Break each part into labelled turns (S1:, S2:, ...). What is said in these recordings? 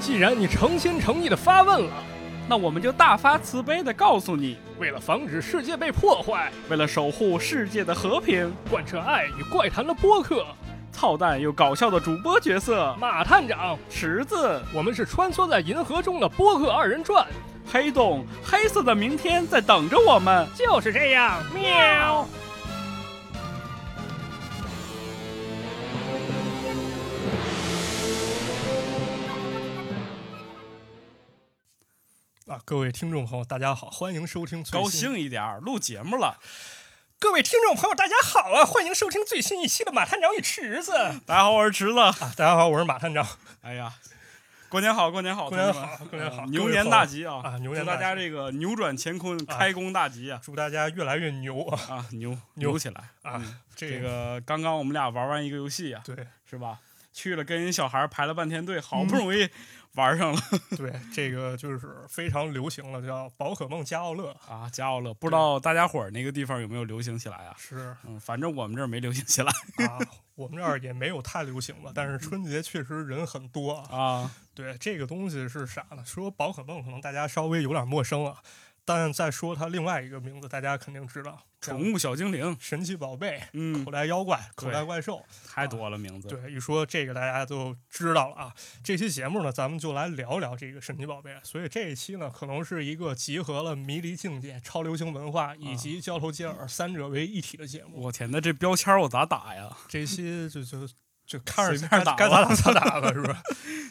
S1: 既然你诚心诚意的发问了，
S2: 那我们就大发慈悲的告诉你，
S1: 为了防止世界被破坏，
S2: 为了守护世界的和平，
S1: 贯彻爱与怪谈的播客，
S2: 操蛋又搞笑的主播角色
S1: 马探长，
S2: 池子，
S1: 我们是穿梭在银河中的播客二人转，
S2: 黑洞，黑色的明天在等着我们。
S1: 就是这样，喵。啊，各位听众朋友，大家好，欢迎收听最
S2: 高
S1: 新。
S2: 兴一点儿，录节目了。
S1: 各位听众朋友，大家好啊，欢迎收听最新一期的《马探长与池子》
S2: 大家好，我是池子。
S1: 啊！大家好，我是马探长。
S2: 哎呀，过年好，过年好，
S1: 过年好
S2: 同志们
S1: 过年好各
S2: 呃
S1: 位
S2: 牛年
S1: 朋友
S2: 大吉啊！
S1: 啊牛
S2: 祝
S1: 年
S2: 大
S1: 大
S2: 家
S1: 吉
S2: 这个扭转乾坤，
S1: 啊
S2: 开工大吉啊！
S1: 祝大家越来越牛啊！
S2: 啊，牛
S1: 牛
S2: 牛起来
S1: 啊！
S2: 嗯这个刚刚我们俩玩完一个游戏啊，
S1: 对
S2: 是吧？去了跟人小孩排了半天队，好
S1: 嗯
S2: 不容易玩上了
S1: 对，这个就是非常流行了，叫宝可梦加奥乐。
S2: 啊！加奥乐，不知道大家伙儿那个地方有没有流行起来啊？
S1: 是
S2: 嗯，反正我们这儿没流行起来
S1: 啊，我们这儿也没有太流行吧，但是春节确实人很多啊。
S2: 啊。
S1: 对，这个东西是啥呢？说宝可梦可能大家稍微有点陌生啊，但再说它另外一个名字，大家肯定知道，叫
S2: 宠物小精灵，
S1: 神奇宝贝、
S2: 嗯
S1: 口，袋妖怪、口
S2: 对
S1: 袋怪兽。
S2: 太多了名字。
S1: 对，一说这个大家都知道了啊。这期节目呢，咱们就来聊聊这个神奇宝贝。所以这一期呢，可能是一个集合了迷离境界、超流行文化以及交头接耳三者为一体的节目。
S2: 啊我天，那这标签儿我咋打呀？
S1: 这一期就就就看着
S2: 随便打
S1: 该咋
S2: 吧
S1: 打咋打吧，是吧？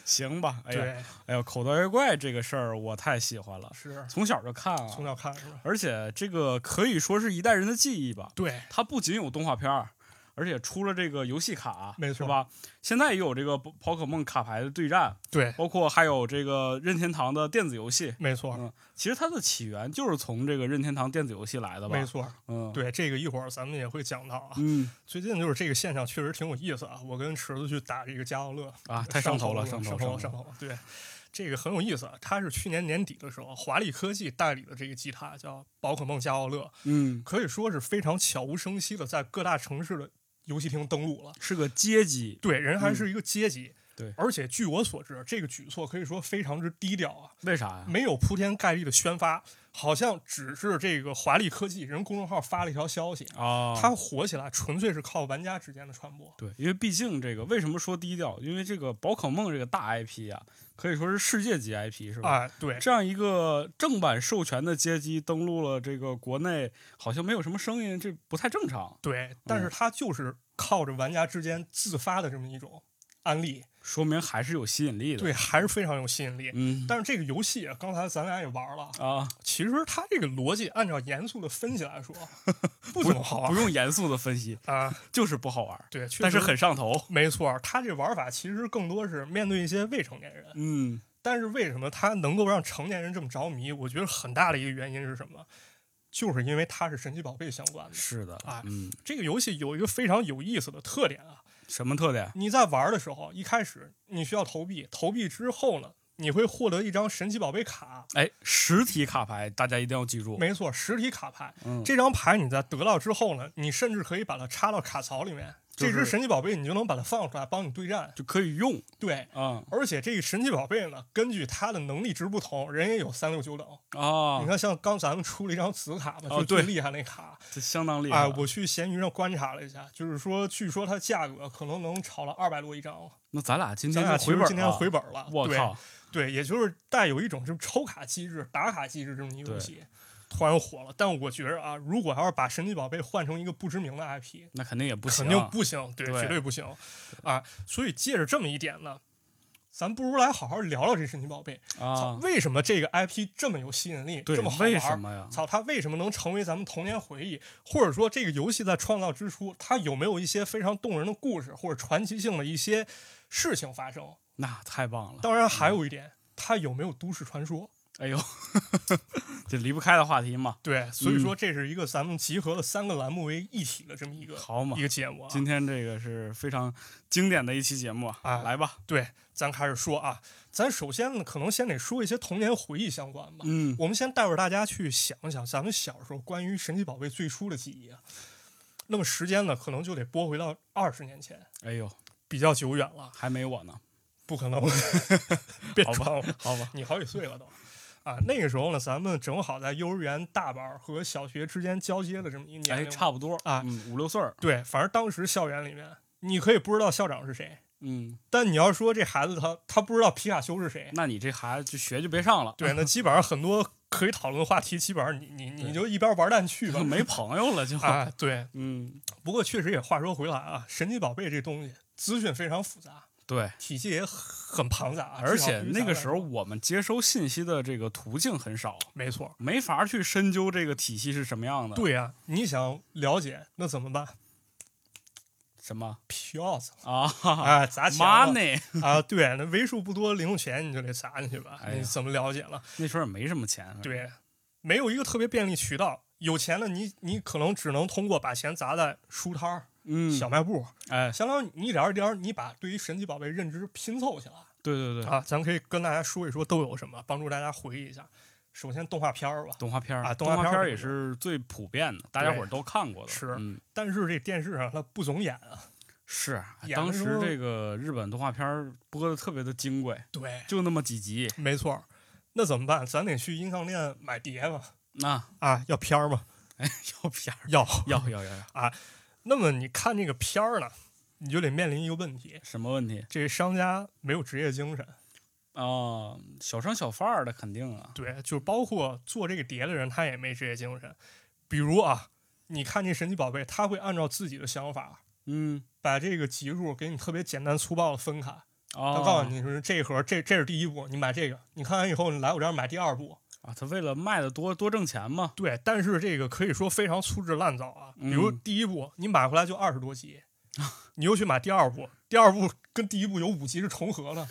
S2: 行吧，哎呀，
S1: 对，
S2: 哎呀，口袋妖怪这个事儿我太喜欢了，
S1: 是
S2: 从小就看啊
S1: 从，小看是吧？
S2: 而且这个可以说是一代人的记忆吧。
S1: 对，
S2: 它不仅有动画片儿，而且出了这个游戏卡，
S1: 没错
S2: 是吧？现在也有这个宝宝可梦卡牌的对战，
S1: 对，
S2: 包括还有这个任天堂的电子游戏。
S1: 没错，
S2: 嗯，其实它的起源就是从这个任天堂电子游戏来的吧？
S1: 没，错。
S2: 嗯，，
S1: 对，这个一会儿咱们也会讲到啊。
S2: 嗯
S1: 最近就是这个现象确实挺有意思啊。我跟池子去打这个加奥乐，
S2: 啊，太
S1: 上
S2: 上头了，
S1: 上
S2: 头，
S1: 头
S2: 上
S1: 上。头了。对，这个很有意思啊。它是去年年底的时候，华丽科技代理的这个吉他叫宝可梦加奥乐，
S2: 嗯，
S1: 可以说是非常悄无声息的在各大城市的游戏厅登陆了。
S2: 是个阶级，
S1: 对，人还是一个阶级。
S2: 嗯对
S1: 而且据我所知，这个举措可以说非常之低调啊，
S2: 为啥呀？
S1: 没有铺天盖地的宣发，好像只是这个华丽科技人公众号发了一条消息，
S2: 啊，
S1: 它火起来纯粹是靠玩家之间的传播。
S2: 对，因为毕竟这个为什么说低调？因为这个宝可梦这个大 IP 啊，可以说是世界级 IP 是吧？
S1: 啊，对，
S2: 这样一个正版授权的街机登陆了这个国内，好像没有什么声音，这不太正常。
S1: 对，但是它就是靠着玩家之间自发的这么一种案例，
S2: 说明还是有吸引力的。，
S1: 对，还是非常有吸引力。
S2: 嗯，
S1: 但是这个游戏啊，刚才咱俩也玩了，
S2: 啊，
S1: 其实它这个逻辑按照严肃的分析 来说，不怎么好玩
S2: 不用严肃的分析，
S1: 啊。
S2: 就是不好玩儿，
S1: 对，确实
S2: 但是很上头。
S1: 没错，它这玩法其实更多是面对一些未成年人。
S2: 嗯，
S1: 但是为什么它能够让成年人这么着迷？我觉得很大的一个原因是什么？就是因为它是神奇宝贝相关的。
S2: 是的
S1: 哎，
S2: 嗯，
S1: 这个游戏有一个非常有意思的特点啊，
S2: 什么特点？
S1: 你在玩的时候，一开始你需要投币，投币之后呢，你会获得一张神奇宝贝卡，
S2: 哎，实体卡牌大家一定要记住。
S1: 没错，实体卡牌。
S2: 嗯，
S1: 这张牌你在得到之后呢，你甚至可以把它插到卡槽里面，
S2: 就是
S1: 这只神奇宝贝你就能把它放出来帮你对战。
S2: 就可以用
S1: 对，
S2: 啊
S1: 而且这个神奇宝贝呢，根据它的能力值不同，人也有三六九等。
S2: 啊
S1: 你，看，像刚咱们出了一张紫卡嘛，
S2: 哦
S1: 就最
S2: 对
S1: 厉害那卡。
S2: 这相当厉害
S1: 哎，
S2: 了。
S1: 我去闲鱼上观察了一下，就是说，据说它价格可能能炒了二百多一张了。
S2: 那咱俩今
S1: 咱
S2: 天
S1: 俩
S2: 就
S1: 其
S2: 回
S1: 实
S2: 本
S1: 今天
S2: 了
S1: 回本了，
S2: 我
S1: 对
S2: 靠，
S1: 对，也就是带有一种这种抽卡机制、打卡机制这么一个
S2: 对
S1: 游戏，突然火了。但我觉着啊，如果要是把神奇宝贝换成一个不知名的 IP，
S2: 那肯定也不行
S1: 肯，定不行，对，
S2: 对
S1: 绝对不行啊。所以借着这么一点呢，咱不如来好好聊聊这神奇宝贝。操
S2: 啊，
S1: 为什么这个 IP 这么有吸引力，
S2: 对，
S1: 这么好
S2: 为什
S1: 玩？
S2: 么呀？
S1: 操，它为什么能成为咱们童年回忆？或者说，这个游戏在创造之初，它有没有一些非常动人的故事或者传奇性的一些事情发生？
S2: 那太棒了！
S1: 当然，还有一点，它有没有都市传说？
S2: 哎呦， 这离不开的话题嘛，
S1: 对，所以说这是一个咱们集合了三个栏目为一体的这么一个
S2: 好嘛
S1: 一。个节目啊。
S2: 今天这个是非常经典的一期节目啊，
S1: 哎
S2: 来吧，
S1: 对，咱开始说啊，咱首先呢，可能先得说一些童年回忆相关吧。
S2: 嗯，
S1: 我们先带着大家去想一想咱们小时候关于神奇宝贝最初的记忆啊。那么时间呢，可能就得拨回到二十年前，
S2: 哎呦，
S1: 比较久远了。
S2: 还没我呢，哎
S1: 不可能，别
S2: 好吧
S1: 装了，
S2: 好吧，
S1: 你好几岁了都。啊，那个时候呢，咱们正好在幼儿园大班儿和小学之间交接的这么一年
S2: 哎，
S1: 龄，
S2: 差不多
S1: 啊
S2: 嗯，五六岁儿，
S1: 对，反正当时校园里面，你可以不知道校长是谁，
S2: 嗯，
S1: 但你要说这孩子他他不知道皮卡丘是 谁，
S2: 那你这孩子就学就别上了，
S1: 对，那基本上很多可以讨论的话题，基本上你你你
S2: 对
S1: 就一边玩蛋去吧
S2: 就。 没朋友了就，
S1: 啊，对。
S2: 嗯，
S1: 不过确实也话说回来啊，神奇宝贝这东西资讯非常复杂，
S2: 对，
S1: 体系也很庞杂，啊
S2: 而
S1: 至少
S2: 且
S1: 对于
S2: 那个
S1: 咱
S2: 时
S1: 来
S2: 候
S1: 说
S2: 我们接收信息的这个途径很少，
S1: 没错。
S2: 没法去深究这个体系是什么样的。，
S1: 对呀、你想了解那怎么办？
S2: 什么
S1: 票子
S2: 啊
S1: 啊，砸钱了
S2: ？money
S1: 啊，对，那为数不多零用钱你就得砸进去吧，
S2: 哎呀
S1: 你怎么了解了？
S2: 那时候也没什么钱，，
S1: 对，没有一个特别便利渠道。有钱了你，你可能只能通过把钱砸在书摊儿、
S2: 嗯，
S1: 小卖部，
S2: 哎，
S1: 相当于你一点一点儿，你把对于神奇宝贝认知拼凑起来
S2: 对对对，
S1: 啊。咱可以跟大家说一说都有什么，帮助大家回忆一下。首先动画片儿吧，
S2: 动画片儿
S1: 啊动
S2: 动
S1: 画
S2: 画
S1: 片儿
S2: 片儿
S1: 很
S2: 也
S1: 多
S2: 是最普遍的，大家
S1: 对
S2: 伙儿都看过的，
S1: 是
S2: 嗯
S1: 但是这电视上它不总演啊。
S2: 是啊
S1: 演，
S2: 当
S1: 的时
S2: 时
S1: 候
S2: 这个日本动画片儿播的特别的金贵，
S1: 对，
S2: 就那么几集，
S1: 没错儿。那怎么办？咱得去音像店买碟嘛，
S2: 那
S1: 啊，要片儿吗？
S2: 要 片儿，
S1: 要。
S2: 要要要要，
S1: 那么你看这个片儿呢，你就得面临一个问题：
S2: 什么问题
S1: 这商家没有职业精神。
S2: 啊？小商小贩儿的肯定啊，
S1: 对，就包括做这个碟的人，他也没职业精神。比如啊，你看这神奇宝贝，他会按照自己的想法。
S2: 嗯，
S1: 把这个级数给你特别简单粗暴的分开，他
S2: 哦，
S1: 告诉你说这一盒这这是第一步，你买这个，你看完以后你来我这儿买第二步，
S2: 啊，他为了卖的多多挣钱嘛，
S1: 对，但是这个可以说非常粗制滥造啊。比如
S2: 嗯
S1: 第一步，你买回来就二十多 集，你又去买第二部，第二部跟第一部有五集是重合 的，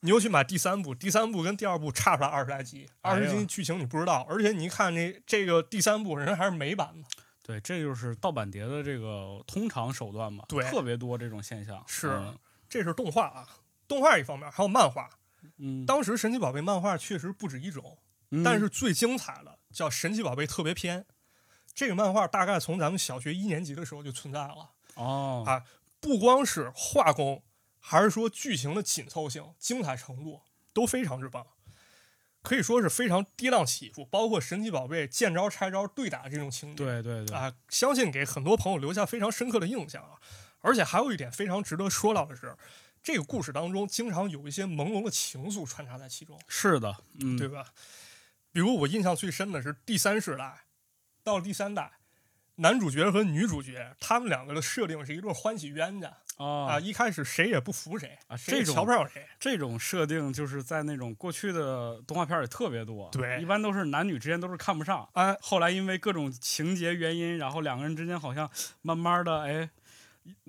S1: 你又去买第三部，第三部跟第二部差出来二十来集，
S2: 哎
S1: 二
S2: 呦
S1: 十集剧情你不知道，而且你一看这这个第三部人还是美版的，
S2: 对，这就是盗版碟的这个通常手段嘛，
S1: 对
S2: 特别多这种现象，
S1: 是
S2: 嗯
S1: 这是动画啊，动画一方面还有漫画。
S2: 嗯，
S1: 当时神奇宝贝漫画确实不止一种，
S2: 嗯
S1: 但是最精彩的叫《神奇宝贝特别篇》，这个漫画大概从咱们小学一年级的时候就存在了。
S2: 哦
S1: 啊不光是画工，还是说剧情的紧凑性、精彩程度都非常之棒，可以说是非常跌宕起伏。包括神奇宝贝见招拆招对打这种情节，
S2: 对对对，
S1: 啊，相信给很多朋友留下非常深刻的印象啊。而且还有一点非常值得说到的是，这个故事当中经常有一些朦胧的情愫穿插在其中，
S2: 是的，嗯，
S1: 对吧？比如我印象最深的是第三世代，到了第三代，男主角和女主角他们两个的设定是一对欢喜冤家。啊，
S2: 啊
S1: 一开始谁也不服谁
S2: 啊
S1: 谁
S2: 这
S1: 也
S2: 种
S1: 瞧不上谁，
S2: 这种设定就是在那种过去的动画片里特别多，
S1: 对
S2: 一般都是男女之间都是看不上，
S1: 哎，
S2: 后来因为各种情节原因，然后两个人之间好像慢慢的，哎，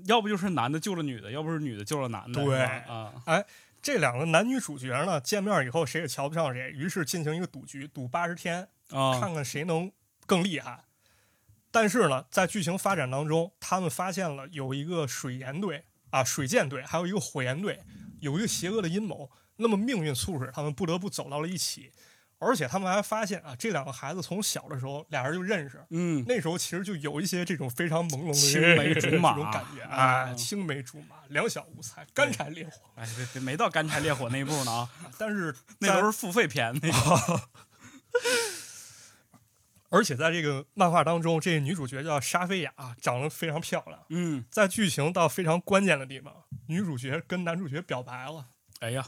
S2: 要不就是男的救了女的，要不是女的救了男的，
S1: 对
S2: 是吧啊，
S1: 这两个男女主角呢，见面以后谁也瞧不上谁，于是进行一个赌局，赌八十天，
S2: 啊，
S1: 看看谁能更厉害。但是呢，在剧情发展当中，他们发现了有一个水盐队啊，水箭队，还有一个火焰队，有一个邪恶的阴谋。那么命运促使他们不得不走到了一起，而且他们还发现啊，这两个孩子从小的时候俩人就认识，
S2: 嗯，
S1: 那时候其实就有一些这种非常朦胧的
S2: 青梅竹马
S1: 这种感觉
S2: 啊
S1: 啊，青梅竹马，两小无猜，干柴烈火。
S2: 哎，别别没到干柴烈火那一步呢啊，
S1: 但是
S2: 那
S1: 在
S2: 都是付费片，那个
S1: 而且在这个漫画当中，这女主角叫莎菲亚，长得非常漂亮。
S2: 嗯，
S1: 在剧情到非常关键的地方，女主角跟男主角表白了。
S2: 哎呀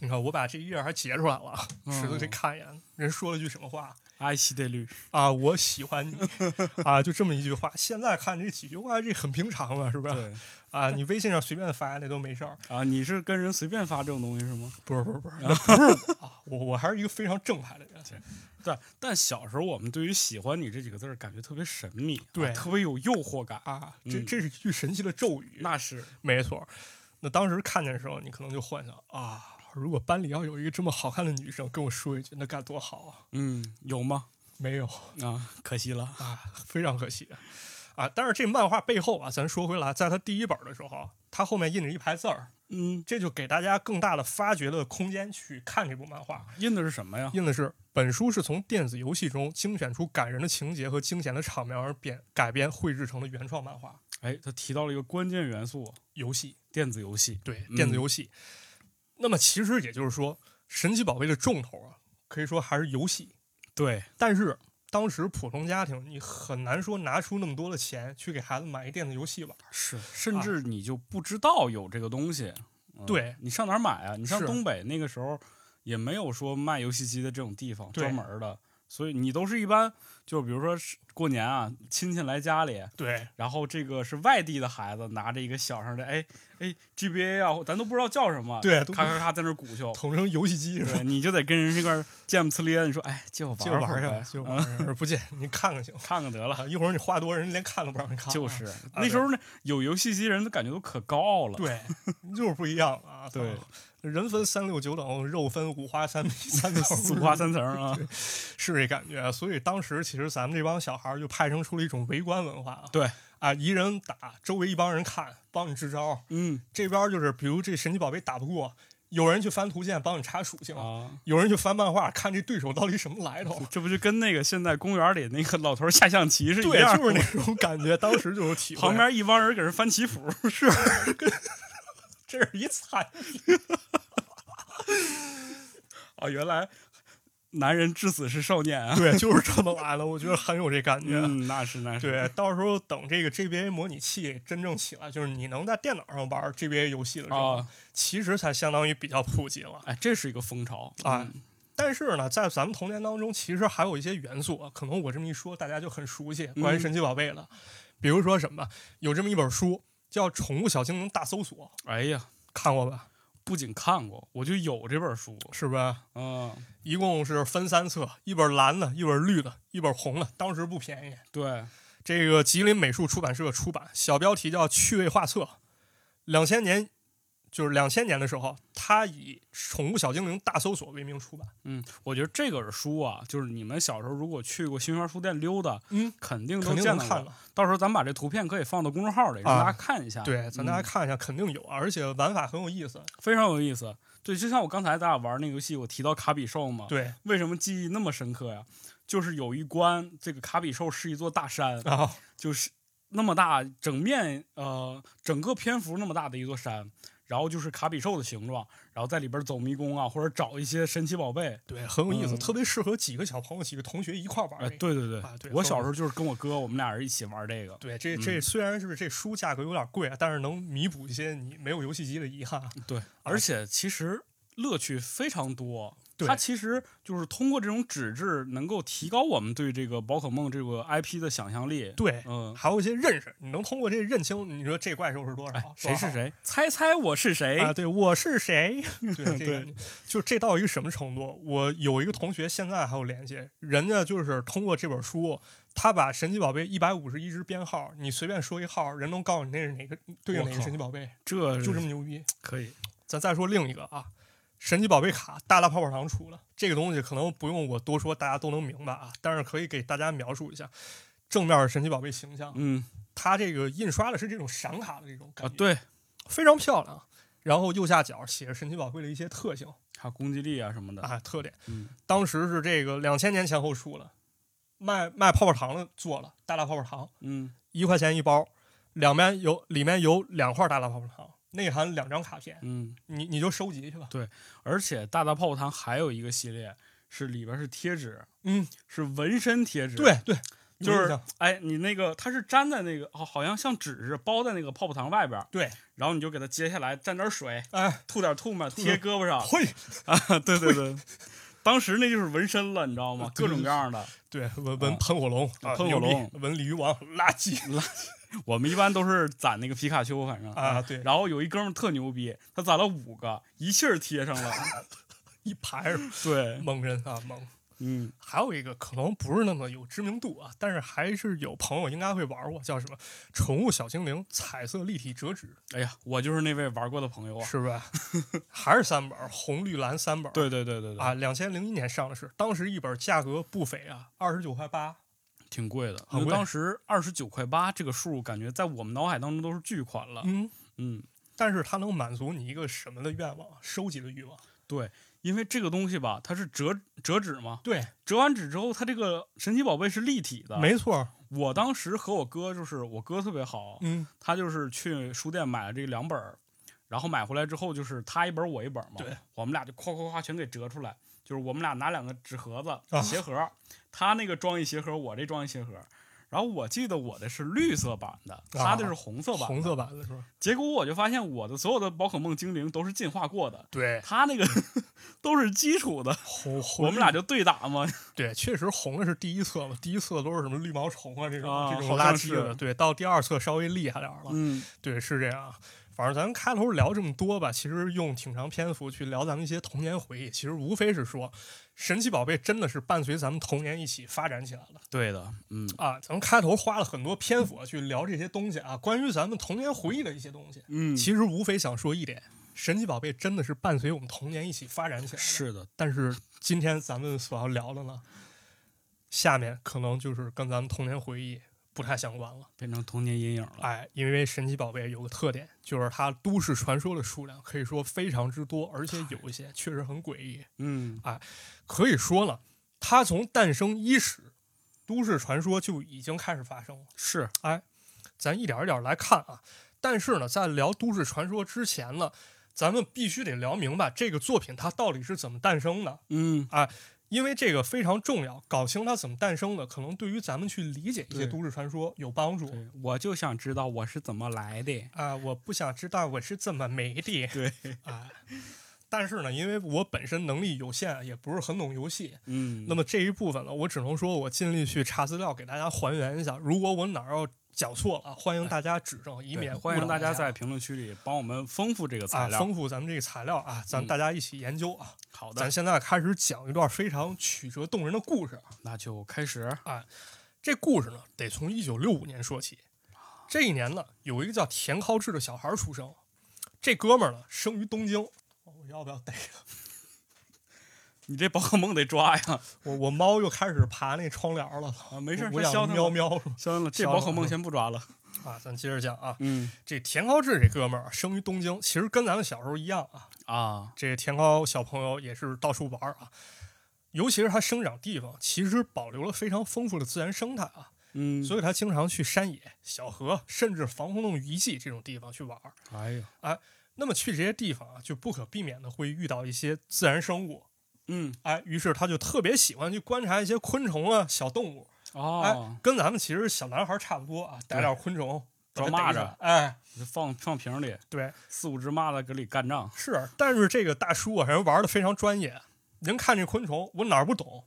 S1: 你看，我把这一页还截出来了啊，
S2: 嗯
S1: 石头这看一眼，人说了句什么话
S2: 爱惜得绿，
S1: 啊？我喜欢你 啊，就这么一句话。现在看这几句话，这很平常了，是不是？
S2: 对
S1: 啊，你微信上随便发那都没事儿。
S2: 啊，你是跟人随便发这种东西是吗？
S1: 不是不是不是，那不是我啊，我我还是一个非常正派的人。
S2: 对，但小时候我们对于“喜欢你”这几个字儿感觉特别神秘，
S1: 对
S2: 啊特别有诱惑感。
S1: 啊，这
S2: 嗯
S1: 这是一句神奇的咒语，
S2: 那是
S1: 没错。那当时看见的时候，你可能就幻想啊，如果班里要有一个这么好看的女生跟我说一句，那该多好啊！
S2: 嗯，有吗？
S1: 没有
S2: 啊，可惜了。
S1: 啊，非常可惜啊。但是这漫画背后啊，咱说回来，在它第一本的时候，它后面印着一排字儿，
S2: 嗯，
S1: 这就给大家更大的发掘的空间去看这部漫画。
S2: 印的是什么呀？
S1: 印的是本书是从电子游戏中精选出感人的情节和惊险的场面而编改编绘制成的原创漫画。
S2: 哎，他提到了一个关键元素，
S1: 游戏，
S2: 电子游戏。
S1: 对，
S2: 嗯
S1: 电子游戏。那么其实也就是说，神奇宝贝的重头啊，可以说还是游戏。
S2: 对，
S1: 但是当时普通家庭，你很难说拿出那么多的钱去给孩子买一电子游戏玩。
S2: 是，甚至你就不知道有这个东西。嗯
S1: 啊对
S2: 你上哪儿买啊？你上
S1: 是
S2: 东北那个时候也没有说卖游戏机的这种地方
S1: 对
S2: 专门儿的，所以你都是一般就比如说是过年啊，亲戚来家里，
S1: 对，
S2: 然后这个是外地的孩子拿着一个小上的，哎哎 GBA 啊，咱都不知道叫什么，
S1: 对，都
S2: 咔咔咔在那儿鼓咻，
S1: 统称游戏机是吧？
S2: 对，你就得跟人这块儿见不呲咧的，你说哎借我玩
S1: 就
S2: 儿
S1: 玩
S2: 会
S1: 儿
S2: 儿
S1: 去
S2: 呗嗯
S1: 吧，就玩儿去吧，不借您看看行吗。
S2: 看看得了。
S1: 啊，一会儿你话多，人连看都不让人看。
S2: 就是那时候呢，有游戏机人都感觉都可高傲了。
S1: 啊对， 就是不一样啊。
S2: 对
S1: 操，人分三六九等，肉分五花 三三层，
S2: 四五花三层 啊，
S1: 是这感觉。所以当时其实咱们这帮小孩儿就派生出了一种围观文化啊。
S2: 对
S1: 啊，一人打，周围一帮人看，帮你支招。
S2: 嗯
S1: 这边儿就是，比如这神奇宝贝打不过，有人去翻图鉴帮你查属性，
S2: 啊，
S1: 有人去翻漫画看这对手到底什么来头。
S2: 这不就跟那个现在公园里那个老头下象棋是一
S1: 对，
S2: 样？
S1: 就是那种感觉，当时就有体会。
S2: 旁边一帮人搁这翻棋谱， 是
S1: 这是一惨
S2: 啊，原来男人至死是少年啊。
S1: 对，就是这么来的，我觉得很有这感觉。
S2: 嗯，那是 那是，
S1: 对，到时候等这个 GBA 模拟器真正起来，就是你能在电脑上玩 GBA 游戏的时候，
S2: 啊，
S1: 其实才相当于比较普及了。
S2: 哎，这是一个风潮嗯
S1: 啊，但是呢，在咱们童年当中，其实还有一些元素啊，可能我这么一说，大家就很熟悉关于
S2: 嗯
S1: 神奇宝贝了。比如说什么，有这么一本书叫《宠物小精灵大搜索》，
S2: 哎呀，
S1: 看过吧？
S2: 不仅看过，我就有这本书，
S1: 是吧？
S2: 嗯，
S1: 一共是分三册，一本蓝的，一本绿的，一本红的，当时不便宜。
S2: 对，
S1: 这个吉林美术出版社出版，小标题叫《趣味画册》。两千年，就是两千年的时候，它以《宠物小精灵大搜索》为名出版。
S2: 嗯，我觉得这本书啊，就是你们小时候如果去过新华书店溜达，
S1: 嗯，
S2: 肯定都
S1: 肯定
S2: 见
S1: 能
S2: 到
S1: 看
S2: 过。
S1: 到。
S2: 到时候咱把这图片可以放到公众号里，让
S1: 啊哦
S2: 大家看一下。
S1: 对，咱
S2: 嗯
S1: 大家看一下，肯定有，而且玩法很有意思。
S2: 非常有意思。对，就像我刚才咱俩玩那个游戏，我提到卡比兽嘛，
S1: 对，
S2: 为什么记忆那么深刻呀？就是有一关，这个卡比兽是一座大山，
S1: 然后
S2: 就是那么大，整面呃整个篇幅那么大的一座山，然后就是卡比兽的形状，然后在里边走迷宫啊，或者找一些神奇宝贝。
S1: 对，很有意思，
S2: 嗯
S1: 特别适合几个小朋友、几个同学一块儿玩
S2: 哎，
S1: 这个。
S2: 对对对，
S1: 啊对
S2: 我小时候就是跟我哥，我们俩人一起玩这个。
S1: 对，嗯这这虽然是这书价格有点贵，啊但是能弥补一些你没有游戏机的遗憾啊。
S2: 对，而且其实乐趣非常多。
S1: 对
S2: 它其实就是通过这种纸质，能够提高我们对这个宝可梦这个 IP 的想象力。
S1: 对，
S2: 嗯，
S1: 还有一些认识，你能通过这认清，你说这怪哎兽是多少，
S2: 哎谁
S1: 多
S2: 是
S1: 少
S2: 谁？猜猜我是谁？
S1: 啊？对，我是谁？ 对，这
S2: 哎对
S1: 个就这到一个什么程度？我有一个同学现在还有联系，人家就是通过这本书，他把神奇宝贝一百五十一只编号，你随便说一号，人能告诉你那是哪个对应
S2: 我
S1: 哪个
S2: 靠
S1: 神奇宝贝，
S2: 这
S1: 就这么牛逼。
S2: 可以。
S1: 咱再说另一个啊。神奇宝贝卡，大大泡泡糖出了这个东西，可能不用我多说，大家都能明白啊。但是可以给大家描述一下正面神奇宝贝形象，
S2: 嗯
S1: 它这个印刷的是这种闪卡的这种感
S2: 啊，
S1: 觉，
S2: 对，
S1: 非常漂亮。然后右下角写着神奇宝贝的一些特性
S2: 还有攻击力啊什么的。
S1: 啊特点。
S2: 嗯，
S1: 当时是这个两千年前后出了，卖卖泡泡糖的做了大大泡泡糖，
S2: 嗯，
S1: 一块钱一包，两边有里面有两块大大泡泡糖，内含两张卡片，
S2: 嗯，
S1: 你你就收集去吧。
S2: 而且大大泡泡糖还有一个系列是里边是贴纸，
S1: 嗯，
S2: 是纹身贴纸。，
S1: 对对，有
S2: 就
S1: 印
S2: 是
S1: 象
S2: 哎，你那个它是粘在那个，好好像像纸似的包在那个泡泡糖外边，
S1: 对，
S2: 然后你就给它揭下来，蘸点水，
S1: 哎，
S2: 吐点吐沫
S1: 吐
S2: 贴胳膊上。
S1: 嘿，
S2: 对对对，当时那就是纹身了，你知道 吗？
S1: 对
S2: 各种各样的。
S1: 对，闻闻喷火龙，啊
S2: 喷火龙
S1: 牛逼闻鲤鱼王，垃圾
S2: 我们一般都是攒那个皮卡丘，反正
S1: 啊，。对，
S2: 然后有一哥们儿特牛逼，他攒了五个，一气儿贴上 了。
S1: 一排是吧
S2: 对，
S1: 猛人啊，猛。
S2: 嗯，
S1: 还有一个可能不是那么有知名度啊，但是还是有朋友应该会玩过，叫什么《宠物小精灵》彩色立体折纸，
S2: 哎呀，我就是那位玩过的朋友啊。
S1: 是吧？ 还是三本儿，红绿蓝三本儿。
S2: 对对对对对，
S1: 啊，两千零一年上的是，当时一本价格不菲啊，二十九块八。
S2: 挺贵的，
S1: 很
S2: 因为
S1: 贵
S2: 当时二十九块八这个数，感觉在我们脑海当中都是巨款了。
S1: 嗯，
S2: 嗯，
S1: 但是它能满足你一个什么的愿望？收集的欲
S2: 啊
S1: 望。
S2: 因为这个东西吧，它是折折纸嘛，
S1: 对，
S2: 折完纸之后，它这个神奇宝贝是立体的。
S1: 没错儿，
S2: 我当时和我哥就是我哥特别好，
S1: 嗯，
S2: 他就是去书店买了这两本儿，然后买回来之后就是他一本儿我一本儿嘛，
S1: 对，
S2: 我们俩就夸夸夸全给折出来，就是我们俩拿两个纸盒
S1: 啊
S2: 子鞋盒儿，他那个装一鞋盒儿，我这装一鞋盒儿。然后我记得我的是绿色版的，他的是啊红色版的。
S1: 红色版的是吧？
S2: 结果我就发现我的所有的宝可梦精灵都是进化过的，
S1: 对，
S2: 他那个 都是基础的。
S1: 红红
S2: 我们俩就对打嘛，
S1: 对，确实红的是第一册嘛，第一册都是什么绿毛虫啊这种、
S2: 啊
S1: 这种
S2: 好
S1: 垃
S2: 像
S1: 圾的，
S2: 是
S1: 对，到第二册稍微厉害点儿了，
S2: 嗯，
S1: 对，是这样。啊反正咱开头聊这么多吧，其实用挺长篇幅去聊咱们一些童年回忆，其实无非是说，神奇宝贝真的是伴随咱们童年一起发展起来的
S2: 对的，嗯
S1: 啊。咱们开头花了很多篇幅去聊这些东西啊，关于咱们童年回忆的一些东西，
S2: 嗯，
S1: 其实无非想说一点，神奇宝贝真的是伴随我们童年一起发展起来的。
S2: 是的，
S1: 但是今天咱们所要聊的呢，下面可能就是跟咱们童年回忆不太相关了。
S2: 变成童年阴影了。
S1: 哎，因为神奇宝贝有个特点，就是它都市传说的数量可以说非常之多，而且有一些确实很诡异。
S2: 嗯
S1: 可以说呢，它从诞生伊始，都市传说就已经开始发生了。
S2: 是，
S1: 咱一点一点来看啊。但是呢，在聊都市传说之前呢，咱们必须得聊明白这个作品它到底是怎么诞生的。
S2: 嗯
S1: 因为这个非常重要，搞清它怎么诞生的，可能对于咱们去理解一些
S2: 对
S1: 都市传说有帮助。
S2: 对，我就想知道我是怎么来的。
S1: 啊、我不想知道我是怎么没的
S2: 对，
S1: 啊、但是呢，因为我本身能力有限，也不是很懂游戏，
S2: 嗯，
S1: 那么这一部分呢，我只能说我尽力去查资料给大家还原一下。如果我哪儿要讲错了，欢迎大家指正，以
S2: 对
S1: 免
S2: 欢
S1: 误
S2: 迎
S1: 导
S2: 大家
S1: 家
S2: 在评论区里帮我们丰富这个材
S1: 啊
S2: 料。
S1: 丰富咱们这个材料啊，咱
S2: 嗯
S1: 大家一起研究啊。
S2: 好的
S1: 咱，现在开始讲一段非常曲折动人的故事啊。
S2: 那就开始。
S1: 这故事呢，得从一九六五年说起。这一年呢，有一个叫田尻智的小孩出生。这哥们儿呢，生于东
S2: 哦
S1: 京。我要不要逮着？
S2: 你这宝可梦得抓 呀！
S1: 我我猫又开始爬那窗帘了。
S2: 啊，没事儿，
S1: 我
S2: 先消
S1: 想
S2: 停
S1: 喵
S2: 了，
S1: 喵
S2: 消停了。这
S1: 消
S2: 宝
S1: 停
S2: 可
S1: 了
S2: 梦先不抓了。
S1: 啊！咱接着讲啊，
S2: 嗯
S1: 这田尻智这哥们儿啊生于东京，其实跟咱们小时候一样啊。
S2: 啊，
S1: 这田尻小朋友也是到处玩儿啊，尤其是他生长地方，其实保留了非常丰富的自然生态啊，
S2: 嗯，
S1: 所以他经常去山野、小河，甚至防空洞遗迹这种地方去玩儿。
S2: 哎呀，
S1: 那么去这些地方啊，就不可避免的会遇到一些自然生物，
S2: 嗯
S1: 哎，于是他就特别喜欢去观察一些昆虫啊、小动物，
S2: 哦，
S1: 跟咱们其实小男孩差不多啊，逮点昆虫，给它
S2: 装蚂
S1: 逮
S2: 蚱
S1: 上哎，
S2: 就放放瓶里，
S1: 对，
S2: 四五只蚂蚱搁里干仗。
S1: 是，但是这个大叔啊，人玩的非常专业，人看这昆虫，我哪儿不懂，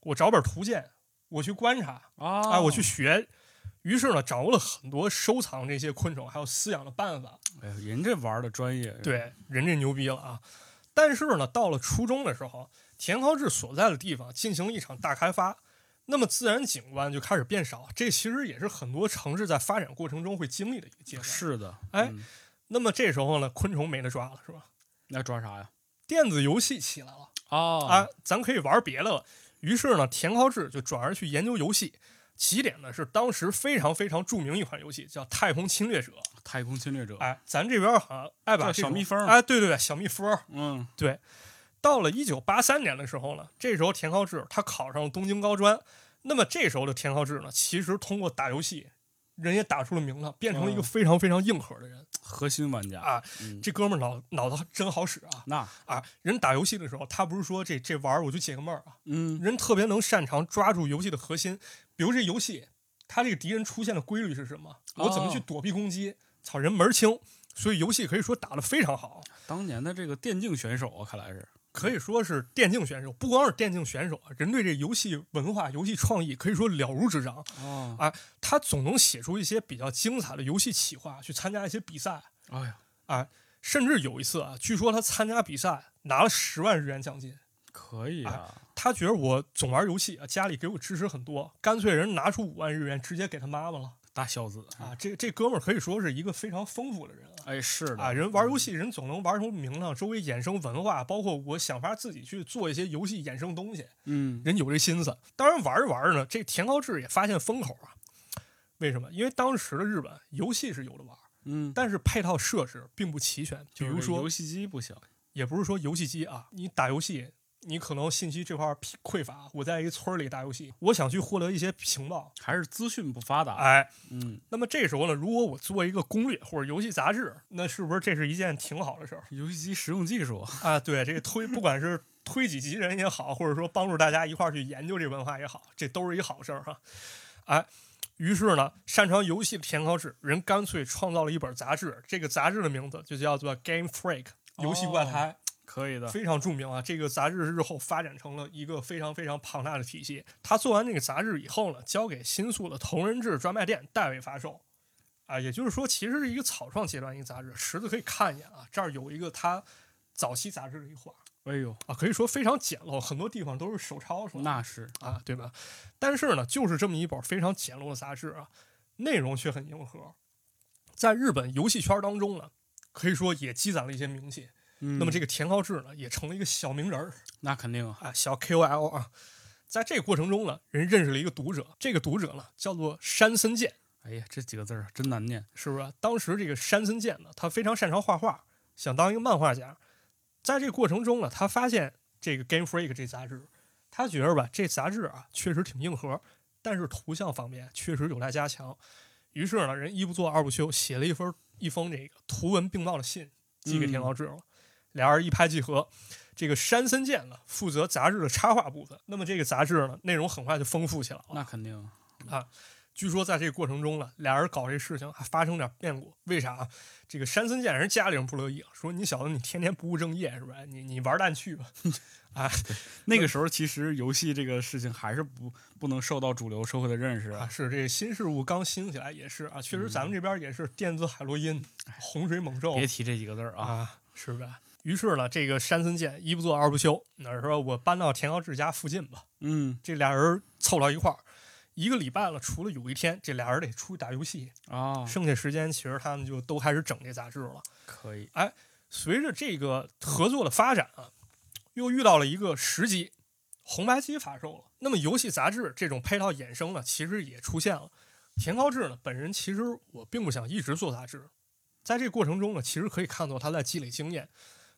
S1: 我找本图鉴，我去观察，
S2: 啊
S1: 哎，我去，学。于是呢，掌握了很多收藏这些昆虫还有饲养的办法，
S2: 哎呀，人这玩的专业，，
S1: 对，人家牛逼了啊！但是呢，到了初中的时候，田尻智所在的地方进行了一场大开发，那么自然景观就开始变少。这其实也是很多城市在发展过程中会经历的一个阶段。
S2: 是的，
S1: 哎
S2: 嗯，
S1: 那么这时候呢，昆虫没得抓了，是吧？
S2: 那抓啥呀？
S1: 电子游戏起来了
S2: 哦
S1: 啊，咱可以玩别的了。于是呢，田尻智就转而去研究游戏。起点呢是当时非常非常著名一款游戏，叫《太空侵略者》。
S2: 太空侵略者，
S1: 哎，咱这边好像爱把这
S2: 叫小
S1: 种
S2: 蜜蜂
S1: 哎，对对对，小蜜蜂儿，
S2: 嗯，
S1: 到了一九八三年的时候呢，这时候田尻智他考上了东京高专。那么这时候的田尻智呢，其实通过打游戏，人也打出了名堂，变成了一个
S2: 嗯
S1: 非常非常硬核的人。
S2: 核心玩家
S1: 啊，
S2: 嗯
S1: 这哥们儿脑脑子真好使啊！
S2: 那
S1: 啊，人打游戏的时候，他不是说这这玩儿我就解个闷儿啊，
S2: 嗯
S1: 人特别能擅长抓住游戏的核心，比如这游戏，它这个敌人出现的规律是什么，我怎么去
S2: 哦
S1: 躲避攻击，操人门儿清。所以游戏可以说打得非常好。
S2: 当年的这个电竞选手啊，看来是
S1: 可以说是电竞选手，不光是电竞选手啊，人对这游戏文化、游戏创意可以说了如指掌。
S2: 哦
S1: 啊他总能写出一些比较精彩的游戏企划，去参加一些比赛，
S2: 哎呀，
S1: 甚至有一次啊，据说他参加比赛拿了十万日元奖金。
S2: 可以啊，
S1: 他觉得我总玩游戏啊，家里给我支持很多，干脆人拿出五万日元直接给他妈妈了
S2: 大孝子
S1: 啊！！这这哥们儿可以说是一个非常丰富的人啊。
S2: 哎，是的
S1: 啊，人玩游戏，人总能玩出名堂，周围衍生文化，包括我想法自己去做一些游戏衍生东西。
S2: 嗯，
S1: 人有这心思。当然玩着玩着呢，这田高志也发现风口啊。为什么？因为当时的日本游戏是有的玩，
S2: 嗯嗯，
S1: 但是配套设施并不齐全。比
S2: 就是
S1: 如
S2: 这
S1: 说
S2: 游，戏机不行，
S1: 也不是说游戏机啊，你打游戏你可能信息这块儿疲匮乏，我在一村儿里打游戏，我想去获得一些情报，
S2: 还是资讯不发达。
S1: 哎，
S2: 嗯，
S1: 那么这时候呢，如果我做一个攻略或者游戏杂志，那是不是这是一件挺好的事儿
S2: 游戏机实用技术，
S1: 啊？对，这个推不管是推己及人也好，或者说帮助大家一块儿去研究这文化也好，这都是一好事儿哈。哎，于是呢，擅长游戏的田高志人干脆创造了一本杂志，这个杂志的名字就叫做《Game Freak》。游戏怪
S2: 哦
S1: 胎、
S2: 可以的。
S1: 非常著名啊！这个杂志日后发展成了一个非常非常庞大的体系。他做完这个杂志以后呢，交给新宿的同人志专卖店代为发售。啊，也就是说，其实是一个草创阶段一个杂志。池子可以看一眼啊，这儿有一个他早期杂志的一画
S2: 哎呦，
S1: 啊，可以说非常简陋，很多地方都是手抄什么的
S2: 那是
S1: 啊，对吧？但是呢，就是这么一本非常简陋的杂志啊，内容却很硬核，在日本游戏圈当中呢，可以说也积攒了一些名气。
S2: 嗯
S1: 那么这个田高志呢，也成了一个小名人儿
S2: 那肯定啊，
S1: 啊，小 KOL 啊。在这个过程中呢，人认识了一个读者，这个读者呢叫做山森健，
S2: 哎呀，这几个字儿啊真难念。
S1: 是不是？当时这个山森健呢，他非常擅长画画，想当一个漫画家。在这个过程中呢，他发现这个《Game Freak》这杂志，他觉着吧，这杂志啊确实挺硬核，但是图像方面确实有待加强。于是呢，人一不做二不休，写了一封一封这个图文并茂的信寄给田
S2: 嗯
S1: 高志了。俩人一拍即合，这个山森健呢负责杂志的插画部分，那么这个杂志呢内容很快就丰富起来了。
S2: 那肯定，啊
S1: 据说在这个过程中呢，俩人搞这事情还发生点变故，为啥啊？这个山森健人家里人不乐意了，说你小子你天天不务正业是吧？你你玩蛋去吧！
S2: 那个时候其实游戏这个事情还是不不能受到主流社会的认识。
S1: 啊，是这个新事物刚兴起来也是啊，确实咱们这边也是电子海洛因、洪水猛兽
S2: 嗯哎别提这几个字儿啊，
S1: 啊，是吧？于是呢，这个山森健一不做二不休，那说我搬到田高志家附近吧，
S2: 嗯
S1: 这俩人凑到一块儿。一个礼拜了，除了有一天这俩人得出去打游戏，
S2: 啊，
S1: 剩下时间其实他们就都开始整这杂志了。
S2: 可以，
S1: 随着这个合作的发展啊，又遇到了一个时机，红白机发售了。那么游戏杂志这种配套衍生呢，其实也出现了。田高志呢，本人其实我并不想一直做杂志，在这个过程中呢，其实可以看到他在积累经验。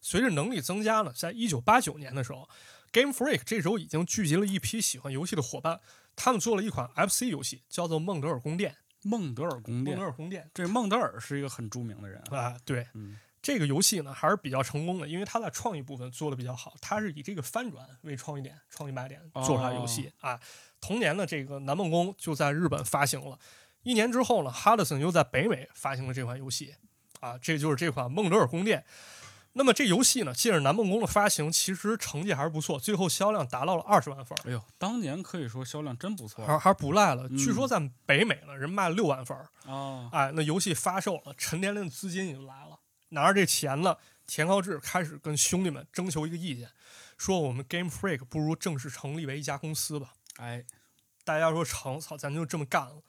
S1: 随着能力增加呢，在一九八九年的时候，Game Freak 这时候已经聚集了一批喜欢游戏的伙伴，他们做了一款 FC 游戏，叫做《孟德尔宫殿》。
S2: 孟德尔宫
S1: 孟德
S2: 殿，
S1: 尔宫殿
S2: 这孟德尔是一个很著名的人啊。
S1: 啊，对，
S2: 嗯，
S1: 这个游戏呢还是比较成功的，因为它在创意部分做的比较好，它是以这个翻转为创意点、创意卖点
S2: 哦
S1: 做出来的游戏、啊。同年呢，这个《南梦宫》就在日本发行了，一年之后呢，哈德森又在北美发行了这款游戏啊，这就是这款《孟德尔宫殿》。那么这游戏呢，借着《南梦宫》的发行，其实成绩还是不错，最后销量达到了二十万份儿，
S2: 哎呦，当年可以说销量真不错
S1: 还还是不赖了。
S2: 嗯
S1: 据说在北美呢，人卖了六万份儿，
S2: 啊。
S1: 哎，那游戏发售了，沉甸甸的资金也就来了。拿着这钱呢，田高志开始跟兄弟们征求一个意见，说我们 Game Freak 不如正式成立为一家公司吧。
S2: 哎，
S1: 大家说成，操，咱就这么干了。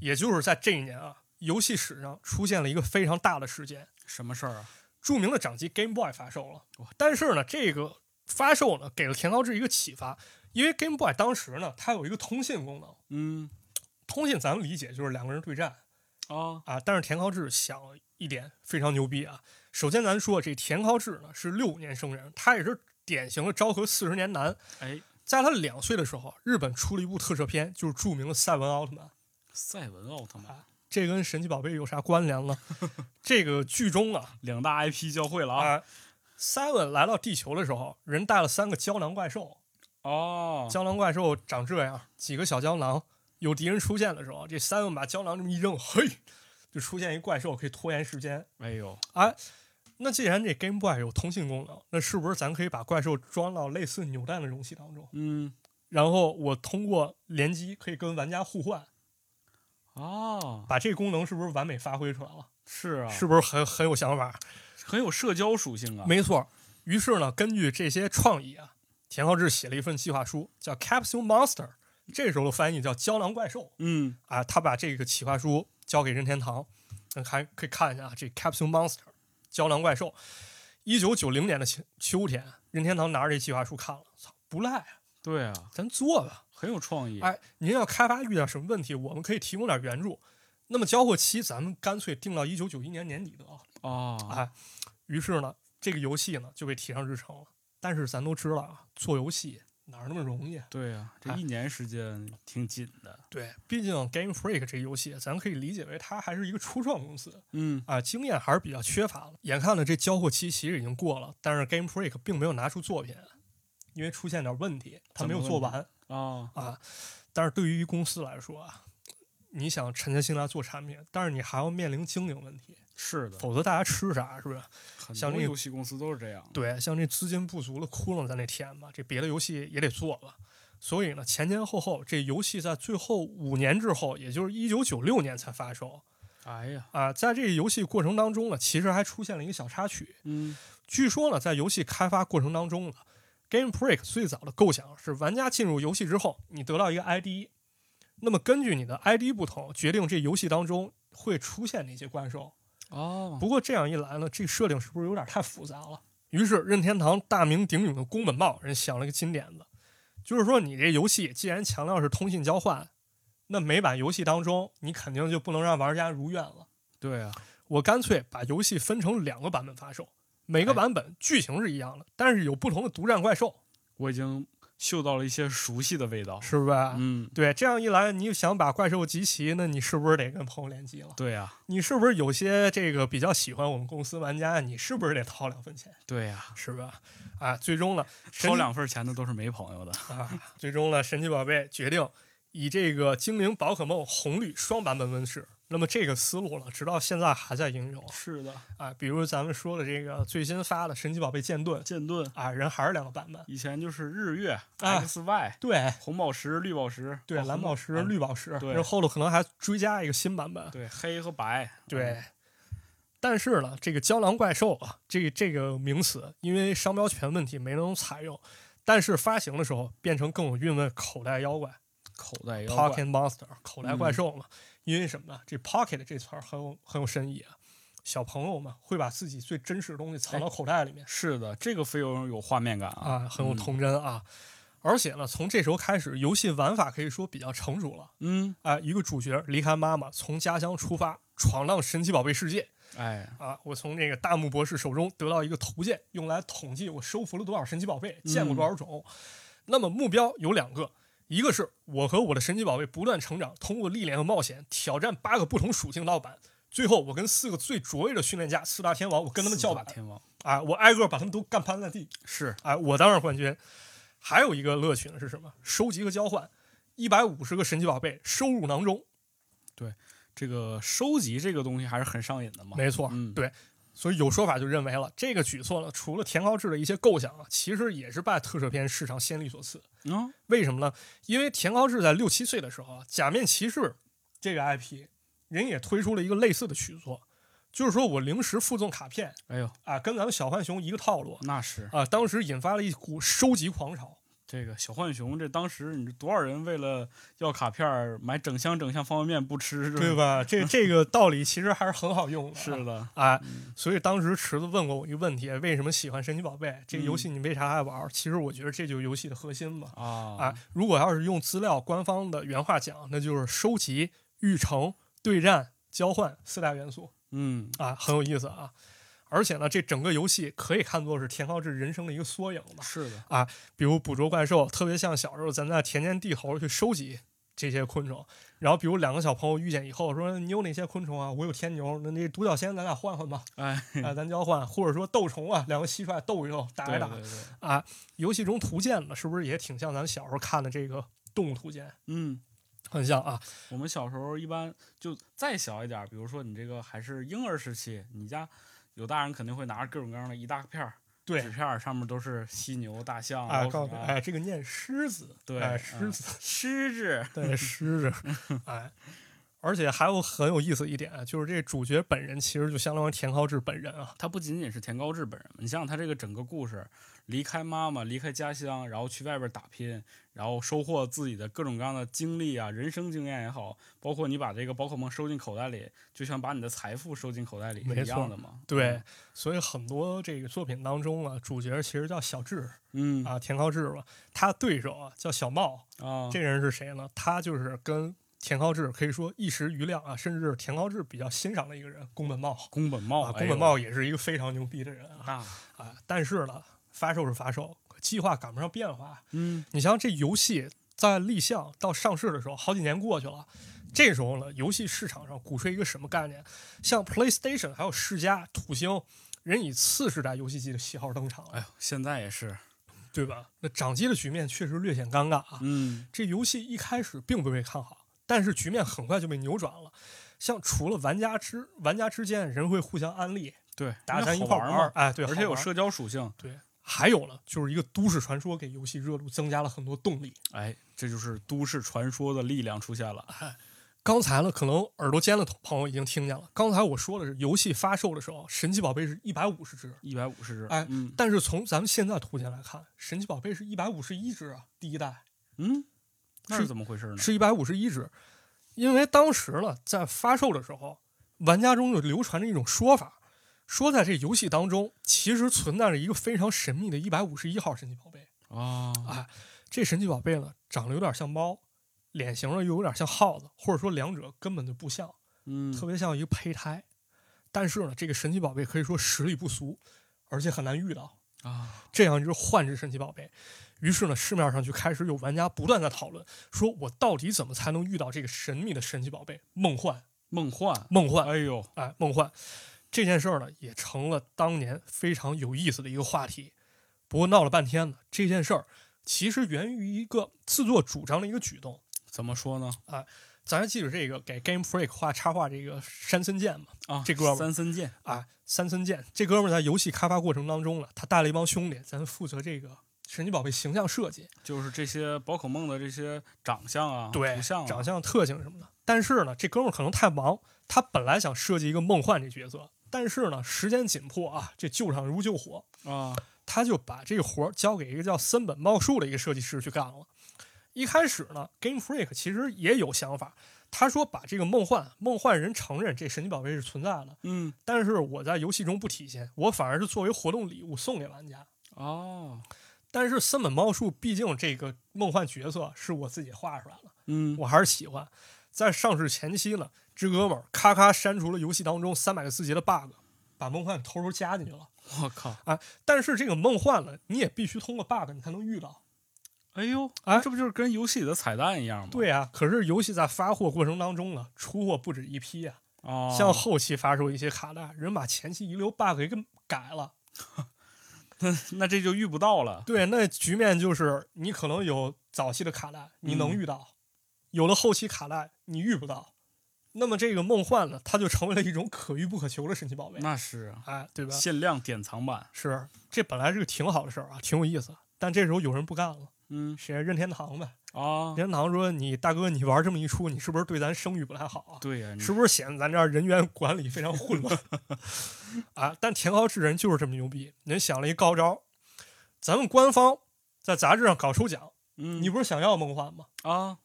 S1: 也就是在这一年啊，游戏史上出现了一个非常大的事件，
S2: 什么事儿啊？
S1: 著名的掌机 Game Boy 发售了
S2: 哇。
S1: 但是呢，这个发售呢，给了田高志一个启发，因为 Game Boy 当时呢，它有一个通信功能，
S2: 嗯
S1: 通信咱们理解就是两个人对战，
S2: 啊，
S1: 啊，但是田高志想了一点非常牛逼啊。首先，咱说这田高志呢是六五年生人，他也是典型的昭和四十年男。
S2: 哎，
S1: 在他两岁的时候，日本出了一部特摄片，就是著名的赛文奥特曼。
S2: 赛文奥特曼，
S1: 这跟神奇宝贝有啥关联呢？这个剧中啊
S2: 两大 IP 交汇了啊！
S1: 啊，Seven 来到地球的时候，人带了三个胶囊怪兽，
S2: 哦，
S1: 胶囊怪兽长这样，几个小胶囊。有敌人出现的时候，这 Seven 把胶囊这么一扔，嘿，就出现一怪兽，可以拖延时间。
S2: 哎呦，
S1: 那既然这 Game Boy 有通信功能，那是不是咱可以把怪兽装到类似扭蛋的容器当中，
S2: 嗯，
S1: 然后我通过联机可以跟玩家互换，
S2: 哦，
S1: 把这功能是不是完美发挥出来了？
S2: 是啊，
S1: 是不是很很有想法？
S2: 很有社交属性啊。
S1: 没错。于是呢，根据这些创意啊，田浩志写了一份计划书，叫《Capsule Monster》，这时候的翻译叫“胶囊怪兽
S2: 嗯”
S1: 啊。他把这个企划书交给任天堂，那还可以看一下啊这《Capsule Monster》胶囊怪兽。一九九零年的秋秋天，任天堂拿着这计划书看了，操，不赖啊，，
S2: 对啊，
S1: 咱做吧。
S2: 很有创意。
S1: 哎，您要开发遇到什么问题，我们可以提供点援助。那么交货期咱们干脆定到一九九一年年底得了。
S2: 哦，
S1: 哎于是呢，这个游戏呢就被提上日程了。但是咱都知道啊，做游戏哪儿那么容易？
S2: 对呀、这
S1: 哎
S2: 一年时间挺紧的。
S1: 对，毕竟 Game Freak 这游戏，咱可以理解为它还是一个初创公司
S2: 嗯，
S1: 啊，经验还是比较缺乏了。眼看着这交货期其实已经过了，但是 Game Freak 并没有拿出作品，因为出现点问题，它没有做完。
S2: 啊，
S1: 啊。但是对于公司来说啊，你想沉下心来做产品，但是你还要面临经营问题，
S2: 是的，
S1: 否则大家吃啥是不是？
S2: 很
S1: 像
S2: 多
S1: 这
S2: 游戏公司都是这样。
S1: 对，像这资金不足了，窟窿咱得填吧，这别的游戏也得做吧。所以呢，前前后后，这游戏在最后五年之后，也就是一九九六年才发售
S2: 哎呀，
S1: 啊。在这个游戏过程当中呢，其实还出现了一个小插曲，
S2: 嗯，
S1: 据说呢，在游戏开发过程当中呢，Game Freak 最早的构想是玩家进入游戏之后，你得到一个 ID，那么根据你的 ID 不同，决定这游戏当中会出现哪些怪兽。
S2: 哦，
S1: 不过这样一来呢，这设定是不是有点太复杂了？于是任天堂大名鼎鼎的宫本茂人想了个金点子，就是说你这游戏既然强调是通信交换，那每版游戏当中你肯定就不能让玩家如愿了。
S2: 对啊，
S1: 我干脆把游戏分成两个版本发售，每
S2: 哎
S1: 个版本剧情是一样的，但是有不同的独占怪兽，
S2: 我已经嗅到了一些熟悉的味道。
S1: 是不是？
S2: 嗯，
S1: 对，这样一来，你想把怪兽集齐，那你是不是得跟朋友联机了？
S2: 对啊呀，
S1: 你是不是有些这个比较喜欢我们公司玩家，你是不是得掏两分钱？
S2: 对呀，
S1: 是吧？啊，最终呢，神
S2: 收两份钱的都是没朋友的。
S1: 啊，最终呢，神奇宝贝决定以这个精灵宝可梦红绿双版本问世。那么这个思路了，直到现在还在应用
S2: 是的，
S1: 啊。比如咱们说的这个最新发的神奇宝贝剑盾
S2: 剑盾
S1: 啊，人还是两个版本。
S2: 以前就是日月、X、Y、
S1: 对
S2: 红宝石、绿宝石，
S1: 对，
S2: 哦
S1: 蓝宝石、，
S2: 红
S1: 绿宝石，
S2: 对
S1: 然后后头可能还追加一个新版本
S2: 嗯。对，黑和白，嗯，
S1: 对，但是呢，这个胶囊怪兽啊，这个这个名词因为商标权问题没能采用，但是发行的时候变成更有韵味，口袋妖怪嗯
S2: 口袋妖怪，
S1: （Pocket Monster） 口袋怪兽嘛。因为什么呢？这 “pocket” 这词儿很有很有深意啊。小朋友嘛，会把自己最真实的东西藏到口袋里面。
S2: 是的，这个非常有画面感啊。
S1: 哎啊，很有
S2: 嗯
S1: 童真啊。而且呢，从这时候开始，游戏玩法可以说比较成熟了
S2: 嗯，
S1: 啊。一个主角离开妈妈，从家乡出发，闯荡神奇宝贝世界
S2: 哎，
S1: 啊！我从这个大木博士手中得到一个图鉴，用来统计我收服了多少神奇宝贝，见过多少种。
S2: 嗯
S1: 那么目标有两个，一个是我和我的神奇宝贝不断成长，通过历练和冒险挑战八个不同属性盗版。最后，我跟四个最卓越的训练家四大天王，我跟他们叫板
S2: 四大天王
S1: 啊！我挨个把他们都干趴在地。
S2: 是
S1: 哎，我当上冠军。还有一个乐趣呢是什么？收集和交换，一百五十个神奇宝贝收入囊中。
S2: 这个收集这个东西还是很上瘾的嘛。
S1: 没错，
S2: 嗯
S1: 对。所以有说法就认为了，这个举措呢，除了田高志的一些构想啊，其实也是拜特摄片市场先例所赐。
S2: 嗯，
S1: 为什么呢？因为田高志在六七岁的时候啊，《假面骑士》这个 IP，人也推出了一个类似的举措，就是说我临时附赠卡片
S2: 哎呦，
S1: 啊，跟咱们小浣熊一个套路
S2: 那是
S1: 啊，当时引发了一股收集狂潮。
S2: 这个小浣熊，这当时你这多少人为了要卡片儿买整箱整箱方便面不吃，
S1: 对
S2: 吧？
S1: 吧？这这个道理其实还是很好用的啊。
S2: 嗯是的，
S1: 啊，
S2: 嗯
S1: 所以当时池子问过我一个问题：为什么喜欢神奇宝贝这个游戏？你为啥爱玩儿？其实我觉得这就是游戏的核心嘛。
S2: 啊
S1: 啊，，如果要是用资料官方的原话讲，那就是收集、育成、对战、交换四大元素
S2: 嗯，
S1: 啊，很有意思啊。而且呢，这整个游戏可以看作是田浩志人生的一个缩影吧。
S2: 是的，
S1: 比如捕捉怪兽，特别像小时候咱在田间地头去收集这些昆虫。然后，比如两个小朋友遇见以后说：“你有哪些昆虫啊？我有天牛，那那独角仙咱俩换 换吧，
S2: 哎，
S1: 啊、咱交换。”或者说斗虫啊，两个蟋蟀斗一斗，打
S2: 对
S1: 一打。
S2: 对对，
S1: 游戏中图鉴呢，是不是也挺像咱小时候看的这个动物图鉴？
S2: 嗯。
S1: 很像啊，
S2: 我们小时候一般就再小一点儿，比如说你这个还是婴儿时期，你家有大人肯定会拿着各种各样的一大片儿
S1: 对
S2: 纸片儿，上面都是犀牛、大象、
S1: 啊，
S2: 老
S1: 告
S2: 鼠
S1: 诉你，
S2: 啊
S1: 哎，这个念狮子，
S2: 对
S1: 哎
S2: 嗯
S1: 狮子，
S2: 狮子，
S1: 对， 狮子， 哎，而且还有很有意思一点，啊就是这主角本人其实就相当于田浩志本人啊，
S2: 他不仅仅是田高志本人，你想想他这个整个故事，离开妈妈，离开家乡，然后去外边打拼，然后收获自己的各种各样的经历啊，人生经验也好，包括你把这个宝可梦收进口袋里，就像把你的财富收进口袋里
S1: 没
S2: 是一样
S1: 错
S2: 的嘛。
S1: 对，所以很多这个作品当中啊，主角其实叫小智
S2: 嗯，嗯
S1: 啊，田浩志嘛，他对手啊叫小茂，
S2: 啊，
S1: 这人是谁呢？他就是跟田浩志可以说一时瑜亮啊，甚至是田浩志比较欣赏的一个人，宫本茂
S2: 宫本茂，
S1: 啊，
S2: 哎
S1: 宫
S2: 呦
S1: 本，茂也是一个非常牛逼的人啊
S2: 那
S1: 啊，但是呢，发售是发售，可计划赶不上变化。
S2: 嗯，
S1: 你像这游戏在立项到上市的时候，好几年过去了，这时候呢，游戏市场上鼓吹一个什么概念？像 PlayStation 还有世嘉、土星，人以次世代游戏机的喜好登场
S2: 哎
S1: 了，
S2: 呦，现在也是，
S1: 对吧？那掌机的局面确实略显尴尬啊。
S2: 嗯
S1: 这游戏一开始并不被看好，但是局面很快就被扭转了。像除了玩家之玩家之间，人会互相安利，
S2: 对，
S1: 大家
S2: 因
S1: 一
S2: 为
S1: 块
S2: 好
S1: 儿玩
S2: 玩嘛
S1: 儿，，哎，对，
S2: 而
S1: 好
S2: 且有
S1: 玩儿
S2: 社交属性，
S1: 对，还有呢，就是一个都市传说给游戏热度增加了很多动力。
S2: 哎，这就是都市传说的力量出现了。
S1: 刚才呢，可能耳朵尖的朋友已经听见了。刚才我说的是游戏发售的时候，神奇宝贝是一百五十只，
S2: 一百五十只，
S1: 哎
S2: 嗯
S1: 但是从咱们现在图鉴来看，神奇宝贝是一百五十一只啊，第一代
S2: 嗯，那是
S1: 是
S2: 怎么回事呢？
S1: 是一百五十一只。因为当时呢，在发售的时候，玩家中就流传着一种说法，说在这游戏当中其实存在着一个非常神秘的一百五十一号神奇宝贝。
S2: 啊，
S1: 哎这神奇宝贝呢，长得有点像猫，脸型呢又有点像耗子，或者说两者根本就不像，
S2: 嗯，
S1: 特别像一个胚胎。但是呢，这个神奇宝贝可以说实力不俗，而且很难遇到
S2: 啊，
S1: 这样一只幻之神奇宝贝。于是呢，市面上就开始有玩家不断在讨论，说我到底怎么才能遇到这个神秘的神奇宝贝？梦幻，
S2: 梦幻，
S1: 梦幻，
S2: 哎呦，
S1: 哎，梦幻这件事儿呢，也成了当年非常有意思的一个话题。不过闹了半天呢，这件事儿其实源于一个自作主张的一个举动。
S2: 怎么说呢？
S1: 咱还记得这个给 Game Freak 画插画这个山森健嘛？
S2: 啊，
S1: 这哥们儿
S2: 三森剑
S1: 啊，山森健这哥们儿在游戏开发过程当中呢，他带了一帮兄弟，咱负责这个神奇宝贝形象设计，
S2: 就是这些宝可梦的这些长相啊，
S1: 对
S2: 图像、啊，
S1: 长相、特性什么的。但是呢，这哥们儿可能太忙，他本来想设计一个梦幻这角色，但是呢，时间紧迫啊，这救场如救火，
S2: 啊，
S1: 他就把这个活儿交给一个叫森本茂树的一个设计师去干了。一开始呢，Game Freak 其实也有想法，他说把这个梦幻梦幻人承认这神奇宝贝是存在的，
S2: 嗯，
S1: 但是我在游戏中不体现，我反而是作为活动礼物送给玩家。
S2: 哦，
S1: 但是森本茂树毕竟这个梦幻角色是我自己画出来的，
S2: 嗯，
S1: 我还是喜欢。在上市前期呢，这哥们儿咔咔删除了游戏当中三百个字节的 bug，把梦幻偷偷加进去了。
S2: 我靠，
S1: 但是这个梦幻呢，你也必须通过 bug 你才能遇到。
S2: 哎呦，
S1: 哎
S2: 这不就是跟游戏里的彩蛋一样吗？，
S1: 对啊，可是游戏在发货过程当中呢，出货不止一批啊。
S2: 哦，
S1: 像后期发售一些卡带，人把前期遗留 bug 给改了。
S2: 那这就遇不到了，
S1: 对，那局面就是你可能有早期的卡带，你能
S2: 嗯
S1: 遇到；有了后期卡带，你遇不到。那么这个梦幻呢，它就成为了一种可遇不可求的神奇宝贝，
S2: 那是啊
S1: 哎，对吧？
S2: 限量典藏版，
S1: 是，这本来是个挺好的事儿啊，挺有意思。但这时候有人不干了，
S2: 嗯
S1: 谁？任天堂呗。
S2: 啊
S1: 任，天堂说：“你大哥，你玩这么一出，你是不是对咱声誉不太好啊？”
S2: 对呀、你
S1: 是不是显得咱这儿人员管理非常混乱 啊？但田高智人就是这么牛逼，人想了一高招。咱们官方在杂志上搞抽奖，
S2: 嗯，
S1: 你不是想要梦幻吗？
S2: 啊，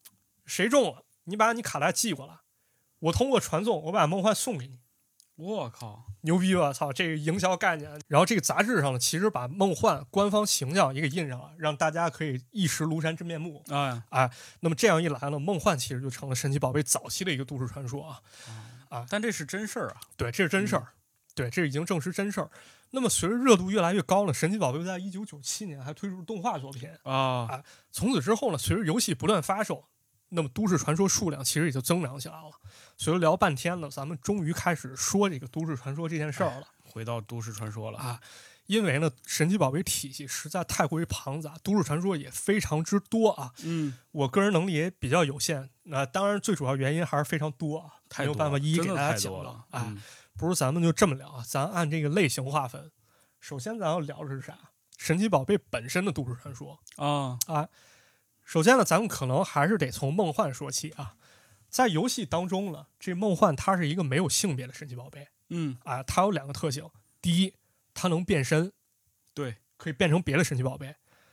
S1: 谁中了，你把你卡带寄过来，我通过传送，我把梦幻送给你，
S2: 我靠，
S1: 牛逼吧？操，这个营销概念。然后这个杂志上呢，其实把梦幻官方形象也给印上了，让大家可以一识庐山真面目。
S2: 哎，
S1: 那么这样一来呢，梦幻其实就成了神奇宝贝早期的一个都市传说啊。
S2: 但这是真事儿啊，
S1: 对，这是真事儿，对，这已经证实真事儿。那么随着热度越来越高呢，神奇宝贝在一九九七年还推出了动画作品。
S2: 啊，
S1: 啊从此之后呢，随着游戏不断发售，那么都市传说数量其实也就增长起来了。随着聊半天呢，咱们终于开始说这个都市传说这件事儿了。
S2: 回到都市传说了，
S1: 啊因为呢，神奇宝贝体系实在太过于庞杂，都市传说也非常之多啊。
S2: 嗯，
S1: 我个人能力也比较有限，那、当然最主要原因还是非常多啊，
S2: 太
S1: 没有
S2: 多
S1: 办法
S2: 了
S1: 一一
S2: 真
S1: 给
S2: 的
S1: 大家
S2: 太
S1: 讲
S2: 多
S1: 了
S2: 了，
S1: 啊。
S2: 嗯
S1: 不如咱们就这么聊啊，咱按这个类型划分。首先，咱要聊的是啥？神奇宝贝本身的都市传说。
S2: 啊，
S1: 首先呢，咱们可能还是得从梦幻说起啊。在游戏当中呢，这梦幻它是一个没有性别的神奇宝贝
S2: 嗯，
S1: 啊，它有两个特性：第一，它能变身，
S2: 对，
S1: 可以变成别的神奇宝贝；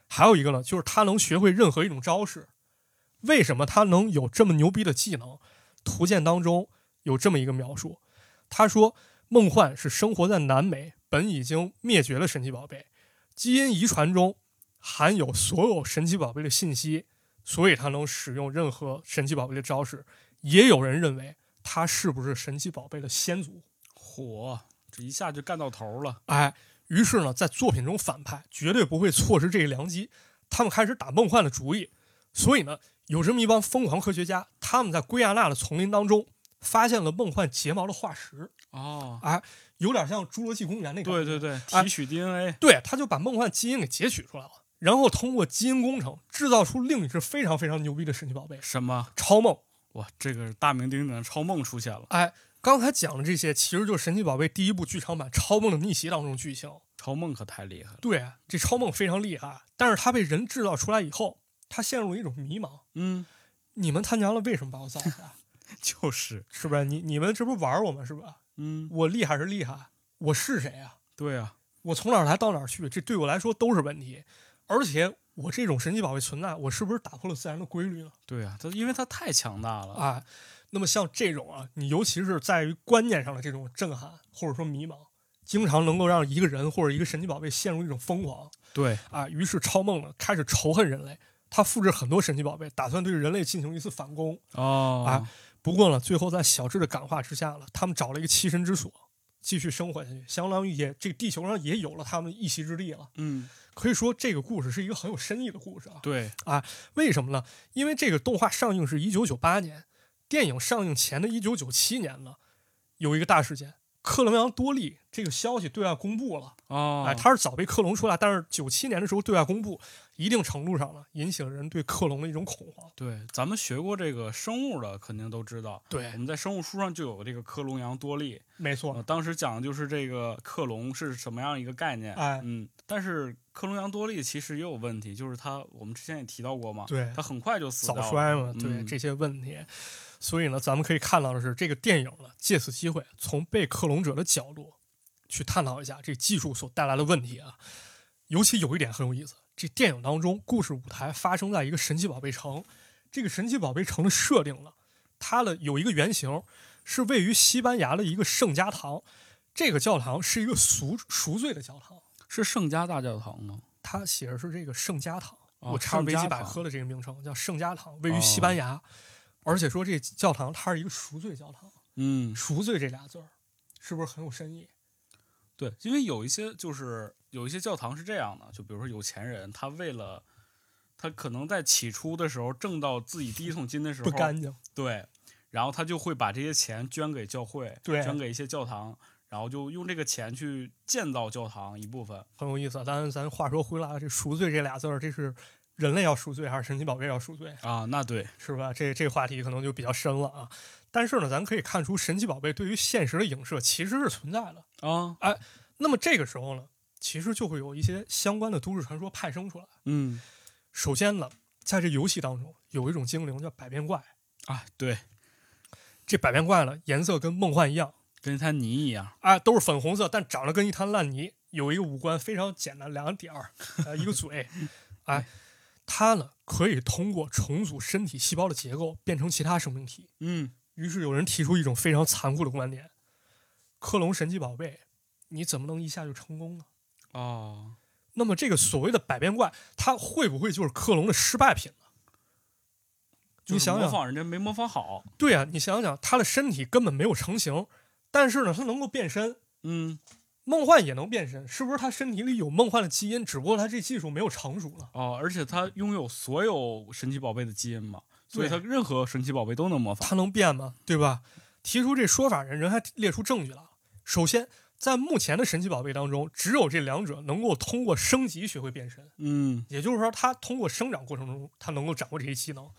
S1: 还有一个呢，就是它能学会任何一种招式。为什么它能有这么牛逼的技能？图鉴当中有这么一个描述，他说梦幻是生活在南美本已经灭绝的神奇宝贝，基因遗传中含有所有神奇宝贝的信息，所以它能使用任何神奇宝贝的招式。也有人认为它是不是神奇宝贝的先祖？
S2: 火，这一下就干到头了，
S1: 哎，于是呢，在作品中反派绝对不会错失这个良机，他们开始打梦幻的主意。所以呢，有这么一帮疯狂科学家，他们在圭亚那的丛林当中发现了梦幻睫毛的化石，
S2: 哦，
S1: 有点像《侏罗纪公园》那个。
S2: 对对对，
S1: 啊
S2: 提取 DNA，
S1: 对，他就把梦幻基因给截取出来了，然后通过基因工程制造出另一只非常非常牛逼的神奇宝贝
S2: 什么？
S1: 超梦。
S2: 哇，这个大名鼎鼎的超梦出现了。
S1: 哎，刚才讲的这些其实就是神奇宝贝第一部剧场版《超梦的逆袭》当中的剧情。
S2: 超梦可太厉害了。
S1: 对，啊这超梦非常厉害，啊但是他被人制造出来以后，他陷入了一种迷茫。
S2: 嗯，
S1: 你们他娘的为什么把我造出来？啊
S2: 就是，
S1: 是不是？你你们这不是玩我们是吧？
S2: 嗯，
S1: 我厉害是厉害，我是谁啊？
S2: 对啊，
S1: 我从哪儿来到哪儿去？这对我来说都是问题。而且我这种神奇宝贝存在，我是不是打破了自然的规律了？
S2: 对啊，他因为他太强大了。
S1: 啊，那么像这种啊，你尤其是在于观念上的这种震撼或者说迷茫，经常能够让一个人或者一个神奇宝贝陷入一种疯狂
S2: 对，
S1: 啊。于是超梦呢开始仇恨人类，他复制很多神奇宝贝，打算对人类进行一次反攻。
S2: 哦，
S1: 啊不过呢，最后在小智的感化之下呢，他们找了一个栖身之所，继续生活下去，相当于也这个地球上也有了他们一席之地了。
S2: 嗯，
S1: 可以说这个故事是一个很有深意的故事啊。
S2: 对，
S1: 为什么呢？因为这个动画上映是一九九八年，电影上映前的一九九七年呢，有一个大事件，克隆羊多利这个消息对外公布了。
S2: 哦，
S1: 哎，它是早被克隆出来，但是九七年的时候对外公布，一定程度上呢，引起了人对克隆的一种恐慌。
S2: 对，咱们学过这个生物的，肯定都知道。我
S1: 对，
S2: 们在生物书上就有这个克隆羊多利，
S1: 没错
S2: 呃，，当时讲的就是这个克隆是什么样一个概念。
S1: 哎
S2: 嗯，但是克隆羊多利其实也有问题，就是它，我们之前也提到过嘛，
S1: 对，
S2: 它很快就死掉
S1: 早
S2: 了。
S1: 衰嘛，对、
S2: 嗯
S1: 这些问题。所以呢，咱们可以看到的是，这个电影呢，借此机会从被克隆者的角度去探讨一下这技术所带来的问题啊。尤其有一点很有意思，这电影当中故事舞台发生在一个神奇宝贝城，这个神奇宝贝城的设定呢，它的有一个原型是位于西班牙的一个圣家堂，这个教堂是一个赎赎罪的教堂，
S2: 是圣家大教堂吗？
S1: 它写的是这个圣家堂。
S2: 哦
S1: 我查维基百。
S2: 圣家堂哦
S1: 科的这个名称，叫圣家堂，位于西班牙，而且说这教堂它是一个赎罪教堂，
S2: 嗯，
S1: 赎罪这俩字儿是不是很有深意？
S2: 对，因为有一些就是有一些教堂是这样的，就比如说有钱人，他为了他可能在起初的时候挣到自己第一桶金的时候
S1: 不，干净，
S2: 对，然后他就会把这些钱捐给教会，
S1: 对
S2: 捐给一些教堂，然后就用这个钱去建造教堂一部分。
S1: 很有意思啊。咱咱话说回来啊了，这赎罪这俩字儿，这是人类要赎罪还是神奇宝贝要赎罪，
S2: 啊，那对，
S1: 是吧？这这话题可能就比较深了啊。但是呢，咱可以看出神奇宝贝对于现实的影射其实是存在的。
S2: 啊，
S1: 那么这个时候呢，其实就会有一些相关的都市传说派生出来。
S2: 嗯，
S1: 首先呢，在这游戏当中有一种精灵叫百变怪。
S2: 啊，对，
S1: 这百变怪呢，颜色跟梦幻一样，
S2: 跟一滩泥一样，
S1: 啊，都是粉红色，但长得跟一滩烂泥，有一个五官非常简单，两个点儿，呃，一个嘴，哎，它呢可以通过重组身体细胞的结构变成其他生命体。
S2: 嗯，
S1: 于是有人提出一种非常残酷的观点：克隆神奇宝贝，你怎么能一下就成功呢？
S2: 哦，
S1: 那么这个所谓的百变怪，它会不会就是克隆的失败品呢？
S2: 就是
S1: 你想
S2: 模
S1: 想，
S2: 仿人家没模仿好，
S1: 对啊，你想想，它的身体根本没有成型，但是呢，它能够变身，
S2: 嗯，
S1: 梦幻也能变身，是不是他身体里有梦幻的基因？只不过他这技术没有成熟了，
S2: 哦，而且他拥有所有神奇宝贝的基因嘛，所以他
S1: 对
S2: 任何神奇宝贝都能模仿。
S1: 他能变吗？对吧？提出这说法人人还列出证据了。首先，在目前的神奇宝贝当中，只有这两者能够通过升级学会变身，
S2: 嗯，
S1: 也就是说，它通过生长过程中，它能够掌握这些技能。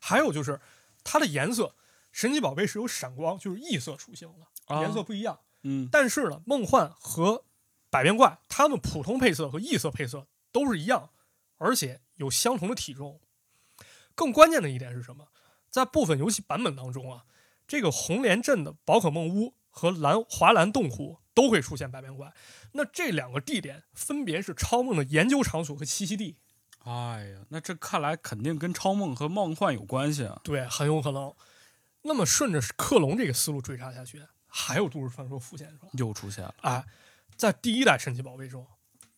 S1: 还有就是它的颜色，神奇宝贝是有闪光，就是异色属性的，
S2: 啊
S1: 颜色，不一样。
S2: 嗯，
S1: 但是呢，梦幻和百变怪它们普通配色和异色配色都是一样，而且有相同的体重。更关键的一点是什么？在部分游戏版本当中啊，这个红莲镇的宝可梦屋和蓝华蓝洞窟都会出现百变怪。那这两个地点分别是超梦的研究场所和栖息地，
S2: 哎呀，那这看来肯定跟超梦和梦幻有关系啊。
S1: 对，很有可能。那么顺着克隆这个思路追查下去，还有都市传说浮现出来。
S2: 又出现了，
S1: 哎，在第一代神奇宝贝中，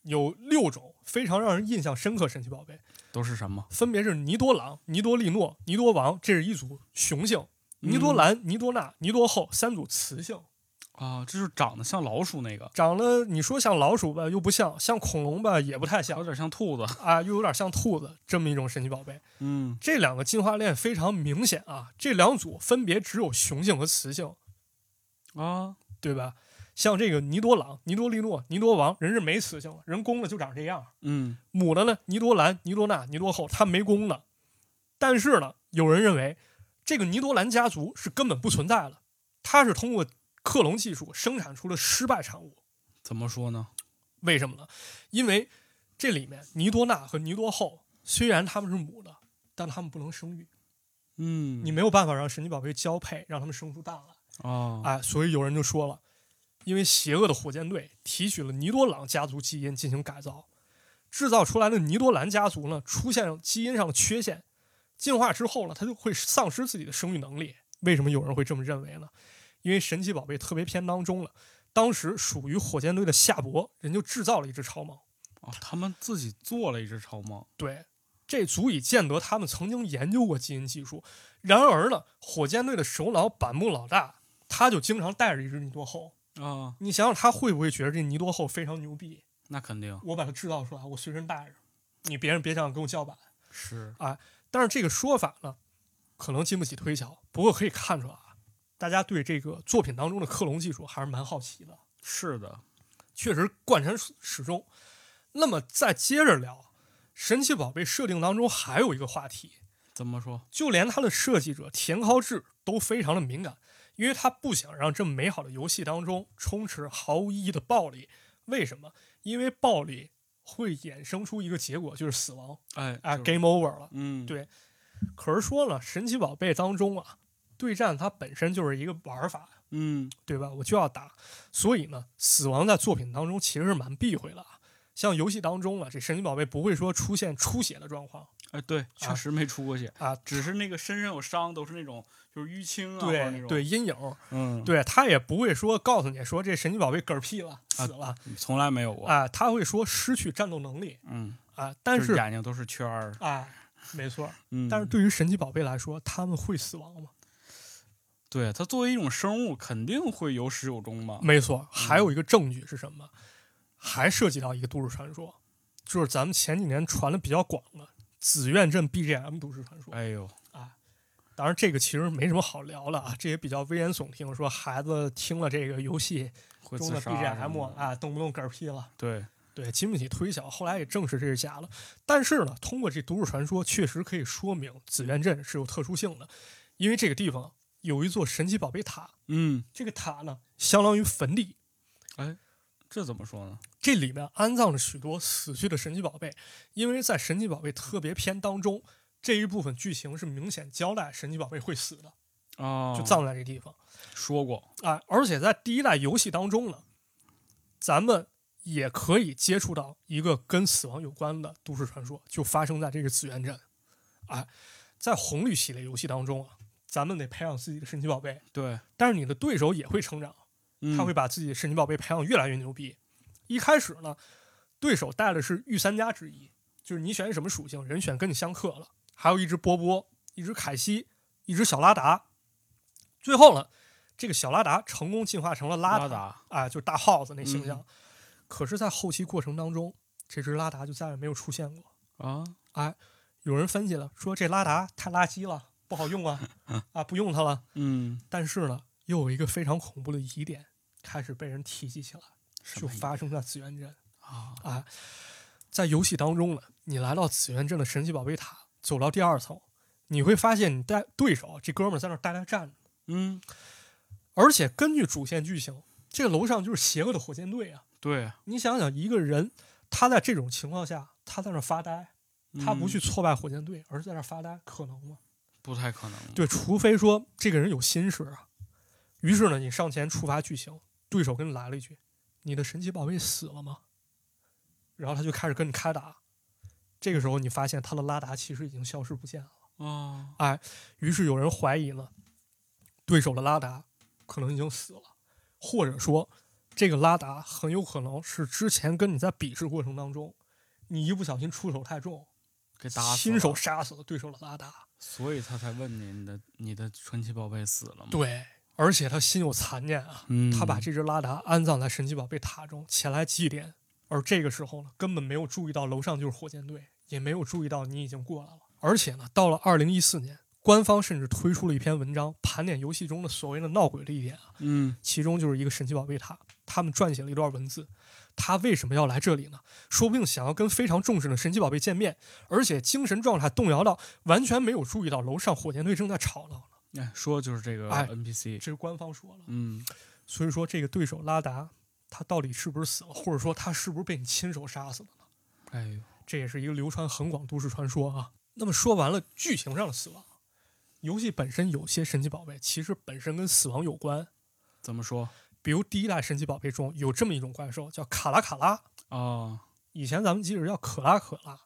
S1: 有六种非常让人印象深刻神奇宝贝，
S2: 都是什么？
S1: 分别是尼多狼、尼多利诺、尼多王，这是一组雄性；尼多兰、尼多纳、尼多后三组雌性。
S2: 啊，这就是长得像老鼠那个，
S1: 长得你说像老鼠吧，又不像；像恐龙吧，也不太
S2: 有
S1: 像
S2: 点像兔子。
S1: 啊，又有点像兔子，这么一种神奇宝贝。
S2: 嗯，
S1: 这两个进化链非常明显啊，这两组分别只有雄性和雌性，
S2: 啊，
S1: 对吧？像这个尼多朗、尼多利诺、尼多王，人是没雌性了，人公的就长这样。
S2: 嗯，
S1: 母的呢，尼多兰、尼多纳、尼多后，它没公的。但是呢，有人认为这个尼多兰家族是根本不存在了，它是通过克隆技术生产出了失败产物。
S2: 怎么说呢？
S1: 为什么呢？因为这里面尼多纳和尼多后虽然他们是母的，但他们不能生育，
S2: 嗯，
S1: 你没有办法让神奇宝贝交配，让他们生出蛋来。
S2: 啊，
S1: 哎，所以有人就说了，因为邪恶的火箭队提取了尼多朗家族基因进行改造，制造出来的尼多兰家族呢出现基因上的缺陷，进化之后呢，它就会丧失自己的生育能力。为什么有人会这么认为呢？因为神奇宝贝特别篇当中了，当时属于火箭队的夏伯人就制造了一只超蟒，
S2: 哦，他们自己做了一只超梦。
S1: 对，这足以见得他们曾经研究过基因技术。然而呢，火箭队的首脑板木老大他就经常带着一只尼多后。
S2: 啊，
S1: 你想想，他会不会觉得这尼多后非常牛逼？
S2: 那肯定
S1: 我把它制造出来，我随身带着，你别人别想跟我叫板。
S2: 是
S1: 但是这个说法呢，可能经不起推敲。不过可以看出来啊，大家对这个作品当中的克隆技术还是蛮好奇的，
S2: 是的，
S1: 确实贯穿始始终。那么再接着聊，神奇宝贝设定当中还有一个话题，
S2: 怎么说？
S1: 就连它的设计者田尻智都非常的敏感，因为他不想让这么美好的游戏当中充斥毫无意义的暴力。为什么？因为暴力会衍生出一个结果，就是死亡
S2: 哎
S1: 啊、
S2: 就是
S1: g a m e over 了。
S2: 嗯，
S1: 对可是说了，神奇宝贝当中啊，对战它本身就是一个玩法，
S2: 嗯，
S1: 对吧？我就要打，所以呢，死亡在作品当中其实是蛮避讳的啊。像游戏当中啊，这神奇宝贝不会说出现出血的状况
S2: 哎，对，确
S1: 啊
S2: 实没出过血，
S1: 啊，
S2: 只是那个身上有伤，都是那种就是淤青啊，或者那
S1: 对
S2: 种，
S1: 对，阴影，
S2: 嗯，，
S1: 对他也不会说告诉你说这神奇宝贝嗝屁了
S2: 啊
S1: 死了
S2: 从来没有过，
S1: 啊、他会说失去战斗能力
S2: 嗯，
S1: 啊、但
S2: 就是
S1: 啊、
S2: 眼睛都是圈儿，
S1: 没错，
S2: 嗯，
S1: 但是对于神奇宝贝来说，他们会死亡吗？
S2: 对它作为一种生物，肯定会有始有终嘛，
S1: 没错，还
S2: 嗯
S1: 有一个证据是什么？还涉及到一个都市传说，就是咱们前几年传的比较广的紫苑镇 BGM 都市传说。
S2: 哎呦，
S1: 当然，这个其实没什么好聊了啊，这也比较危言耸听，说孩子听了这个游戏
S2: 会
S1: 中
S2: 自
S1: 的
S2: 杀啊
S1: BGM 啊，动不动嗝屁了。
S2: 对，
S1: 对，经不起推敲，后来也证实这是假了。但是呢，通过这都市传说，确实可以说明紫苑镇是有特殊性的，因为这个地方有一座神奇宝贝塔，
S2: 嗯，
S1: 这个塔呢相当于坟地，
S2: 这怎么说呢？
S1: 这里面安葬着许多死去的神奇宝贝。因为在神奇宝贝特别篇当中，这一部分剧情是明显交代神奇宝贝会死的，
S2: 啊，
S1: 就葬在这地方。
S2: 说过，
S1: 啊，而且在第一代游戏当中呢，咱们也可以接触到一个跟死亡有关的都市传说，就发生在这个紫苑镇。啊，在红绿系列游戏当中啊，咱们得培养自己的神奇宝贝，
S2: 对，
S1: 但是你的对手也会成长，
S2: 嗯
S1: 他会把自己的神奇宝贝培养越来越牛逼。一开始呢，对手带的是御三家之一，就是你选什么属性，人选跟你相克了，还有一只波波，一只凯西，一只小拉达。最后呢，这个小拉达成功进化成了拉达，嗯
S2: 拉达，
S1: 啊，就是大耗子那形象。可是，在后期过程当中，这只拉达就再也没有出现过。
S2: 啊，
S1: 有人分析了，说这拉达太垃圾了，不好用 啊，啊，不用它了。
S2: 嗯，
S1: 但是呢，又有一个非常恐怖的疑点开始被人提及起来，
S2: 什
S1: 就
S2: 么意
S1: 发生在紫苑镇。
S2: 啊，
S1: 在游戏当中呢，你来到紫苑镇的神奇宝贝塔，走到第二层，你会发现你带对手啊这哥们儿在那儿呆呆站着，
S2: 嗯，
S1: 而且根据主线剧情，这个楼上就是邪恶的火箭队啊。
S2: 对，
S1: 你想想，一个人他在这种情况下，他在那儿发呆，他不
S2: 嗯
S1: 去挫败火箭队，而是在那儿发呆，可能吗？
S2: 不太可能，
S1: 对，除非说这个人有心事啊。于是呢，你上前触发剧情，对手跟你来了一句：“你的神奇宝贝死了吗？”然后他就开始跟你开打。这个时候，你发现他的拉达其实已经消失不见了。
S2: 啊，
S1: 于是有人怀疑了，对手的拉达可能已经死了，或者说这个拉达很有可能是之前跟你在比试过程当中，你一不小心出手太重，
S2: 给打死
S1: 亲手
S2: 了，
S1: 杀死了对手的拉达。
S2: 所以他才问你，你的你的传奇宝贝死了吗？
S1: 对，而且他心有残念啊，
S2: 嗯，
S1: 他把这只拉达安葬在神奇宝贝塔中，前来祭奠。而这个时候呢，根本没有注意到楼上就是火箭队，也没有注意到你已经过来了。而且呢，到了二零一四年，官方甚至推出了一篇文章，盘点游戏中的所谓的闹鬼的一点啊，
S2: 嗯
S1: 其中就是一个神奇宝贝塔，他们撰写了一段文字。他为什么要来这里呢？说不定想要跟非常重视的神奇宝贝见面，而且精神状态动摇到完全没有注意到楼上火箭队正在吵闹呢。
S2: 哎说就是这个
S1: 哎
S2: NPC，
S1: 这是官方说了。
S2: 嗯
S1: 所以说，这个对手拉达，他到底是不是死了，或者说他是不是被你亲手杀死了呢？
S2: 哎呦
S1: 这也是一个流传很广的都市传说啊。那么说完了剧情上的死亡，游戏本身有些神奇宝贝其实本身跟死亡有关，
S2: 怎么说
S1: 比如第一代神奇宝贝中有这么一种怪兽叫卡拉卡拉，
S2: 哦，
S1: 以前咱们记着叫可拉可拉，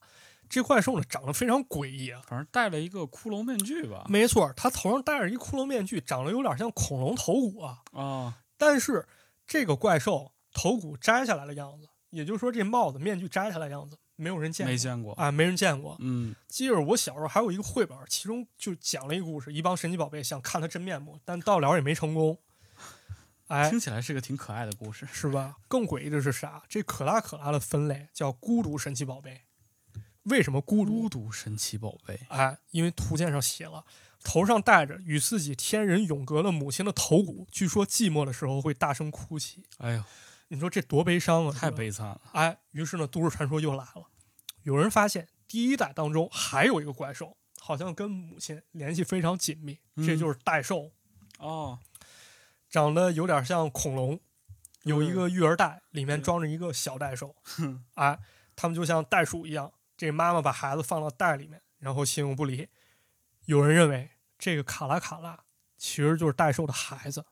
S1: 这怪兽呢长得非常诡异啊。
S2: 反正戴了一个骷髅面具吧
S1: 没错，它头上戴着一骷髅面具，长得有点像恐龙头骨啊。
S2: 啊
S1: 但是这个怪兽头骨摘下来的样子，也就是说这帽子、面具摘下来的样子，没有人见过
S2: 没见过，
S1: 啊，没人见过。
S2: 嗯
S1: 记着我小时候还有一个绘本，其中就讲了一个故事，一帮神奇宝贝想看他真面目，但到了也没成功。哎，
S2: 听起来是个挺可爱的故事，
S1: 是吧？更诡异的是啥？这可拉可拉的分类叫孤独神奇宝贝。为什么孤独
S2: 孤？独神奇宝贝
S1: 哎，因为图鉴上写了，头上戴着与自己天人永隔的母亲的头骨，据说寂寞的时候会大声哭泣。
S2: 哎呦
S1: 你说这多悲伤啊！
S2: 太
S1: 是吧
S2: 悲惨了，
S1: 哎，于是呢，都市传说又来了。有人发现第一代当中还有一个怪兽，好像跟母亲联系非常紧密，
S2: 嗯
S1: 这就是代兽，
S2: 哦
S1: 长得有点像恐龙，有一个育儿袋，里面
S2: 嗯对
S1: 装着一个小袋 兽。哎，他们就像袋鼠一样，这妈妈把孩子放到袋里面，然后形影不离。有人认为这个卡拉卡拉其实就是代兽的孩子，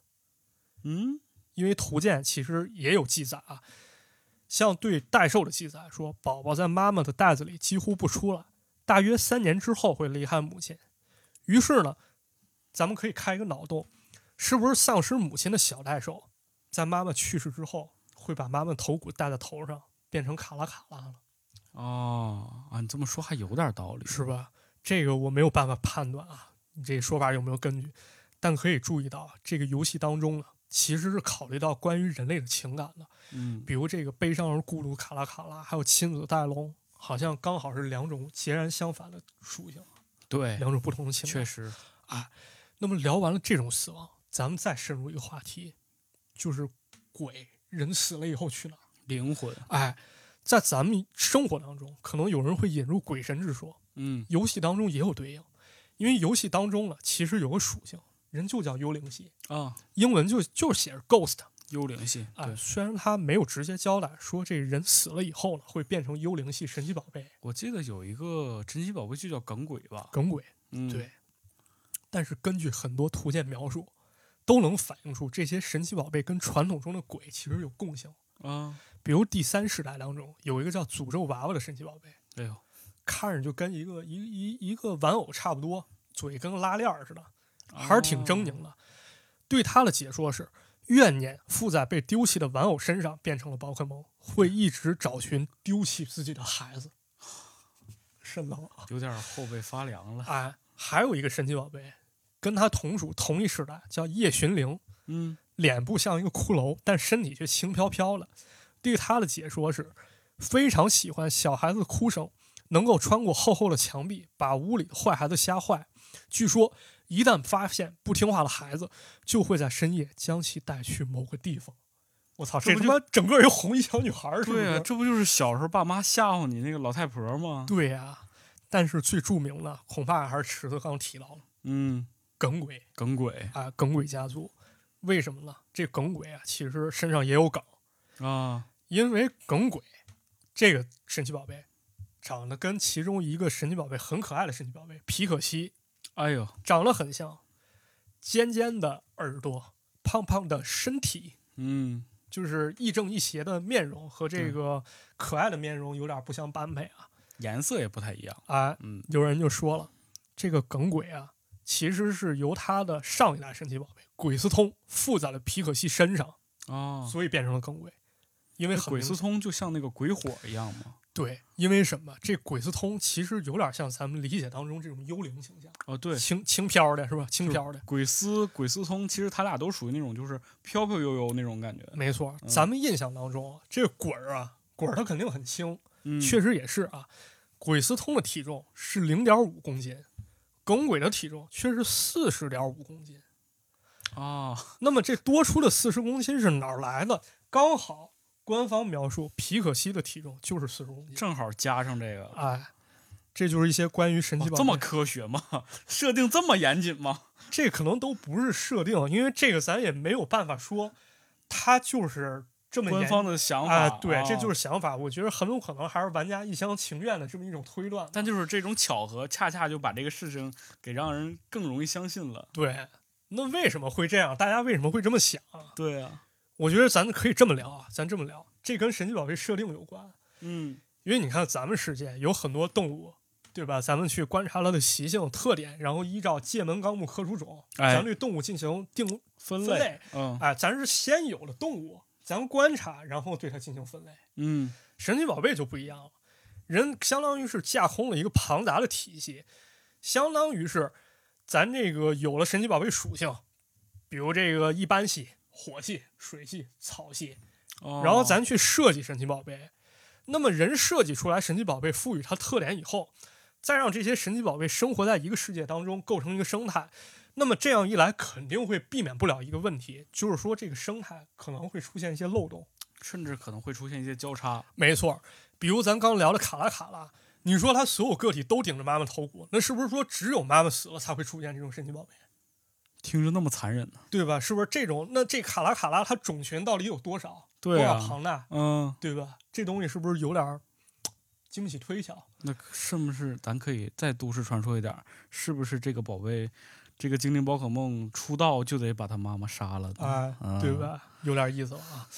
S2: 嗯
S1: 因为图鉴其实也有记载啊，像对代兽的记载说，宝宝在妈妈的袋子里几乎不出来，大约三年之后会离开母亲。于是呢，咱们可以开一个脑洞，是不是丧失母亲的小代兽，在妈妈去世之后，会把妈妈头骨戴在头上，变成卡拉卡拉了，
S2: 哦啊，你这么说还有点道理，
S1: 是吧？这个我没有办法判断啊，你这说法有没有根据？但可以注意到，啊这个游戏当中呢，其实是考虑到关于人类的情感的。
S2: 嗯
S1: 比如这个悲伤而孤独卡拉卡拉，还有亲子带龙，好像刚好是两种截然相反的属性，
S2: 对，
S1: 两种不同的情
S2: 确
S1: 感。
S2: 实
S1: 那么聊完了这种死亡，咱们再深入一个话题，就是鬼人死了以后去哪儿？
S2: 灵魂，
S1: 哎，在咱们生活当中，可能有人会引入鬼神之说，
S2: 嗯
S1: 游戏当中也有对应，因为游戏当中呢，其实有个属性，人就叫幽灵系，
S2: 啊，
S1: 英文就就写着 ghost。
S2: 幽灵系
S1: 啊，
S2: 对。
S1: 虽然他没有直接交代说这人死了以后呢，会变成幽灵系神奇宝贝
S2: 我记得有一个神奇宝贝就叫耿鬼吧？
S1: 梗鬼，
S2: 嗯，
S1: 对，但是根据很多图鉴描述，都能反映出这些神奇宝贝跟传统中的鬼其实有共性。
S2: 啊，
S1: 比如第三世代当中有一个叫诅咒娃娃的神奇宝贝，
S2: 哎呦，
S1: 看着就跟一个一一一个玩偶差不多，嘴跟个拉链儿似的，还是挺狰狞的。对他的解说是，怨念附在被丢弃的玩偶身上，变成了宝可梦，会一直找寻丢弃自己的孩子。 深冷啊！
S2: 哦有点后背发凉了。
S1: 哎，还有一个神奇宝贝，跟他同属同一时代，叫夜巡灵，
S2: 嗯，
S1: 脸部像一个骷髅，但身体却轻飘飘的。对他的解说是，非常喜欢小孩子哭声，能够穿过厚厚的墙壁，把屋里的坏孩子吓坏。据说，一旦发现不听话的孩子，就会在深夜将其带去某个地方。我操，
S2: 这
S1: 这
S2: 不
S1: 他妈整个一个红衣小女孩儿是不
S2: 对啊，
S1: 是？
S2: 这不就是小时候爸妈吓唬你那个老太婆吗？
S1: 对呀、但是最著名的恐怕还是池子刚提到了
S2: 嗯，
S1: 耿鬼
S2: 耿鬼
S1: 啊，耿鬼家族。为什么呢？这耿鬼啊，其实身上也有梗。
S2: 啊，
S1: 因为耿鬼这个神奇宝贝长得跟其中一个神奇宝贝很可爱的神奇宝贝皮可西
S2: 哎呦，
S1: 长得很像，尖尖的耳朵，胖胖的身体，
S2: 嗯，
S1: 就是亦正亦邪的面容和这个可爱的面容有点不相般配啊！
S2: 颜色也不太一样。
S1: 哎，
S2: 嗯，
S1: 有人就说了，这个耿鬼啊，其实是由他的上一代神奇宝贝鬼斯通附在了皮可西身上，
S2: 哦，
S1: 所以变成了耿鬼。因为
S2: 那
S1: 很
S2: 鬼
S1: 明
S2: 斯通就像那个鬼火一样嘛。
S1: 对，因为什么？这鬼子通其实有点像咱们理解当中这种幽灵形象，
S2: 哦，对，
S1: 轻轻飘的是吧？轻飘的，
S2: 鬼司鬼司通，其实他俩都属于那种就是飘飘悠悠那种感觉。
S1: 没错。
S2: 嗯
S1: 咱们印象当中啊，这鬼儿啊，鬼儿它肯定很轻，
S2: 嗯，
S1: 确实也是啊。鬼司通的体重是零点五公斤，耿鬼的体重却是四十点五公斤。
S2: 啊，
S1: 那么这多出的四十公斤是哪儿来的？刚好官方描述皮可西的体重就是四十公斤。
S2: 正好加上这个，哦
S1: 哎，这就是一些关于神奇宝贝、
S2: 这么科学吗？设定这么严谨吗？
S1: 这可能都不是设定，因为这个咱也没有办法说，它就是这么
S2: 官
S1: 严
S2: 方的想法，。
S1: 啊，对，这就是
S2: 哦
S1: 是想法。我觉得很有可能还是玩家一厢情愿的这么一种推断。
S2: 但就是这种巧合，恰恰就把这个事情给让人更容易相信了。
S1: 对，那为什么会这样？大家为什么会这么想？
S2: 对啊，
S1: 我觉得咱可以这么聊啊，咱这么聊，这跟神奇宝贝设定有关。
S2: 嗯，
S1: 因为你看咱们世界有很多动物，对吧？咱们去观察它的习性特点，然后依照界门纲目科属种，
S2: 哎
S1: 咱对动物进行定
S2: 分
S1: 分类
S2: 嗯
S1: 哎，咱是先有了动物，咱观察，然后对它进行分类。
S2: 嗯，
S1: 神奇宝贝就不一样了，人相当于是架空了一个庞杂的体系，相当于是咱这个有了神奇宝贝属性，比如这个一般系、火系、水系、草系，
S2: 哦
S1: 然后咱去设计神奇宝贝。那么人设计出来神奇宝贝，赋予它特点以后，再让这些神奇宝贝生活在一个世界当中，构成一个生态。那么这样一来，肯定会避免不了一个问题，就是说这个生态可能会出现一些漏洞。
S2: 甚至可能会出现一些交叉。
S1: 没错，比如咱刚聊的卡拉卡拉，你说它所有个体都顶着妈妈头骨，那是不是说只有妈妈死了才会出现这种神奇宝贝，
S2: 听着那么残忍呢、
S1: 对吧？是不是这种？那这卡拉卡拉它种群到底有多少？多
S2: 对
S1: 少
S2: 啊，
S1: 庞大？
S2: 嗯，
S1: 对吧？这东西是不是有点儿经不起推敲？
S2: 那是不是咱可以再都市传说一点儿？是不是这个宝贝，这个精灵宝可梦出道就得把他妈妈杀了呢
S1: 啊、对？
S2: 啊
S1: 吧？有点意思了啊。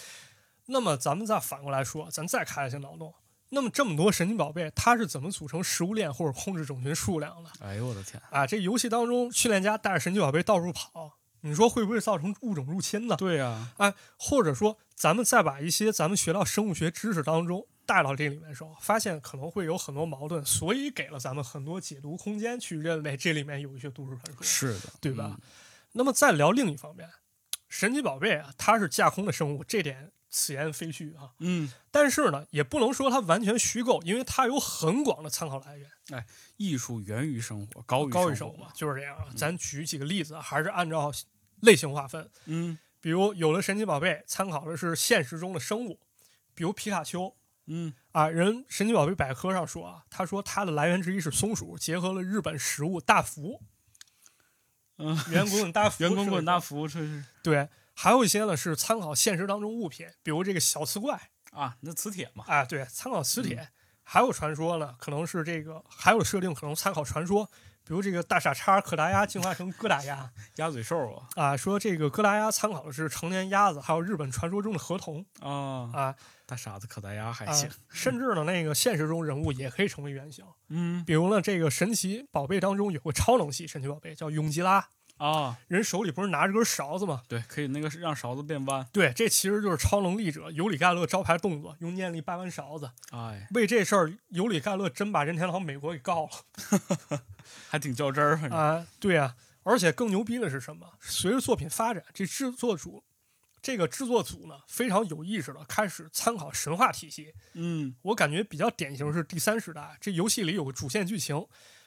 S1: 那么咱们再反过来说，咱再开一下脑洞。那么这么多神奇宝贝，它是怎么组成食物链或者控制种群数量的？
S2: 哎呦我的天！
S1: 啊，这游戏当中，训练家带着神奇宝贝到处跑，你说会不会造成物种入侵呢？
S2: 对啊呀、
S1: 哎，或者说，咱们再把一些咱们学到生物学知识当中带到这里面的时候，发现可能会有很多矛盾，所以给了咱们很多解读空间，去认为这里面有一些都市传说。
S2: 是的，
S1: 对吧？那么再聊另一方面，神奇宝贝啊，它是架空的生物，这点此言非虚啊。
S2: 嗯？嗯，
S1: 但是呢，也不能说它完全虚构，因为它有很广的参考来源，
S2: 艺术源于生活，嗯高于
S1: 高于
S2: 生
S1: 生物嘛，就是这样啊。咱举几个例子啊，还是按照类型划分，
S2: 嗯
S1: 比如有的神奇宝贝参考的是现实中的生物，比如皮卡丘。
S2: 嗯，
S1: 啊，人神奇宝贝百科上说啊，他说它的来源之一是松鼠，结合了日本食物大福，
S2: 嗯，
S1: 圆滚滚大福，
S2: 圆滚滚大福这是
S1: 对，还有一些呢是参考现实当中物品，比如这个小磁怪
S2: 啊，那磁铁嘛，
S1: 啊，对，参考磁铁。还有传说呢，可能是这个，还有设定可能参考传说，比如这个大傻叉可达鸭进化成哥达鸭
S2: 鸭嘴兽啊
S1: 啊，说这个哥达鸭参考的是成年鸭子，还有日本传说中的河童
S2: 啊，
S1: 啊，
S2: 大傻子可达鸭还
S1: 啊
S2: 行，
S1: 甚至呢那个现实中人物也可以成为原型，
S2: 嗯
S1: 比如呢这个神奇宝贝当中有个超能系神奇宝贝叫永吉拉，
S2: 啊，
S1: 人手里不是拿着根勺子吗？
S2: 对，可以那个让勺子变弯，
S1: 对，这其实就是超能力者尤里盖勒招牌动作，用念力掰弯勺子。
S2: 哎，
S1: 为这事儿，尤里盖勒真把任天堂美国给告了
S2: 还挺较真儿，反正
S1: 啊、对啊，而且更牛逼的是什么？随着作品发展，这制作组，这个制作组呢，非常有意识的开始参考神话体系。
S2: 嗯
S1: 我感觉比较典型是第三时代，这游戏里有个主线剧情，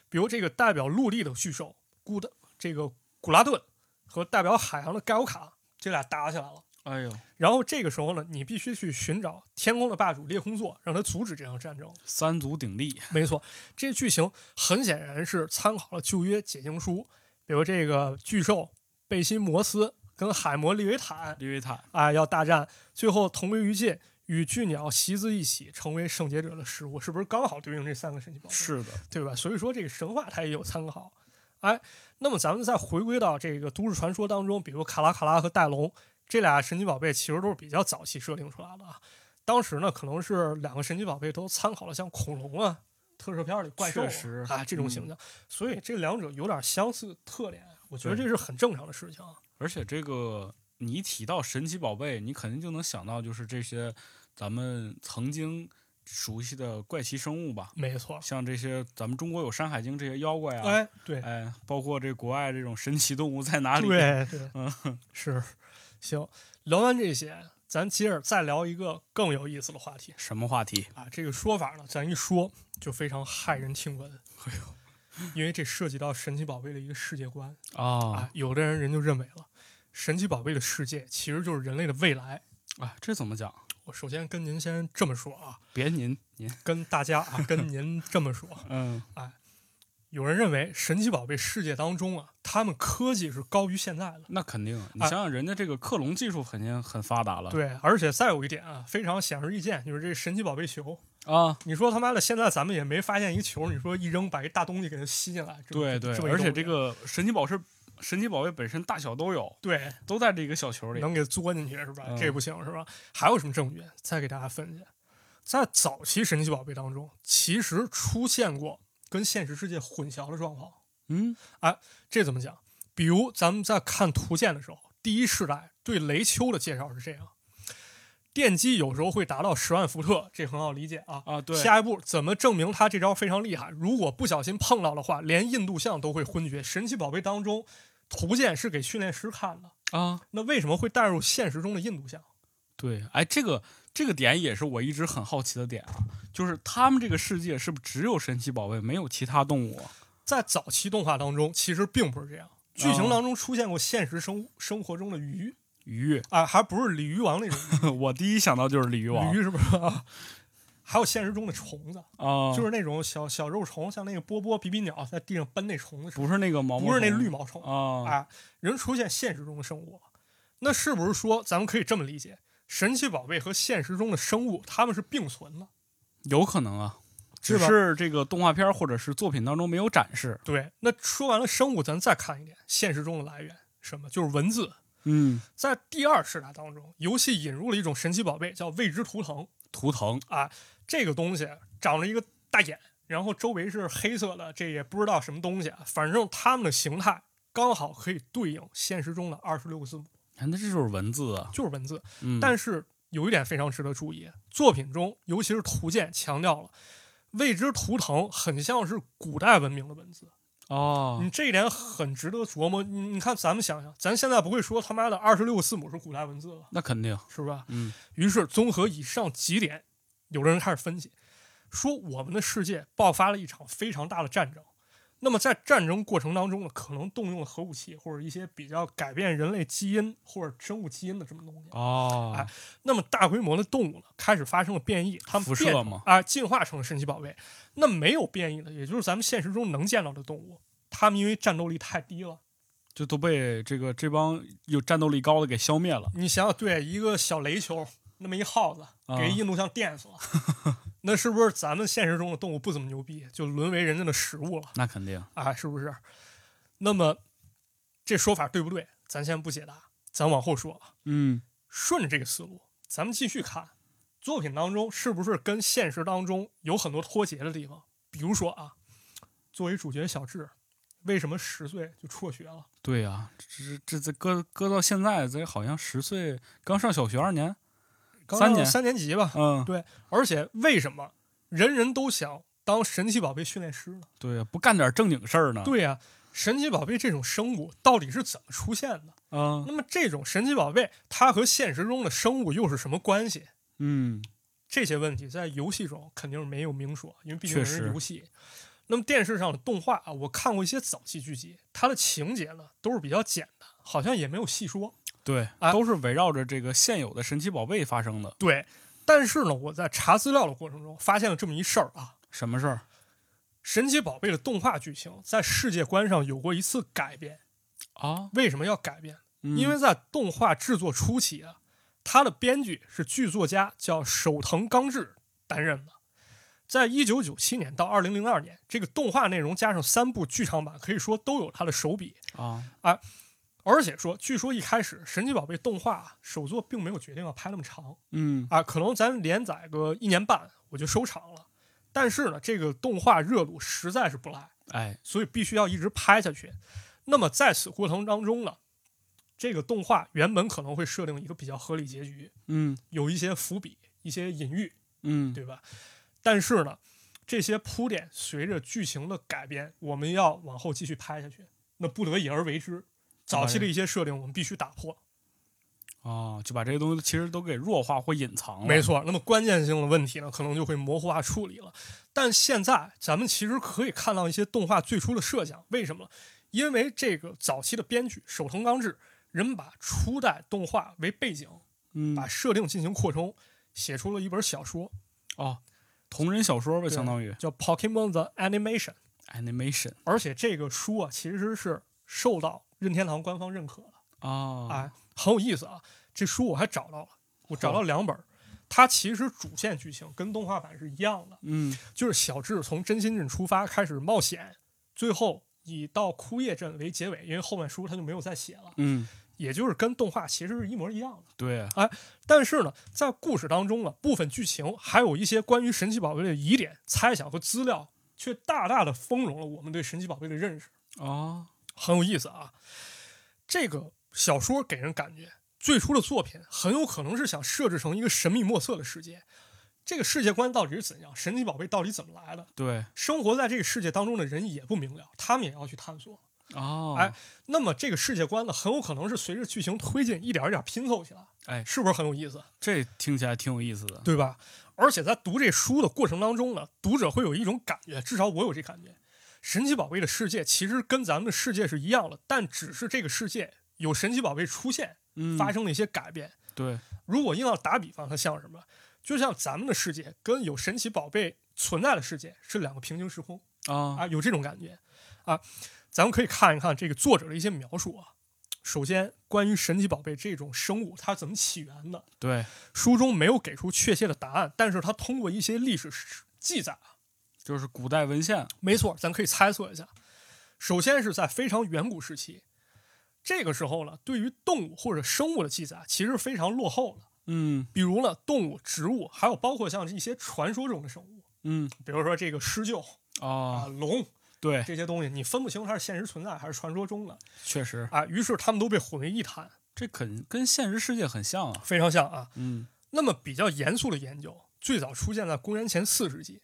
S1: 比如这个代表陆地的巨兽古的这个古拉顿和代表海洋的盖欧卡，这俩打起来了。
S2: 哎呦，
S1: 然后这个时候呢，你必须去寻找天空的霸主猎空座，让他阻止这场战争。
S2: 三足鼎立，
S1: 没错，这剧情很显然是参考了旧约解经书，比如这个巨兽贝辛摩斯跟海魔利维坦
S2: 利维坦，
S1: 啊、要大战，最后同归于尽，与巨鸟席兹一起成为圣洁者的食物，是不是刚好对应这三个神奇宝贝？，
S2: 是的，
S1: 对吧？所以说这个神话它也有参考。哎，那么咱们再回归到这个都市传说当中，比如卡拉卡拉和戴龙这俩神奇宝贝，其实都是比较早期设定出来的啊。当时呢，可能是两个神奇宝贝都参考了像恐龙啊、特摄片里怪兽
S2: 确实嗯
S1: 啊这种形象，所以这两者有点相似特点，啊我觉得这是很正常的事情啊。
S2: 而且这个你一提到神奇宝贝，你肯定就能想到就是这些咱们曾经熟悉的怪奇生物吧，
S1: 没错。
S2: 像这些咱们中国有《山海经》这些妖怪啊，
S1: 哎，对，
S2: 哎，包括这国外这种神奇动物在哪里？
S1: 对对，
S2: 嗯，
S1: 是。行，聊完这些，咱接着再聊一个更有意思的话题
S2: 什么话题？
S1: 啊。这个说法呢，咱一说就非常骇人听闻，
S2: 哎
S1: 因为这涉及到神奇宝贝的一个世界观
S2: 啊
S1: 啊。有的人人就认为了，神奇宝贝的世界其实就是人类的未来。
S2: 啊，这怎么讲？
S1: 我首先跟您先这么说啊，
S2: 别您您，
S1: 跟大家啊，跟您这么说，
S2: 嗯
S1: 有人认为神奇宝贝世界当中啊，他们科技是高于现在的。
S2: 那肯定，你
S1: 啊
S2: 想想人家这个克隆技术肯定很发达了。
S1: 对，而且再有一点啊，非常显而易见，就是这神奇宝贝球。
S2: 啊，
S1: 你说他妈的，现在咱们也没发现一球，你说一扔把一大东西给它吸进来，这么
S2: 对
S1: 一
S2: 对，
S1: 么一
S2: 而且
S1: 东
S2: 这
S1: 西
S2: 个神奇宝石、神奇宝贝本身大小都有，
S1: 对
S2: 都在这个小球里。
S1: 能给作进去是吧？
S2: 嗯
S1: 这不行是吧？还有什么证据？再给大家分析，在早期神奇宝贝当中，其实出现过跟现实世界混淆的状况。
S2: 嗯
S1: 这怎么讲？比如咱们在看图鉴的时候，第一世代对雷丘的介绍是这样：电击有时候会达到十万伏特，这很好理解啊。
S2: 啊，对，
S1: 下一步怎么证明他这招非常厉害？如果不小心碰到的话，连印度象都会昏厥。神奇宝贝当中，图鉴是给训练师看的，
S2: 啊，
S1: 那为什么会带入现实中的印度象？
S2: 对，哎，这个这个点也是我一直很好奇的点啊，就是他们这个世界是不是只有神奇宝贝，没有其他动物？
S1: 在早期动画当中，其实并不是这样。剧
S2: 哦
S1: 情当中出现过现实生生活中的鱼
S2: 鱼，
S1: 啊，还不是鲤鱼王那种
S2: 我第一想到就是鲤 鱼王
S1: 鲤鱼，是不是？啊还有现实中的虫子，
S2: 啊，
S1: 就是那种小小肉虫，像那个波波比比鸟在地上奔那虫子似的，
S2: 不是那个毛毛虫，
S1: 不是那绿毛虫
S2: 啊，
S1: 啊，人出现现实中的生物，那是不是说咱们可以这么理解？神奇宝贝和现实中的生物，它们是并存的。
S2: 有可能啊，
S1: 是
S2: 只
S1: 吧
S2: 是这个动画片或者是作品当中没有展示。
S1: 对，那说完了生物，咱再看一点现实中的来源，什么就是文字。
S2: 嗯，
S1: 在第二世代当中，游戏引入了一种神奇宝贝，叫未知图腾。
S2: 图腾
S1: 这个东西长了一个大眼，然后周围是黑色的，这也不知道什么东西，啊，反正它们的形态刚好可以对应现实中的二十六个字母，
S2: 哎那这就是文字啊。
S1: 就是文字。
S2: 嗯，
S1: 但是有一点非常值得注意，作品中尤其是图鉴强调了。未知图腾很像是古代文明的文字，
S2: 哦
S1: 你这一点很值得琢磨。你你看，咱们想想，咱现在不会说他妈的二十六个字母是古代文字了，
S2: 那肯定，
S1: 是吧？
S2: 嗯
S1: 于是综合以上几点，有的人开始分析，说我们的世界爆发了一场非常大的战争。那么在战争过程当中呢，可能动用了核武器或者一些比较改变人类基因或者生物基因的这么东西。
S2: 哦，
S1: 哎那么大规模的动物呢，开始发生了变异，它们
S2: 辐
S1: 变
S2: 射嘛，
S1: 啊、进化成了神奇宝贝。那没有变异的，也就是咱们现实中能见到的动物，它们因为战斗力太低了，
S2: 就都被这个这帮有战斗力高的给消灭了。
S1: 你想想，对一个小雷球那么一耗子，
S2: 啊
S1: 给印度象电 死了，那是不是咱们现实中的动物不怎么牛逼，就沦为人家的食物了
S2: 那肯定，
S1: 啊？是不是？那么这说法对不对？咱先不解答，咱往后说。啊
S2: 嗯，
S1: 顺着这个思路，咱们继续看作品当中是不是跟现实当中有很多脱节的地方？比如说啊，作为主角小智，为什么十岁就辍学了？
S2: 对呀、这这这搁搁到现在，这好像十岁刚上小学二年，
S1: 刚
S2: 三
S1: 上
S2: 年
S1: 三年级吧，
S2: 嗯，
S1: 而且为什么人人都想当神奇宝贝训练师呢？
S2: 对呀、啊不干点正经事儿呢，
S1: 对呀、神奇宝贝这种生物到底是怎么出现的？
S2: 啊，
S1: 那么这种神奇宝贝，它和现实中的生物又是什么关系？
S2: 嗯，
S1: 这些问题在游戏中肯定是没有明说，因为毕竟
S2: 确
S1: 人是
S2: 实
S1: 游戏。那么电视上的动画啊，我看过一些早期剧集，它的情节呢都是比较简单，好像也没有细说。
S2: 对，哎
S1: 啊
S2: 都是围绕着这个现有的神奇宝贝发生的。
S1: 对，但是呢，我在查资料的过程中发现了这么一事儿啊，
S2: 什么事儿
S1: 神奇宝贝的动画剧情在世界观上有过一次改变。
S2: 啊？
S1: 为什么要改变？
S2: 嗯
S1: 因为在动画制作初期啊，它的编剧是剧作家叫手藤刚志担任的。在一九九七年到二零零二年，这个动画内容加上三部剧场版，可以说都有他的手笔。
S2: 啊，
S1: 而且说，据说一开始《神奇宝贝》动画啊首作并没有决定要拍那么长
S2: 嗯，
S1: 啊，可能咱连载个一年半我就收场了。但是呢，这个动画热度实在是不赖，
S2: 哎，
S1: 所以必须要一直拍下去。那么在此过程当中呢，这个动画原本可能会设定一个比较合理结局，
S2: 嗯，
S1: 有一些伏笔、一些隐喻，
S2: 嗯，
S1: 对吧？但是呢，这些铺垫随着剧情的改变，我们要往后继续拍下去，那不得已而为之。早期的一些设定我们必须打破，
S2: 啊，就把这些东西其实都给弱化或隐藏了。
S1: 没，错。那么关键性的问题呢，可能就会模糊化处理了。但现在咱们其实可以看到一些动画最初的设想，为什么呢？因为这个早期的编剧手藤刚志，人把初代动画为背景，
S2: 嗯，
S1: 把设定进行扩充，写出了一本小说，
S2: 哦，同人小说吧，
S1: 对
S2: 相当于
S1: 叫《Pokemon the Animation》。
S2: animation
S1: 而且这个书啊，其实是受到任天堂官方认可的，
S2: 啊，
S1: 哎，很有意思啊。这书我还找到了，我找到两本儿，它其实主线剧情跟动画版是一样的，
S2: 嗯，
S1: 就是小智从真心镇出发开始冒险，最后以到枯叶镇为结尾，因为后面书他就没有再写了，
S2: 嗯，
S1: 也就是跟动画其实是一模一样的。
S2: 对，
S1: 但是呢，在故事当中呢，啊部分剧情还有一些关于神奇宝贝的疑点、猜想和资料，却大大的丰容了我们对神奇宝贝的认识。哦
S2: 啊，
S1: 很有意思啊。这个小说给人感觉，最初的作品很有可能是想设置成一个神秘莫测的世界。这个世界观到底是怎样？神奇宝贝到底怎么来的？
S2: 对，
S1: 生活在这个世界当中的人也不明了，他们也要去探索。
S2: 哦，
S1: 哎，那么这个世界观呢，很有可能是随着剧情推进，一点一点拼凑起来。
S2: 哎
S1: 是不是很有意思？
S2: 这听起来挺有意思的。
S1: 对吧？而且在读这书的过程当中呢，读者会有一种感觉，至少我有这感觉，神奇宝贝的世界其实跟咱们的世界是一样的，但只是这个世界有神奇宝贝出现，
S2: 嗯，
S1: 发生了一些改变。
S2: 对，
S1: 如果硬要打比方，它像什么？就像咱们的世界跟有神奇宝贝存在的世界是两个平行时空
S2: 啊，
S1: 啊，有这种感觉啊。咱们可以看一看这个作者的一些描述啊。首先，关于神奇宝贝这种生物，它怎么起源的？
S2: 对，
S1: 书中没有给出确切的答案，但是他通过一些历史记载，
S2: 就是古代文献，
S1: 没错，咱可以猜测一下。首先是在非常远古时期，这个时候呢，对于动物或者生物的记载啊其实非常落后了。
S2: 嗯
S1: 比如呢，动物、植物，还有包括像一些传说中的生物，
S2: 嗯，
S1: 比如说这个狮鹫啊、
S2: 啊，
S1: 龙
S2: 对，
S1: 这些东西，你分不清它是现实存在还是传说中的
S2: 确实，
S1: 啊。于是它们都被混为一谈，
S2: 这肯跟现实世界很像啊。
S1: 非常像啊。
S2: 嗯
S1: 那么比较严肃的研究最早出现在公元前四世纪，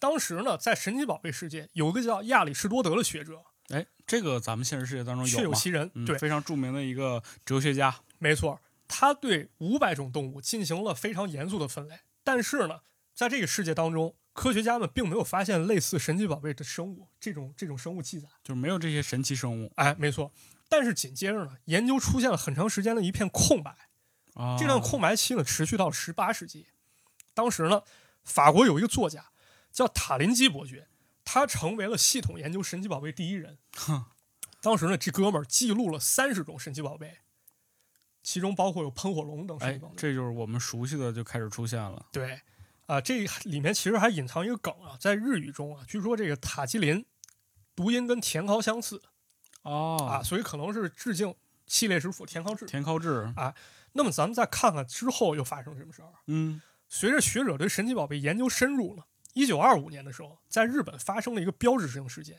S1: 当时呢，在神奇宝贝世界有一个叫亚里士多德的学者，
S2: 哎，这个咱们现实世界当中
S1: 确有
S2: 吗？
S1: 其人。
S2: 嗯，
S1: 对，
S2: 非常著名的一个哲学家。
S1: 没错，他对五百种动物进行了非常严肃的分类，但是呢，在这个世界当中，科学家们并没有发现类似神奇宝贝的生物这种这种生物记载。
S2: 就是没有这些神奇生物
S1: 哎，没错。但是紧接着呢，研究出现了很长时间的一片空白。
S2: 啊。
S1: 这段空白期呢，持续到十八世纪。当时呢，法国有一个作家叫塔林基伯爵，他成为了系统研究神奇宝贝第一人。
S2: 哼
S1: 当时呢，这哥们儿记录了三十种神奇宝贝，其中包括有喷火龙等神
S2: 哎
S1: 奇宝，贝。
S2: 这就是我们熟悉的就开始出现了。
S1: 对，啊、这里面其实还隐藏一个梗啊，在日语中啊，据说这个塔基林读音跟田尻相似啊，
S2: 哦，
S1: 所以可能是致敬系列之父田尻智。
S2: 田尻智，
S1: 那么咱们再看看之后又发生什么事儿。
S2: 嗯，
S1: 随着学者对神奇宝贝研究深入了，一九二五年的时候，在日本发生了一个标志性事件。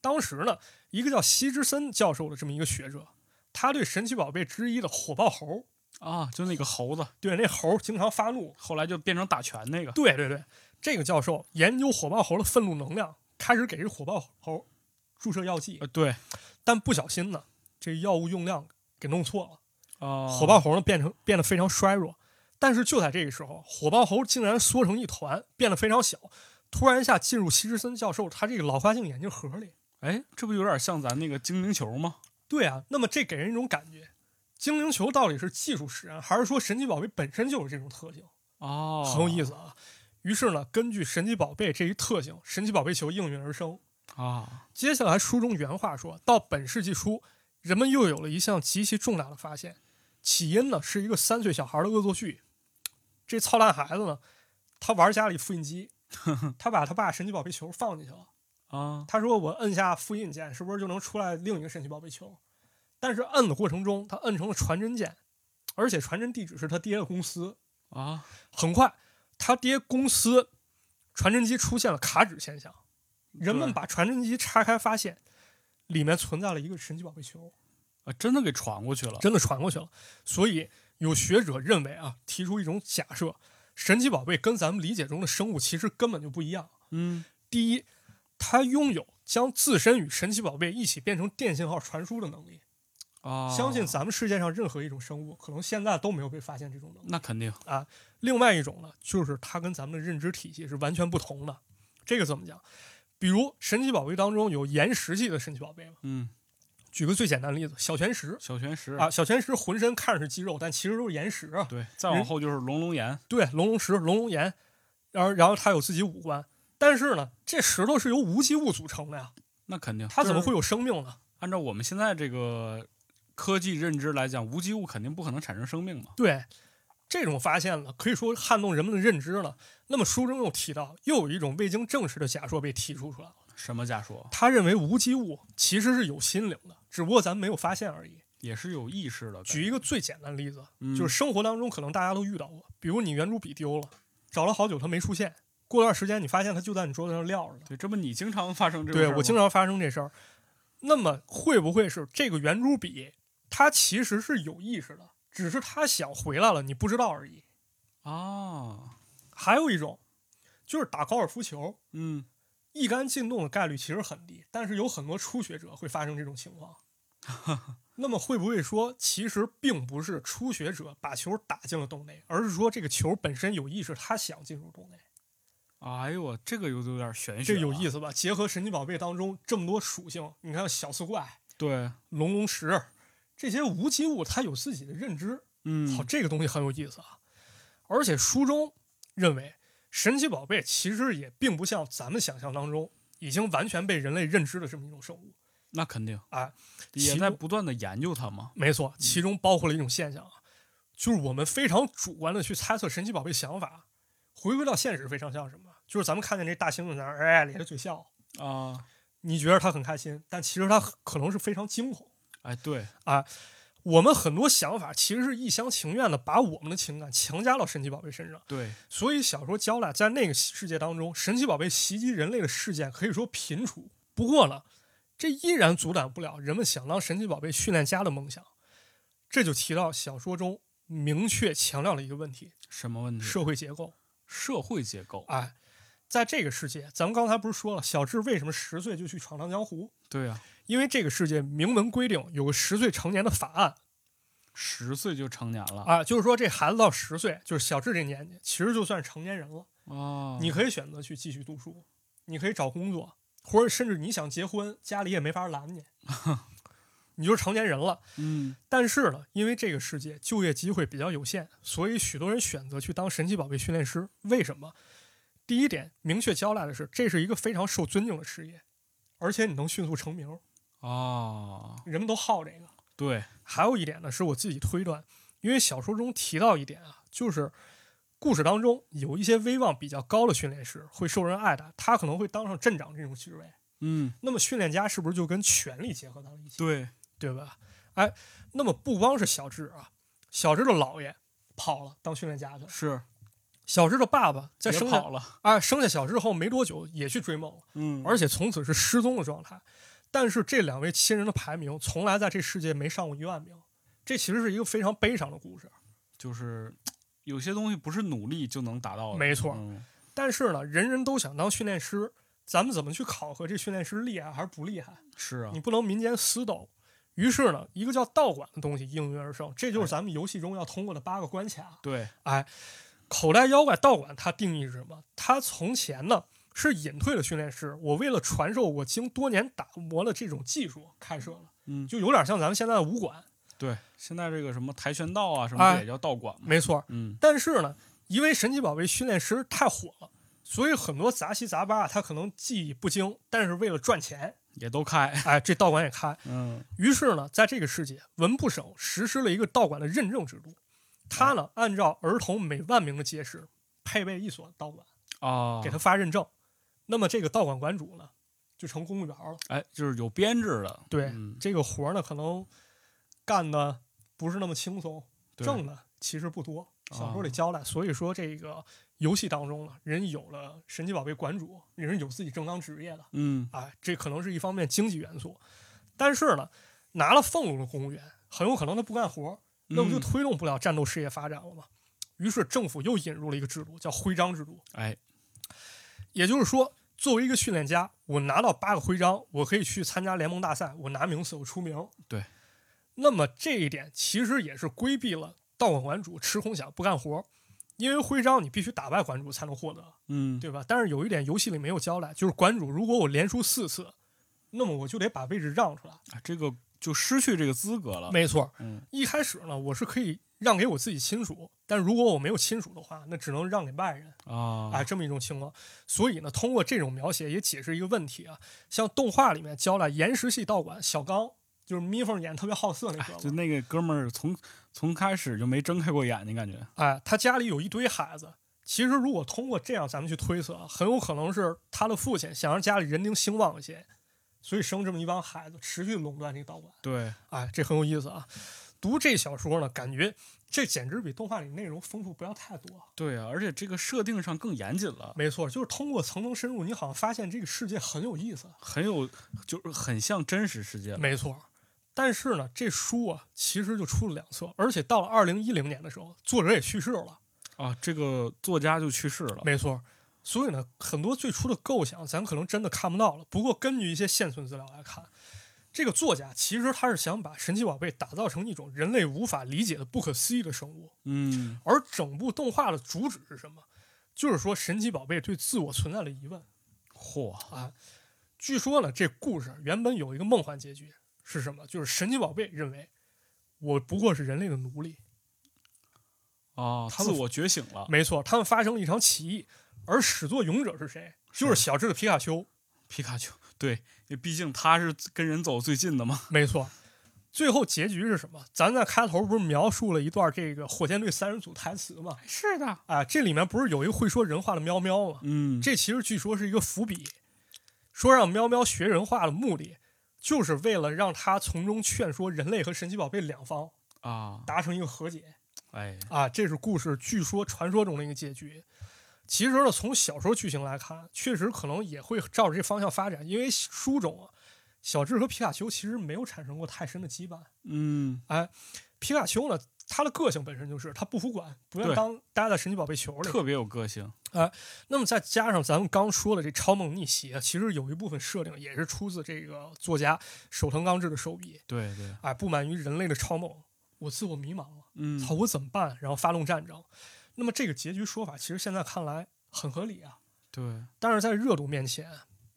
S1: 当时呢，一个叫西之森教授的这么一个学者，他对神奇宝贝之一的火爆猴，
S2: 啊，就那个猴子，
S1: 对那猴经常发怒，
S2: 后来就变成打拳那个。
S1: 对对对，这个教授研究火爆猴的愤怒能量，开始给这火爆猴注射药剂，
S2: 呃，对，
S1: 但不小心呢，这药物用量给弄错了，
S2: 啊，
S1: 火爆猴呢变成变得非常衰弱，但是就在这个时候，火爆猴竟然缩成一团，变得非常小，突然一下进入希之森教授他这个老花镜眼镜盒里。
S2: 哎，这不有点像咱那个精灵球吗？
S1: 对啊，那么这给人一种感觉，精灵球到底是技术使然，还是说神奇宝贝本身就有这种特性？
S2: 哦，
S1: 很有意
S2: 思
S1: 思啊。于是呢，根据神奇宝贝这一特性，神奇宝贝球应运而生。
S2: 啊，
S1: 接下来，书中原话说到本世纪初，人们又有了一项极其重大的发现，起因呢是一个三岁小孩的恶作剧。这操蛋孩子呢，他玩家里复印机，他把他爸神奇宝贝球放进去了。
S2: 啊，
S1: 他说：“我摁下复印键，是不是就能出来另一个神奇宝贝球？”但是摁的过程中，他摁成了传真键，而且传真地址是他爹的公司。
S2: 啊，
S1: 很快，他爹公司传真机出现了卡纸现象，人们
S2: 对
S1: 把传真机拆开，发现里面存在了一个神奇宝贝球，
S2: 啊真的给传过去了。
S1: 真的传过去了。所以有学者认为啊，提出一种假设，神奇宝贝跟咱们理解中的生物其实根本就不一样。
S2: 嗯
S1: 第一，它拥有将自身与神奇宝贝一起变成电信号传输的能力。
S2: 啊，
S1: 相信咱们世界上任何一种生物，可能现在都没有被发现这种能力。
S2: 那肯定
S1: 另外一种呢，就是它跟咱们的认知体系是完全不同的。这个怎么讲？比如神奇宝贝当中有岩石系的神奇宝贝嘛，
S2: 嗯，
S1: 举个最简单的例子，小泉石
S2: 小泉石
S1: 啊，小泉石浑身看着是肌肉，但其实都是岩石啊。
S2: 对，再往
S1: 人
S2: 后就是龙龙岩，
S1: 对，龙龙石、龙龙岩，然后然后它有自己五官，但是呢，这石头是由无机物组成的呀，
S2: 那肯定
S1: 它怎么？
S2: 就
S1: 会
S2: 是
S1: 有生命呢？
S2: 按照我们现在这个科技认知来讲，无机物肯定不可能产生生命嘛。
S1: 对，这种发现了，可以说撼动人们的认知了。那么书中又提到，又有一种未经证实的假说被提出出来了，
S2: 什么假说？
S1: 他认为无机物其实是有心灵的，只不过咱们没有发现而已。
S2: 也是有意识的。
S1: 举一个最简单的例子，
S2: 嗯
S1: 就是生活当中可能大家都遇到过，比如你圆珠笔丢了，找了好久它没出现，过段时间你发现它就在你桌子上撂着呢。
S2: 对，这不你经常发生这种
S1: 对
S2: 事儿
S1: 我经
S2: 吗
S1: 常发生这事儿。那么会不会是这个圆珠笔，它其实是有意识的，只是它想回来了，你不知道而已。
S2: 啊，
S1: 还有一种，就是打高尔夫球，
S2: 嗯，
S1: 一杆进洞的概率其实很低，但是有很多初学者会发生这种情况。那么会不会说，其实并不是初学者把球打进了洞内，而是说这个球本身有意识，它想进入洞内？
S2: 哎呦我这个有有点玄学，
S1: 这有意
S2: 思。
S1: 思吧？结合神奇宝贝当中这么多属性，你看小刺怪、
S2: 对，
S1: 龙龙石这些无机物，它有自己的认知。
S2: 嗯
S1: 好，，这个东西很有意思啊。而且书中认为，神奇宝贝其实也并不像咱们想象当中已经完全被人类认知的这么一种生物。
S2: 那肯定
S1: 哎，
S2: 也
S1: 其
S2: 在
S1: 中
S2: 不断的研究它嘛。
S1: 没错，其中包括了一种现象啊，就是我们非常主观的去猜测神奇宝贝想法，回归到现实非常像什么？就是咱们看见这大猩猩在那儿哎咧着嘴笑，
S2: 啊，
S1: 你觉得它很开心，但其实它可能是非常惊恐。
S2: 哎，对，
S1: 我们很多想法其实是一厢情愿的把我们的情感强加到神奇宝贝身上。
S2: 对，
S1: 所以小说交代，在那个世界当中，神奇宝贝袭击人类的事件可以说频出。不过呢，这依然阻挡不了人们想当神奇宝贝训练家的梦想。这就提到小说中明确强调了一个问题：
S2: 什么问题？
S1: 社会结构。
S2: 社会结构。
S1: 哎，在这个世界，咱们刚才不是说了，小智为什么十岁就去闯荡江湖？
S2: 对啊，
S1: 因为这个世界明文规定有个十岁成年的法案
S2: 十岁就成年了
S1: 啊，就是说这孩子到十岁，就是小智这年纪，其实就算是成年人了。
S2: 啊
S1: 你可以选择去继续读书，你可以找工作，或者甚至你想结婚，家里也没法拦你，你就是成年人了。
S2: 嗯，
S1: 但是呢，因为这个世界就业机会比较有限，所以许多人选择去当神奇宝贝训练师。为什么？第一点，明确交代的是，这是一个非常受尊敬的职业，而且你能迅速成名，
S2: 啊，
S1: 人们都好这个。
S2: 对，
S1: 还有一点呢，是我自己推断，因为小说中提到一点啊，就是故事当中有一些威望比较高的训练师会受人爱戴，他可能会当上镇长这种职位。
S2: 嗯，
S1: 那么训练家是不是就跟权力结合到了一起？
S2: 对，
S1: 对吧？哎，那么不光是小智啊，小智的姥爷跑了当训练家去了，
S2: 是
S1: 小智的爸爸在
S2: 别
S1: 生下
S2: 跑了，
S1: 哎生下小智后没多久也去追梦了，
S2: 嗯
S1: 而且从此是失踪的状态。但是这两位亲人的排名从来在这世界没上过一万名，这其实是一个非常悲伤的故事。
S2: 就是有些东西不是努力就能达到的，
S1: 没错
S2: 嗯
S1: 但是呢，人人都想当训练师，咱们怎么去考核这训练师厉害还是不厉害？
S2: 是啊
S1: 你，不能民间私斗。于是呢，一个叫道馆的东西应运而生，这就是
S2: 哎
S1: 咱们游戏中要通过的八个关卡。
S2: 对，
S1: 口袋妖怪道馆它定义是什么？它从前呢是隐退的训练师，我为了传授我经多年打磨的这种技术开设了，
S2: 嗯，
S1: 就有点像咱们现在的武馆，
S2: 对，现在这个什么跆拳道啊，什么的
S1: 哎
S2: 也叫道馆嘛，
S1: 没错儿。
S2: 嗯，
S1: 但是呢，因为神奇宝贝训练师太火了，所以很多杂七杂八他可能技艺不精，但是为了赚钱，
S2: 也都开，
S1: 哎，这道馆也开。
S2: 嗯，
S1: 于是呢，在这个世界，文部省实施了一个道馆的认证制度。他呢，按照儿童每万名的结识，配备一所道馆，
S2: 啊，
S1: 哦给他发认证。那么这个道馆馆主呢，就成公务员了。
S2: 哎，就是有编制的，
S1: 对，
S2: 嗯
S1: 这个活儿呢，可能干的不是那么轻松，
S2: 对
S1: 挣的其实不多。小说里
S2: 啊
S1: 交代，所以说这个游戏当中呢，人有了神奇宝贝馆主，人是有自己正当职业的。
S2: 嗯，
S1: 啊，这可能是一方面经济元素，但是呢，拿了俸禄的公务员，很有可能他不干活，那不就
S2: 嗯
S1: 推动不了战斗事业发展了吗？于是政府又引入了一个制度，叫徽章制度。
S2: 哎，
S1: 也就是说，作为一个训练家，我拿到八个徽章，我可以去参加联盟大赛，我拿名次，我出名。
S2: 对。
S1: 那么这一点其实也是规避了道馆馆主吃空饷不干活，因为徽章你必须打败馆主才能获得，
S2: 嗯，
S1: 对吧？但是有一点游戏里没有交代，就是馆主如果我连输四次，那么我就得把位置让出来。
S2: 啊这个就失去这个资格了。
S1: 没错，
S2: 嗯，
S1: 一开始呢，我是可以让给我自己亲属，但如果我没有亲属的话，那只能让给外人。
S2: 啊，
S1: 啊，这么一种情况。所以呢，通过这种描写也解释一个问题啊，像动画里面教了岩石系道馆小刚，就是眯缝眼特别好色那
S2: 就
S1: 个嘛，
S2: 那个哥们儿从从开始就没睁开过眼睛，感觉
S1: 哎，他家里有一堆孩子。其实，如果通过这样咱们去推测啊，很有可能是他的父亲想让家里人丁兴旺一些，所以生这么一帮孩子，持续垄断这个道馆。
S2: 对，
S1: 哎，这很有意思啊。读这小说呢，感觉这简直比动画里内容丰富不要太多。
S2: 对啊，而且这个设定上更严谨了，
S1: 没错，就是通过层层深入，你好像发现这个世界很有意思。
S2: 很有就是很像真实世界了。
S1: 没错，但是呢，这书啊其实就出了两册，而且到了二零一零年的时候，作者也去世了。
S2: 啊，这个作家就去世了。
S1: 没错，所以呢，很多最初的构想咱可能真的看不到了。不过根据一些现存资料来看，这个作家其实他是想把神奇宝贝打造成一种人类无法理解的不可思议的生物。
S2: 嗯，
S1: 而整部动画的主旨是什么？就是说神奇宝贝对自我存在的疑问。
S2: 嚯，
S1: 据说呢，这故事原本有一个梦幻结局，是什么？就是神奇宝贝认为我不过是人类的奴隶。
S2: 啊，
S1: 他
S2: 自
S1: 们
S2: 我觉醒了。
S1: 没错，他们发生了一场起义，而始作俑者是谁？就是小智的皮卡丘。
S2: 皮卡丘，对，因为毕竟他是跟人走最近的嘛。
S1: 没错，最后结局是什么？咱在开头不是描述了一段这个火箭队三人组台词吗？
S2: 是的，
S1: 啊，这里面不是有一个会说人话的喵喵吗？
S2: 嗯，
S1: 这其实据说是一个伏笔，说让喵喵学人话的目的，就是为了让他从中劝说人类和神奇宝贝两方
S2: 啊，
S1: 达成一个和解
S2: 哎，
S1: 啊。这是故事据说传说中的一个结局。其实呢，从小说剧情来看，确实可能也会照着这方向发展，因为书中啊，小智和皮卡丘其实没有产生过太深的羁绊。
S2: 嗯，
S1: 皮卡丘呢，他的个性本身就是他不服管，不愿
S2: 对
S1: 当待在神奇宝贝球里。
S2: 特别有个性。
S1: 那么再加上咱们刚说的这超梦逆袭啊，其实有一部分设定也是出自这个作家手藤刚志的手笔。
S2: 对对，
S1: 哎，不满于人类的超梦，我自我迷茫了，
S2: 嗯，
S1: 操，我怎么办？然后发动战争。那么这个结局说法，其实现在看来很合理啊，
S2: 对，
S1: 但是在热度面前，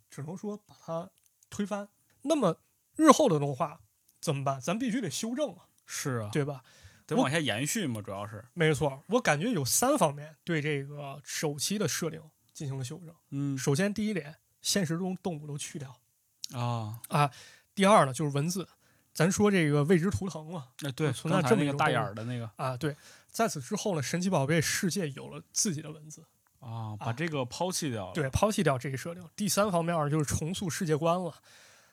S1: 只能说把它推翻。那么日后的动画怎么办？咱必须得修正啊，
S2: 是啊，
S1: 对吧？
S2: 得
S1: 我
S2: 往下延续嘛，主要是，
S1: 没错，我感觉有三方面对这个首期的设定进行了修正。
S2: 嗯
S1: 首先，第一点，现实中动物都去掉；
S2: 啊，
S1: 第二呢，就是文字。咱说这个未知图腾嘛，
S2: 那对，
S1: 存在
S2: 刚才
S1: 这么
S2: 那
S1: 一
S2: 个
S1: 种
S2: 大
S1: 动
S2: 眼
S1: 物
S2: 儿的那个
S1: 啊，对。在此之后呢，神奇宝贝世界有了自己的文字，
S2: 啊，
S1: 啊
S2: 把这个抛弃掉了。
S1: 对，抛弃掉这个设定。第三方面就是重塑世界观了。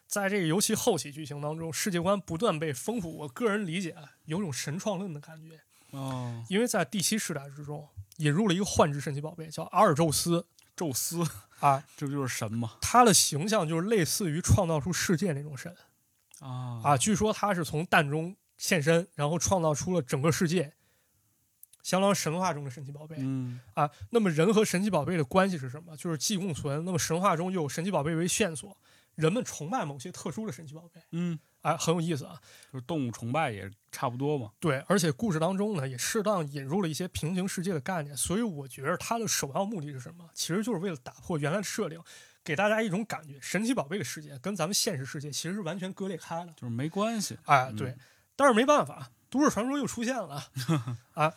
S1: 在这个尤其后期剧情当中，世界观不断被丰富。我个人理解，有种神创论的感觉，
S2: 啊，
S1: 因为在第七时代之中引入了一个幻之神奇宝贝，叫阿尔宙斯
S2: 宙斯，
S1: 啊，
S2: 这不就是神吗？
S1: 他的形象就是类似于创造出世界那种神。
S2: 啊
S1: 啊，据说他是从蛋中现身，然后创造出了整个世界，相当于神话中的神奇宝贝、
S2: 嗯，
S1: 啊。那么人和神奇宝贝的关系是什么？就是既共存。那么神话中又有神奇宝贝为线索，人们崇拜某些特殊的神奇宝贝，
S2: 嗯，
S1: 哎、很有意思啊。
S2: 就是动物崇拜也差不多嘛。
S1: 对，而且故事当中呢，也适当引入了一些平行世界的概念，所以我觉得它的首要目的是什么？其实就是为了打破原来的设定，给大家一种感觉，神奇宝贝的世界跟咱们现实世界其实是完全割裂开的。
S2: 就是没关系，
S1: 哎，
S2: 嗯
S1: 对，但是没办法，都市传说又出现 了啊！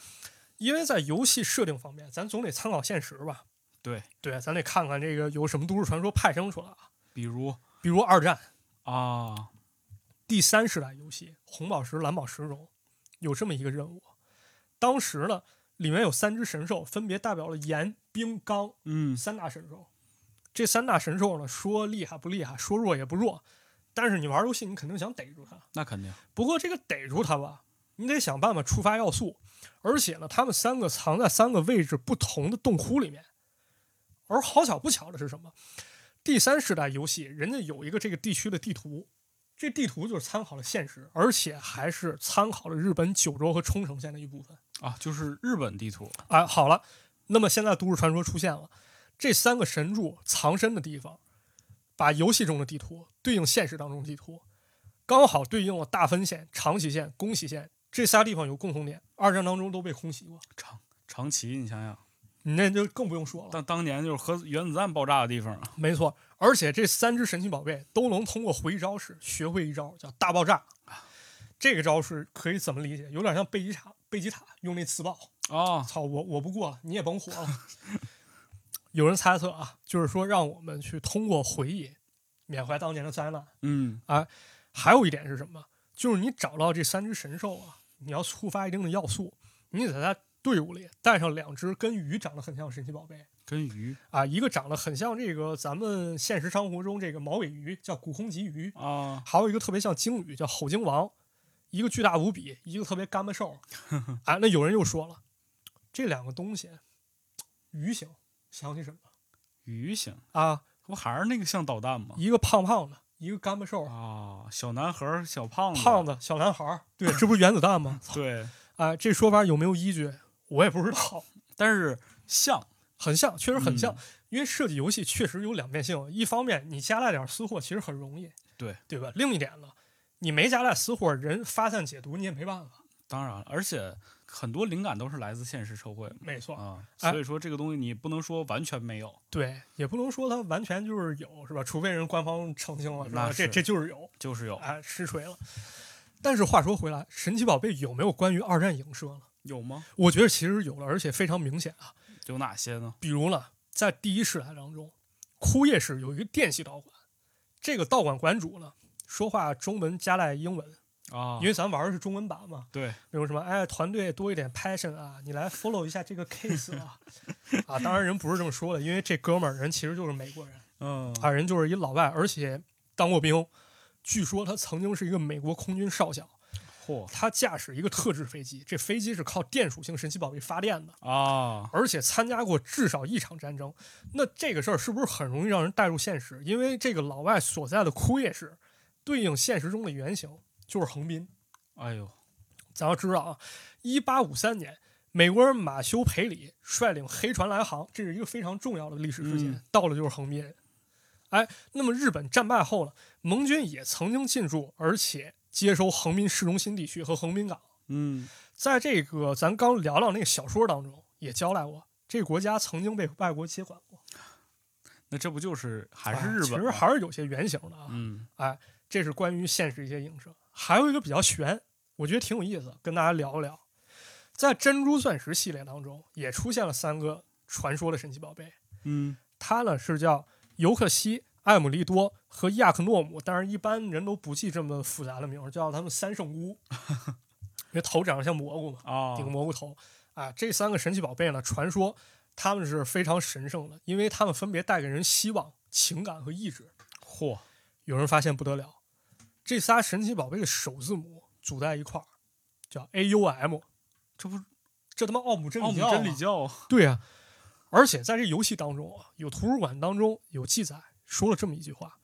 S1: 因为在游戏设定方面，咱总得参考现实吧？
S2: 对
S1: 对，咱得看看这个有什么都市传说派生出来啊，
S2: 比如
S1: 比如二战
S2: 啊，
S1: 第三时代游戏《红宝石蓝宝石》中有这么一个任务，当时呢，里面有三只神兽，分别代表了岩、冰、钢
S2: 嗯，
S1: 三大神兽。这三大神兽呢，说厉害不厉害，说弱也不弱，但是你玩游戏，你肯定想逮住它。
S2: 那肯定
S1: 不过这个逮住他吧，你得想办法触发要素，而且呢，他们三个藏在三个位置不同的洞窟里面。而好巧不巧的是什么？第三时代游戏人家有一个这个地区的地图，这地图就是参考了现实，而且还是参考了日本九州和冲绳县的一部分。
S2: 啊，就是日本地图
S1: 啊，好了，那么现在都市传说出现了，这三个神柱藏身的地方，把游戏中的地图对应现实当中的地图，刚好对应了大分县、长崎县、宫崎县这仨地方有共同点，二战当中都被空袭过。
S2: 长长崎，你想想，
S1: 你那就更不用说了，
S2: 当当年就是核原子弹爆炸的地方啊，
S1: 没错。而且这三只神奇宝贝都能通过回招式学会一招叫大爆炸，这个招式可以怎么理解？有点像贝吉塔，贝吉塔用那磁暴。
S2: 哦，
S1: 操，我我不过了，你也甭活了。 有人猜测啊，就是说让我们去通过回忆缅怀当年的灾难。
S2: 嗯，
S1: 还有一点是什么？就是你找到这三只神兽啊，你要触发一定的要素，你得在它队伍里带上两只跟鱼长得很像的神奇宝贝
S2: 跟鱼
S1: 啊，一个长得很像这个咱们现实生活中这个毛尾鱼叫古空鲫鱼，
S2: 啊，
S1: 还有一个特别像鲸鱼叫吼鲸王，一个巨大无比，一个特别干巴瘦。 啊，那有人又说了，这两个东西，鱼形想起什么
S2: 鱼形，
S1: 啊？
S2: 不还是那个像导弹吗？
S1: 一个胖胖的，一个干巴瘦，
S2: 啊，小男孩儿，小胖子，
S1: 胖子小男孩 儿，对，这不是原子弹吗？
S2: 对，
S1: 啊，这说法有没有依据？我也不知道，
S2: 但是像
S1: 很像，确实很像。
S2: 嗯
S1: 因为设计游戏确实有两面性，一方面你加大点私货其实很容易，
S2: 对
S1: 对吧？另一点呢，你没加大私货，人发散解读你也没办法。
S2: 当然了，而且很多灵感都是来自现实社会
S1: 没错，
S2: 啊，
S1: 哎
S2: 所以说这个东西你不能说完全没有，
S1: 对，也不能说它完全就是有，是吧？除非人官方澄清了，是吧？
S2: 那
S1: 这
S2: 是
S1: 这就是有，
S2: 就是有，
S1: 啊，实锤了。但是话说回来，神奇宝贝有没有关于二战影射呢？
S2: 有吗？
S1: 我觉得其实有了，而且非常明显啊。
S2: 有哪些呢？
S1: 比如呢，在第一世代当中，枯叶市有一个电系道馆，这个道馆馆主呢，说话中文加带英文，
S2: 啊，
S1: 因为咱玩的是中文版嘛。
S2: 对，
S1: 比如什么，哎，团队多一点 passion 啊，你来 follow 一下这个 case 啊。啊，当然人不是这么说的，因为这哥们儿人其实就是美国人。
S2: 嗯
S1: 啊，人就是一老外，而且当过兵。据说他曾经是一个美国空军少校，
S2: 嚯
S1: 他驾驶一个特制飞机，这飞机是靠电属性神奇宝贝发电的，
S2: 啊，
S1: 而且参加过至少一场战争。那这个事儿是不是很容易让人带入现实？因为这个老外所在的枯叶市，对应现实中的原型就是横滨。
S2: 哎呦，
S1: 咱要知道啊，一八五三年，美国人马修·培里率领黑船来航，这是一个非常重要的历史事件。
S2: 嗯
S1: 到了就是横滨。哎，那么日本战败后呢，盟军也曾经进驻，而且接收横滨市中心地区和横滨港。
S2: 嗯，
S1: 在这个咱刚聊到那个小说当中，也交代过，这个国家曾经被外国接管过，
S2: 那这不就是还
S1: 哎
S2: 是日本吗？
S1: 其实还是有些原型的啊。
S2: 嗯
S1: 这是关于现实一些影射。还有一个比较悬，我觉得挺有意思的，跟大家聊一聊。在珍珠钻石系列当中，也出现了三个传说的神奇宝贝，
S2: 嗯
S1: 它呢是叫尤克西、艾姆利多和亚克诺姆，但是一般人都不记这么复杂的名儿，叫他们三圣菇，因为头长得像蘑菇嘛，
S2: 啊
S1: 顶个蘑菇头。啊，这三个神奇宝贝呢，传说他们是非常神圣的，因为他们分别带给人希望、情感和意志。
S2: 嚯
S1: 有人发现不得了，这仨神奇宝贝的首字母组在一块儿，叫 A U M，
S2: 这不是
S1: 这他妈奥姆真
S2: 奥
S1: 理
S2: 姆
S1: 教、啊，
S2: 真理教
S1: 对啊，而且在这游戏当中啊，有图书馆当中有记载说了这么一句话：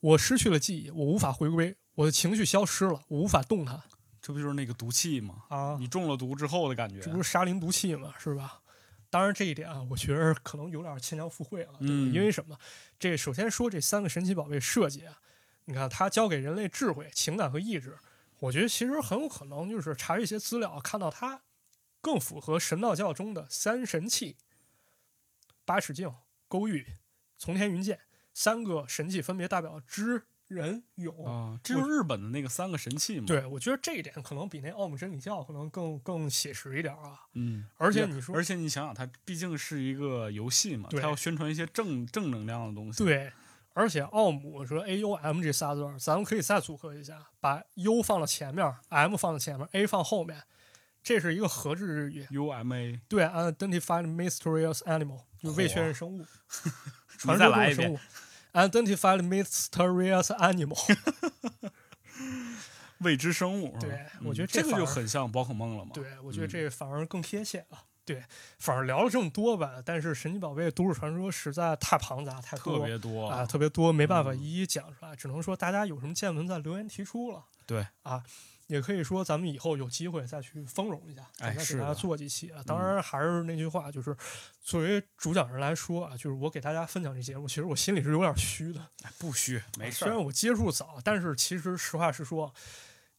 S1: 我失去了记忆，我无法回归，我的情绪消失了，我无法动弹
S2: 这不就是那个毒气吗？
S1: 啊，
S2: 你中了毒之后的感觉啊
S1: 这，不是沙林毒气吗？是吧？当然这一点啊，我觉得可能有点牵强附会了，对吧
S2: 嗯
S1: 因为什么？这首先说这三个神奇宝贝设计啊，你看它教给人类智慧、情感和意志，我觉得其实很有可能就是查阅一些资料，看到它更符合神道教中的三神器——八尺镜、勾玉、从天云剑三个神器，分别代表知、人、勇。
S2: 啊，这
S1: 我
S2: 就是日本的那个三个神器嘛。，
S1: 对，我觉得这一点可能比那奥姆真理教可能更更写实一点啊。
S2: 嗯，
S1: 而且
S2: 也
S1: 你说
S2: 而且你想想，它毕竟是一个游戏嘛，
S1: 对
S2: 它要宣传一些正正能量的东西。，
S1: 对，而且奥姆和 A U M 这仨字儿，咱们可以再组合一下，把 U 放到前面，M 放到前面，A 放后面，这是一个合制日语。
S2: UMA，
S1: 对，Unidentified Mysterious Animal 就是未确认生 物，传
S2: 再
S1: 说中
S2: 来
S1: 的
S2: 一
S1: 生
S2: 遍
S1: 物。Unidentified Mysterious Animal，
S2: 未知生物。
S1: 对
S2: 嗯
S1: 我觉得这
S2: 这个
S1: 反
S2: 就
S1: 而
S2: 很像宝可梦了嘛。，
S1: 对我觉得
S2: 嗯
S1: 这反而更贴切了。对，反而聊了这么多吧，但是神奇宝贝都市传说实在太庞杂，太
S2: 特
S1: 多
S2: 别多哎
S1: 啊，。特别多，没办法
S2: 哦嗯
S1: 一一讲出来，只能说大家有什么见闻在留言提出了。
S2: 对
S1: 啊，也可以说咱们以后有机会再去丰容一下，
S2: 哎
S1: 咱再
S2: 是
S1: 给大家
S2: 的嗯
S1: 做几期啊。当然还是那句话，就是作为主讲人来说啊，就是我给大家分享这节目，其实我心里是有点虚的。啊
S2: 哎不虚，没事
S1: 虽
S2: 儿。
S1: 然我接触早，但是其实实话实说，啊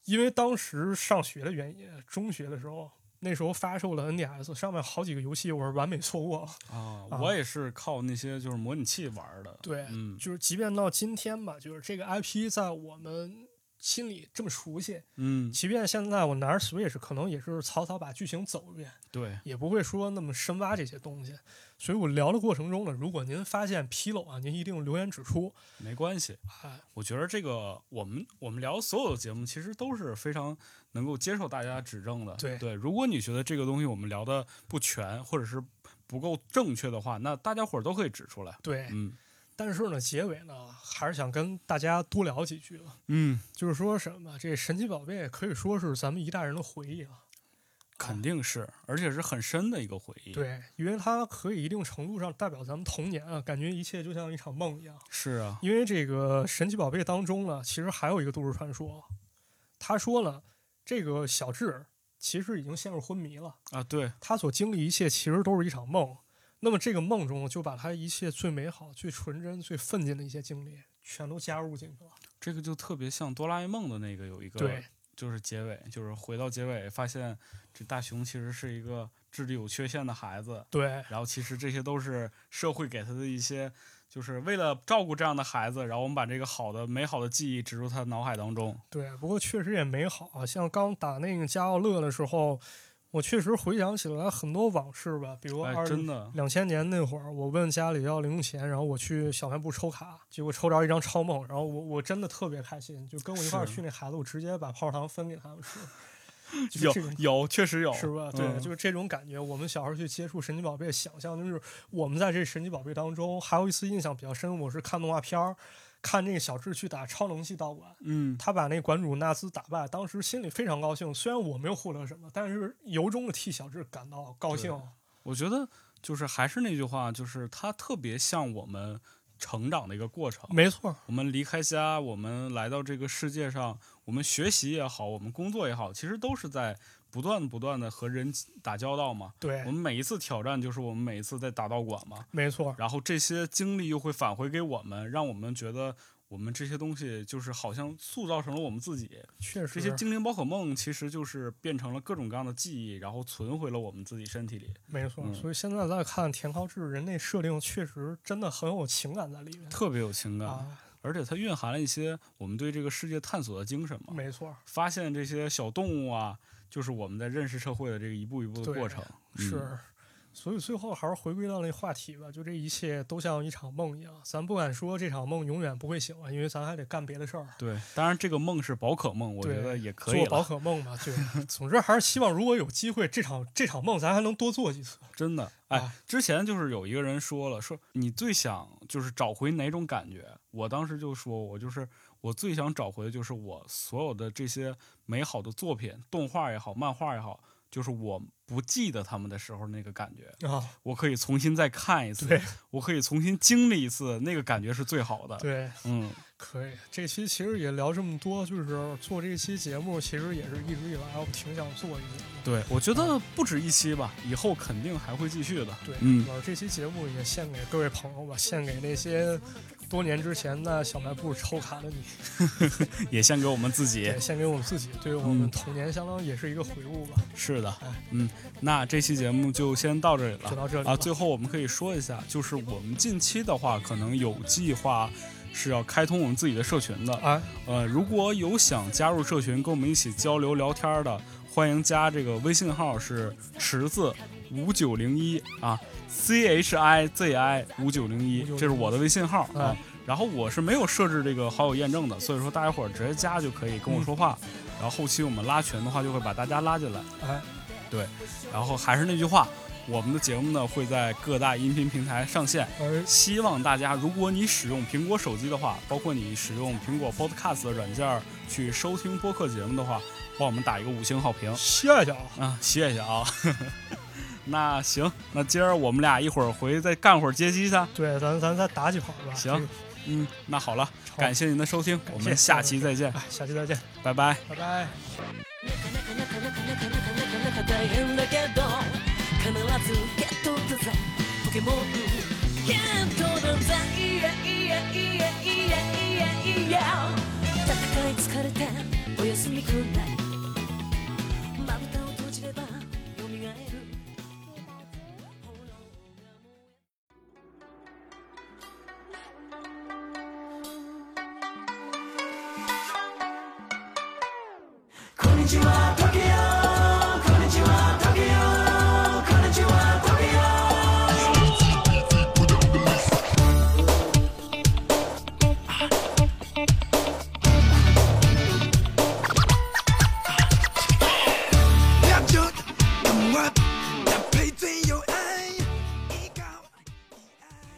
S1: 因为当时上学的原因，中学的时候，那时候发售了 NDS，上面好几个游戏我是完美错过了。
S2: 啊，
S1: 啊
S2: 我也是靠那些就是模拟器玩儿的。
S1: 对，
S2: 嗯
S1: 就是即便到今天吧，就是这个 IP 在我们心里这么熟悉，
S2: 嗯，
S1: 即便现在我拿着 Switch，可能也是草草把剧情走一遍，
S2: 对，
S1: 也不会说那么深挖这些东西。所以我聊的过程中呢，如果您发现纰漏啊，您一定留言指出。
S2: 没关系。
S1: 哎，
S2: 我觉得这个我们我们聊所有的节目，其实都是非常能够接受大家指正的。
S1: 对
S2: 如果你觉得这个东西我们聊的不全，或者是不够正确的话，那大家伙儿都可以指出来。
S1: 对，
S2: 嗯
S1: 但是呢，结尾呢，还是想跟大家多聊几句了。
S2: 嗯，
S1: 就是说什么，这神奇宝贝可以说是咱们一代人的回忆了。
S2: 肯定是，而且是很深的一个回忆。，
S1: 对，因为它可以一定程度上代表咱们童年啊，感觉一切就像一场梦一样。
S2: 是啊，
S1: 因为这个神奇宝贝当中呢，其实还有一个都市传说，他说了，这个小智其实已经陷入昏迷了，
S2: 啊对，
S1: 他所经历一切其实都是一场梦。那么这个梦中就把他一切最美好、最纯真、最奋进的一些经历，全都加入进去了。
S2: 这个就特别像哆啦 A 梦的那个有一个，
S1: 对，
S2: 就是结尾，就是回到结尾发现这大雄其实是一个智力有缺陷的孩子，
S1: 对，
S2: 然后其实这些都是社会给他的一些，就是为了照顾这样的孩子，然后我们把这个好的、美好的记忆植入他的脑海当中。
S1: 对，不过确实也美好啊。像刚打那个加奥乐的时候，我确实回想起来很多往事吧，比如
S2: 哎
S1: 二，
S2: 真的，
S1: 两千年那会儿，我问家里要零用钱，然后我去小卖部抽卡，结果抽着一张超梦，然后我我真的特别开心，就跟我一块儿
S2: 是
S1: 去那孩子，我直接把泡糖分给他们 吃，就是
S2: 有
S1: 这种
S2: 有，确实有，
S1: 是吧？对，
S2: 嗯
S1: 就是这种感觉。我们小时候去接触神奇宝贝，想象就是我们在这神奇宝贝当中，还有一次印象比较深，我是看动画片儿，看那个小智去打超能系道馆。
S2: 嗯，
S1: 他把那馆主纳兹打败，当时心里非常高兴。虽然我没有获得什么，但是由衷的替小智感到高兴。
S2: 我觉得就是还是那句话，就是他特别像我们成长的一个过程。
S1: 没错，
S2: 我们离开家，我们来到这个世界上，我们学习也好，我们工作也好，其实都是在不断不断的和人打交道嘛。
S1: 对
S2: 我，们每一次挑战，就是我们每一次在打道馆嘛。
S1: 没错，
S2: 然后这些经历又会返回给我们，让我们觉得我们这些东西就是好像塑造成了我们自己。
S1: 确
S2: 这
S1: 实。
S2: 些精灵宝可梦其实就是变成了各种各样的记忆，然后存回了我们自己身体里，
S1: 没错，
S2: 嗯
S1: 所以现在再看田康志人那设定，确实真的很有情感在里面
S2: 特别有情感，
S1: 啊，
S2: 而且它蕴含了一些我们对这个世界探索的精神嘛。
S1: 没错，
S2: 发现这些小动物啊，就是我们在认识社会的这个一步一步的
S1: 对
S2: 过程。嗯
S1: 是。所以最后还是回归到那话题吧，就这一切都像一场梦一样，咱不敢说这场梦永远不会醒啊，因为咱还得干别的事儿，
S2: 对，当然这个梦是宝可梦，我觉
S1: 对
S2: 得也可以
S1: 做宝
S2: 了，
S1: 可梦嘛。 对，总之还是希望如果有机会，这场这场梦咱还能多做几次。
S2: 真的。哎，
S1: 啊
S2: 之前就是有一个人说了，说你最想就是找回哪种感觉？我当时就说，我就是我最想找回的就是我所有的这些美好的作品，动画也好，漫画也好，就是我不记得他们的时候那个感觉，
S1: 啊，
S2: 我可以重新再看一次
S1: 对，
S2: 我可以重新经历一次，那个感觉是最好的。
S1: 对，
S2: 嗯，
S1: 可以。这期其实也聊这么多，就是做这期节目，其实也是一直以来我挺想做一节目。
S2: 对，我觉
S1: 啊
S2: 得不止一期吧，以后肯定还会继续的。
S1: 对，
S2: 嗯，
S1: 我这期节目也献给各位朋友吧，献给那些多年之前在小卖部抽卡的你，
S2: 也献给我们自己
S1: 也。献给我们自己，对我们
S2: 嗯
S1: 童年相当也是一个回顾吧。
S2: 是的
S1: 哎，
S2: 嗯，那这期节目就先到这里
S1: 就
S2: 了
S1: 到这里
S2: 啊。
S1: 了
S2: 最后我们可以说一下，就是我们近期的话，可能有计划是要开通我们自己的社群的。
S1: 啊，
S2: 呃，如果有想加入社群跟我们一起交流聊天的，欢迎加这个微信号是池子五九零一啊，C H I Z I 五九零一，这是我的微信号啊
S1: 哎。
S2: 然后我是没有设置这个好友验证的，所以说大家伙儿直接加就可以跟我说话。然后后期我们拉群的话，就会把大家拉进来。
S1: 哎，
S2: 然后还是那句话，我们的节目呢会在各大音频平台上线。
S1: 而
S2: 希望大家，如果你使用苹果手机的话，包括你使用苹果 Podcast 的软件儿去收听播客节目的话，帮我们打一个五星好评
S1: 谢谢啊，
S2: 啊，谢谢 啊。那行，那今儿我们俩一会儿回去再干会儿街机去。
S1: 对，咱咱再打几盘吧。
S2: 行，嗯，那好了，
S1: 超
S2: 感谢您的收听，我们下期再见，
S1: 哎下期再见，
S2: 拜拜。
S1: 拜拜。
S3: なかなかなかなかなかなかなかなか大変だけど必ずゲットだぜポケモンゲットだぜいやいやいやいやいやいや戦い疲れてお休みくんないまぶたを閉じればよみがえるこんにちはトキオこんにちはトキオこんにちはトキオ
S4: 两脚的我，搭配最有爱，一高一矮。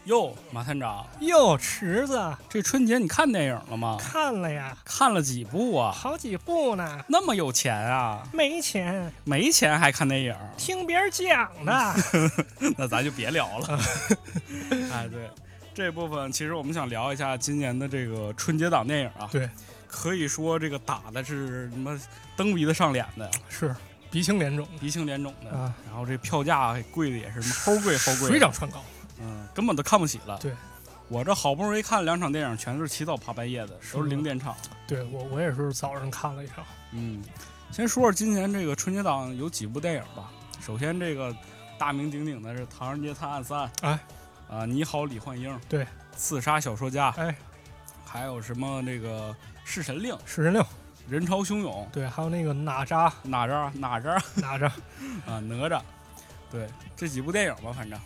S2: 哟，马探长，
S1: 哟，池子，
S2: 这春节你看电影了吗？
S1: 看了呀，
S2: 看了几部啊？
S1: 好几部呢，
S2: 那么有钱啊？
S1: 没钱，
S2: 没钱还看电影？
S1: 听别人讲的。
S2: 嗯那咱就别 聊了。哎，对，这部分其实我们想聊一下今年的这个春节档电影啊。
S1: 对，
S2: 可以说这个打的是什么蹬鼻子上脸的，
S1: 是鼻青脸肿，
S2: 鼻青脸肿的。
S1: 啊
S2: 然后这票价贵的也是齁贵齁贵的，
S1: 水涨船高。
S2: 嗯，根本都看不起了。
S1: 对，
S2: 我这好不容易看了两场电影，全都是起早爬半夜的，
S1: 是
S2: 都是零
S1: 吗
S2: 点场。
S1: 对我，我也是早上看了一场。
S2: 嗯，先说说今年这个春节档有几部电影吧。首先，这个大名鼎鼎的是《唐人街探案三》，
S1: 哎，
S2: 啊、你好，李焕英，
S1: 对，
S2: 刺杀小说家，
S1: 哎，
S2: 还有什么这个《弑神令》，
S1: 食人六，
S2: 人潮汹涌，
S1: 对，还有那个哪吒，
S2: 哪吒哪吒啊、
S1: 哪吒，
S2: 哪吒，对，这几部电影吧，反正。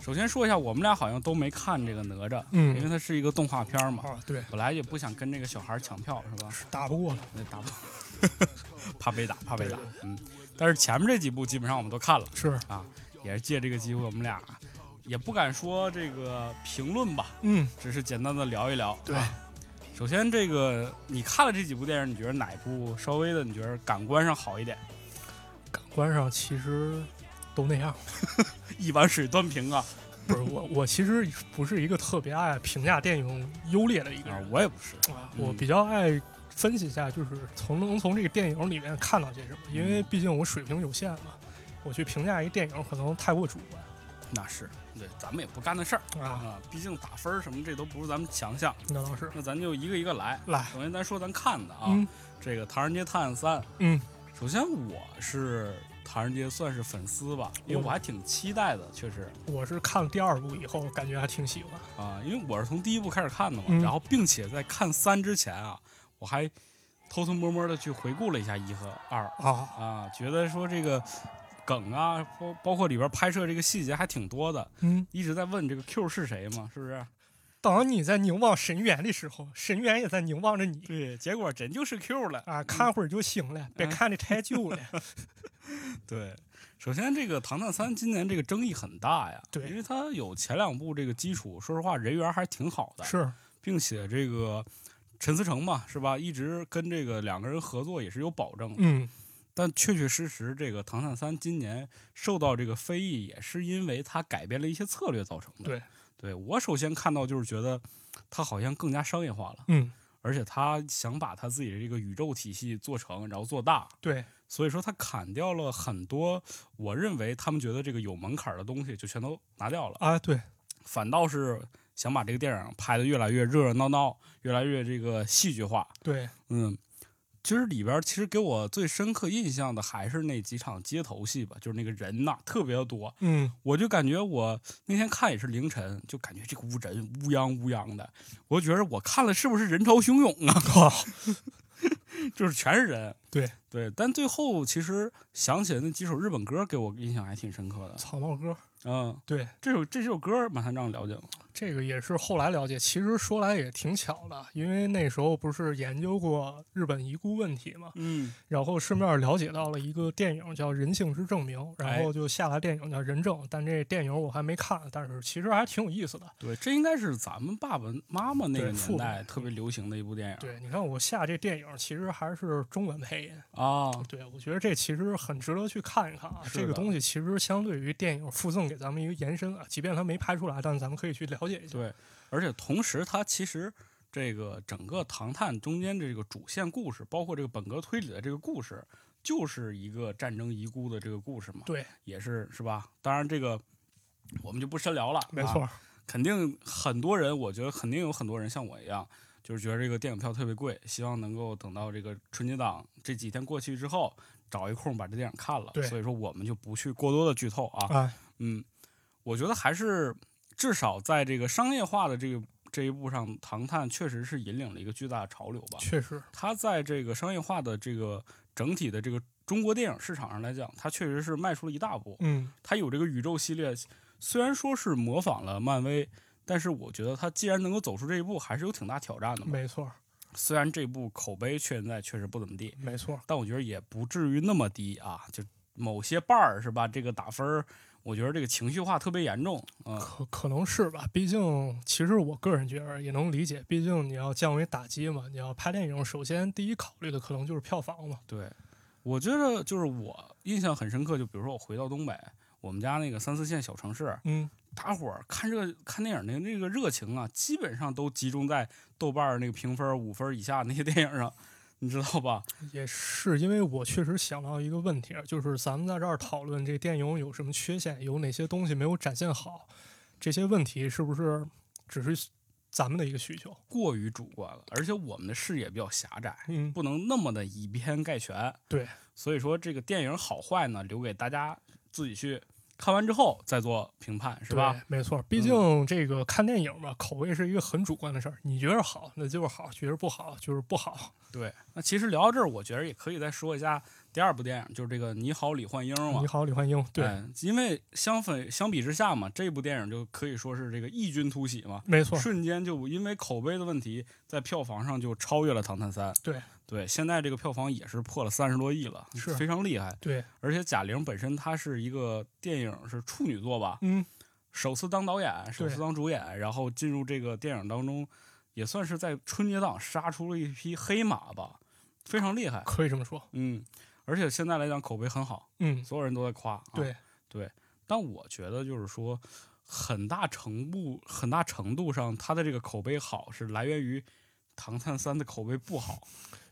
S2: 首先说一下，我们俩好像都没看这个哪吒，因为
S1: 嗯，
S2: 它是一个动画片儿嘛。
S1: 啊，对，
S2: 本来也不想跟这个小孩儿抢票，是吧？
S1: 打不过了。
S2: 那打不， 怕被打，怕被打。嗯，但是前面这几部基本上我们都看了，
S1: 是，
S2: 也是借这个机会，我们俩也不敢说这个评论吧，
S1: 嗯，
S2: 只是简单的聊一聊。
S1: 对
S2: 啊首先这个你看了这几部电影，你觉得哪部稍微的你觉得感官上好一点？
S1: 感官上其实都那样。
S2: 一碗水端平啊！
S1: 不是我，我其实不是一个特别爱评价电影优劣的一个
S2: 啊
S1: 人，，
S2: 我也不是。
S1: 啊，
S2: 嗯
S1: 我比较爱分析一下，就是从能从这个电影里面看到些什么，因为毕竟我水平有限嘛，我去评价一个电影可能太过主观
S2: 那是对，咱们也不干那事儿
S1: 啊。
S2: 啊，毕竟打分儿什么这都不是咱们强项。
S1: 那倒是，
S2: 那咱就一个一个来。
S1: 来，
S2: 首先咱说咱看的啊，
S1: 嗯
S2: 这个《唐人街探案三》。
S1: 嗯，
S2: 首先我是唐人街算是粉丝吧，因为我还挺期待的，确实
S1: 我是看了第二部以后，感觉还挺喜欢。
S2: 啊，因为我是从第一部开始看的嘛，
S1: 嗯
S2: 然后并且在看三之前啊，我还偷偷摸摸的去回顾了一下一和二
S1: 啊，
S2: 啊，觉得说这个梗啊，包包括里边拍摄这个细节还挺多的，
S1: 嗯，
S2: 一直在问这个 Q 是谁嘛，是不是？
S1: 当你在凝望神源的时候，神源也在凝望着你
S2: 对，结果真就是 Q 了
S1: 啊，看会儿就行了，别看的太久 了。
S2: 对，首先这个《唐探三》今年这个争议很大呀，
S1: 对
S2: 因为它有前两部这个基础，说实话人缘还挺好的，
S1: 是，
S2: 并且这个陈思诚嘛，是吧，一直跟这个两个人合作也是有保证的。
S1: 嗯，
S2: 但确确实实，这个《唐探三》今年受到这个非议，也是因为它改变了一些策略造成的。
S1: 对，
S2: 对我首先看到就是觉得它好像更加商业化了，
S1: 嗯，
S2: 而且他想把他自己的这个宇宙体系做成，然后做大。
S1: 对，
S2: 所以说他砍掉了很多我认为他们觉得这个有门槛的东西，就全都拿掉了，
S1: 啊，对，
S2: 反倒是想把这个电影拍得越来越热热闹闹，越来越这个戏剧化。
S1: 对，
S2: 嗯，其实里边儿其实给我最深刻印象的还是那几场街头戏吧，就是那个人呐、特别的多，
S1: 嗯，
S2: 我就感觉我那天看也是凌晨，就感觉这个屋人乌泱乌泱的，我觉得我看了是不是人潮汹涌 啊？ 就是全是人。
S1: 哦对
S2: 对，但最后其实想起来那几首日本歌，给我印象还挺深刻的。
S1: 草帽哥，
S2: 嗯，
S1: 对，
S2: 这首这首歌马探长了解吗？
S1: 这个也是后来了解，其实说来也挺巧的，因为那时候不是研究过日本遗孤问题嘛，
S2: 嗯，
S1: 然后顺便了解到了一个电影叫《人性之证明》，然后就下来电影叫《人证》，但这电影我还没看，但是其实还挺有意思的。
S2: 对，这应该是咱们爸爸妈妈那个
S1: 对父
S2: 年
S1: 母
S2: 代特别流行的一部电影。
S1: 对，你看我下这电影其实还是中文配音。
S2: 啊，
S1: 对，我觉得这其实很值得去看一看啊。这
S2: 是
S1: 个
S2: 的
S1: 东西其实相对于电影附赠给咱们一个延伸啊，即便它没拍出来，但是咱们可以去了解一下。
S2: 对，而且同时它其实这个整个《唐探》中间这个主线故事，包括这个本格推理的这个故事，就是一个战争遗孤的这个故事嘛，
S1: 对，
S2: 也是是吧？当然这个我们就不深聊了，
S1: 没
S2: 啊
S1: 错儿，
S2: 肯定很多人，我觉得肯定有很多人像我一样，就是觉得这个电影票特别贵，希望能够等到这个春节档这几天过去之后，找一空把这电影看了
S1: 对。
S2: 所以说，我们就不去过多的剧透啊。
S1: 哎，
S2: 嗯，我觉得还是至少在这个商业化的这个这一步上，《唐探》确实是引领了一个巨大的潮流吧。
S1: 确实，
S2: 它在这个商业化的这个整体的这个中国电影市场上来讲，它确实是迈出了一大步。
S1: 嗯，
S2: 它有这个宇宙系列，虽然说是模仿了漫威，但是我觉得它既然能够走出这一步，还是有挺大挑战的嘛。
S1: 没错儿，
S2: 虽然这部口碑现在确实不怎么地，
S1: 没错儿，
S2: 但我觉得也不至于那么低啊。就某些伴儿是吧？这个打分儿，我觉得这个情绪化特别严重。嗯，
S1: 可可能是吧。毕竟，其实我个人觉得也能理解，毕竟你要降维打击嘛，你要拍电影，首先第一考虑的可能就是票房嘛。
S2: 对，我觉得就是我印象很深刻，就比如说我回到东北。我们家那个三四线小城市，
S1: 嗯，
S2: 大伙儿看这个看电影的那个热情啊，基本上都集中在豆瓣儿那个评分儿五分儿以下那些 电影上，你知道吧？
S1: 也是因为我确实想到一个问题啊，就是咱们在这儿讨论这电影有什么缺陷，有哪些东西没有展现好，这些问题是不是只是咱们的一个需求？
S2: 过于主观了，而且我们的视野比较狭窄，
S1: 嗯，
S2: 不能那么的以偏概全。
S1: 对，
S2: 所以说这个电影好坏呢，留给大家自己去看完之后再做评判，是吧？嗯
S1: 对？没错，毕竟这个看电影嘛，口味是一个很主观的事儿，你觉得好那就是好，觉得不好就是不好。
S2: 对。那其实聊到这儿，我觉得也可以再说一下第二部电影，就是这个《你好，李焕英》嘛
S1: 你。好，李焕英，对，
S2: 哎因为相反相比之下嘛，这部电影就可以说是这个异军突起嘛，
S1: 没错，
S2: 瞬间就因为口碑的问题，在票房上就超越了《唐探三》。
S1: 对
S2: 对，现在这个票房也是破了三十多亿了，
S1: 是
S2: 非常厉害。
S1: 对，
S2: 而且贾玲本身她是一个电影是处女作吧，
S1: 嗯，
S2: 首次当导演，首次当主演，然后进入这个电影当中，也算是在春节档杀出了一匹黑马吧，非常厉害。
S1: 可以这么说，
S2: 嗯，而且现在来讲口碑很好，
S1: 嗯，
S2: 所有人都在夸。啊、
S1: 对，
S2: 对，但我觉得就是说，很大程度很大程度上，它的这个口碑好是来源于《唐探三》的口碑不好。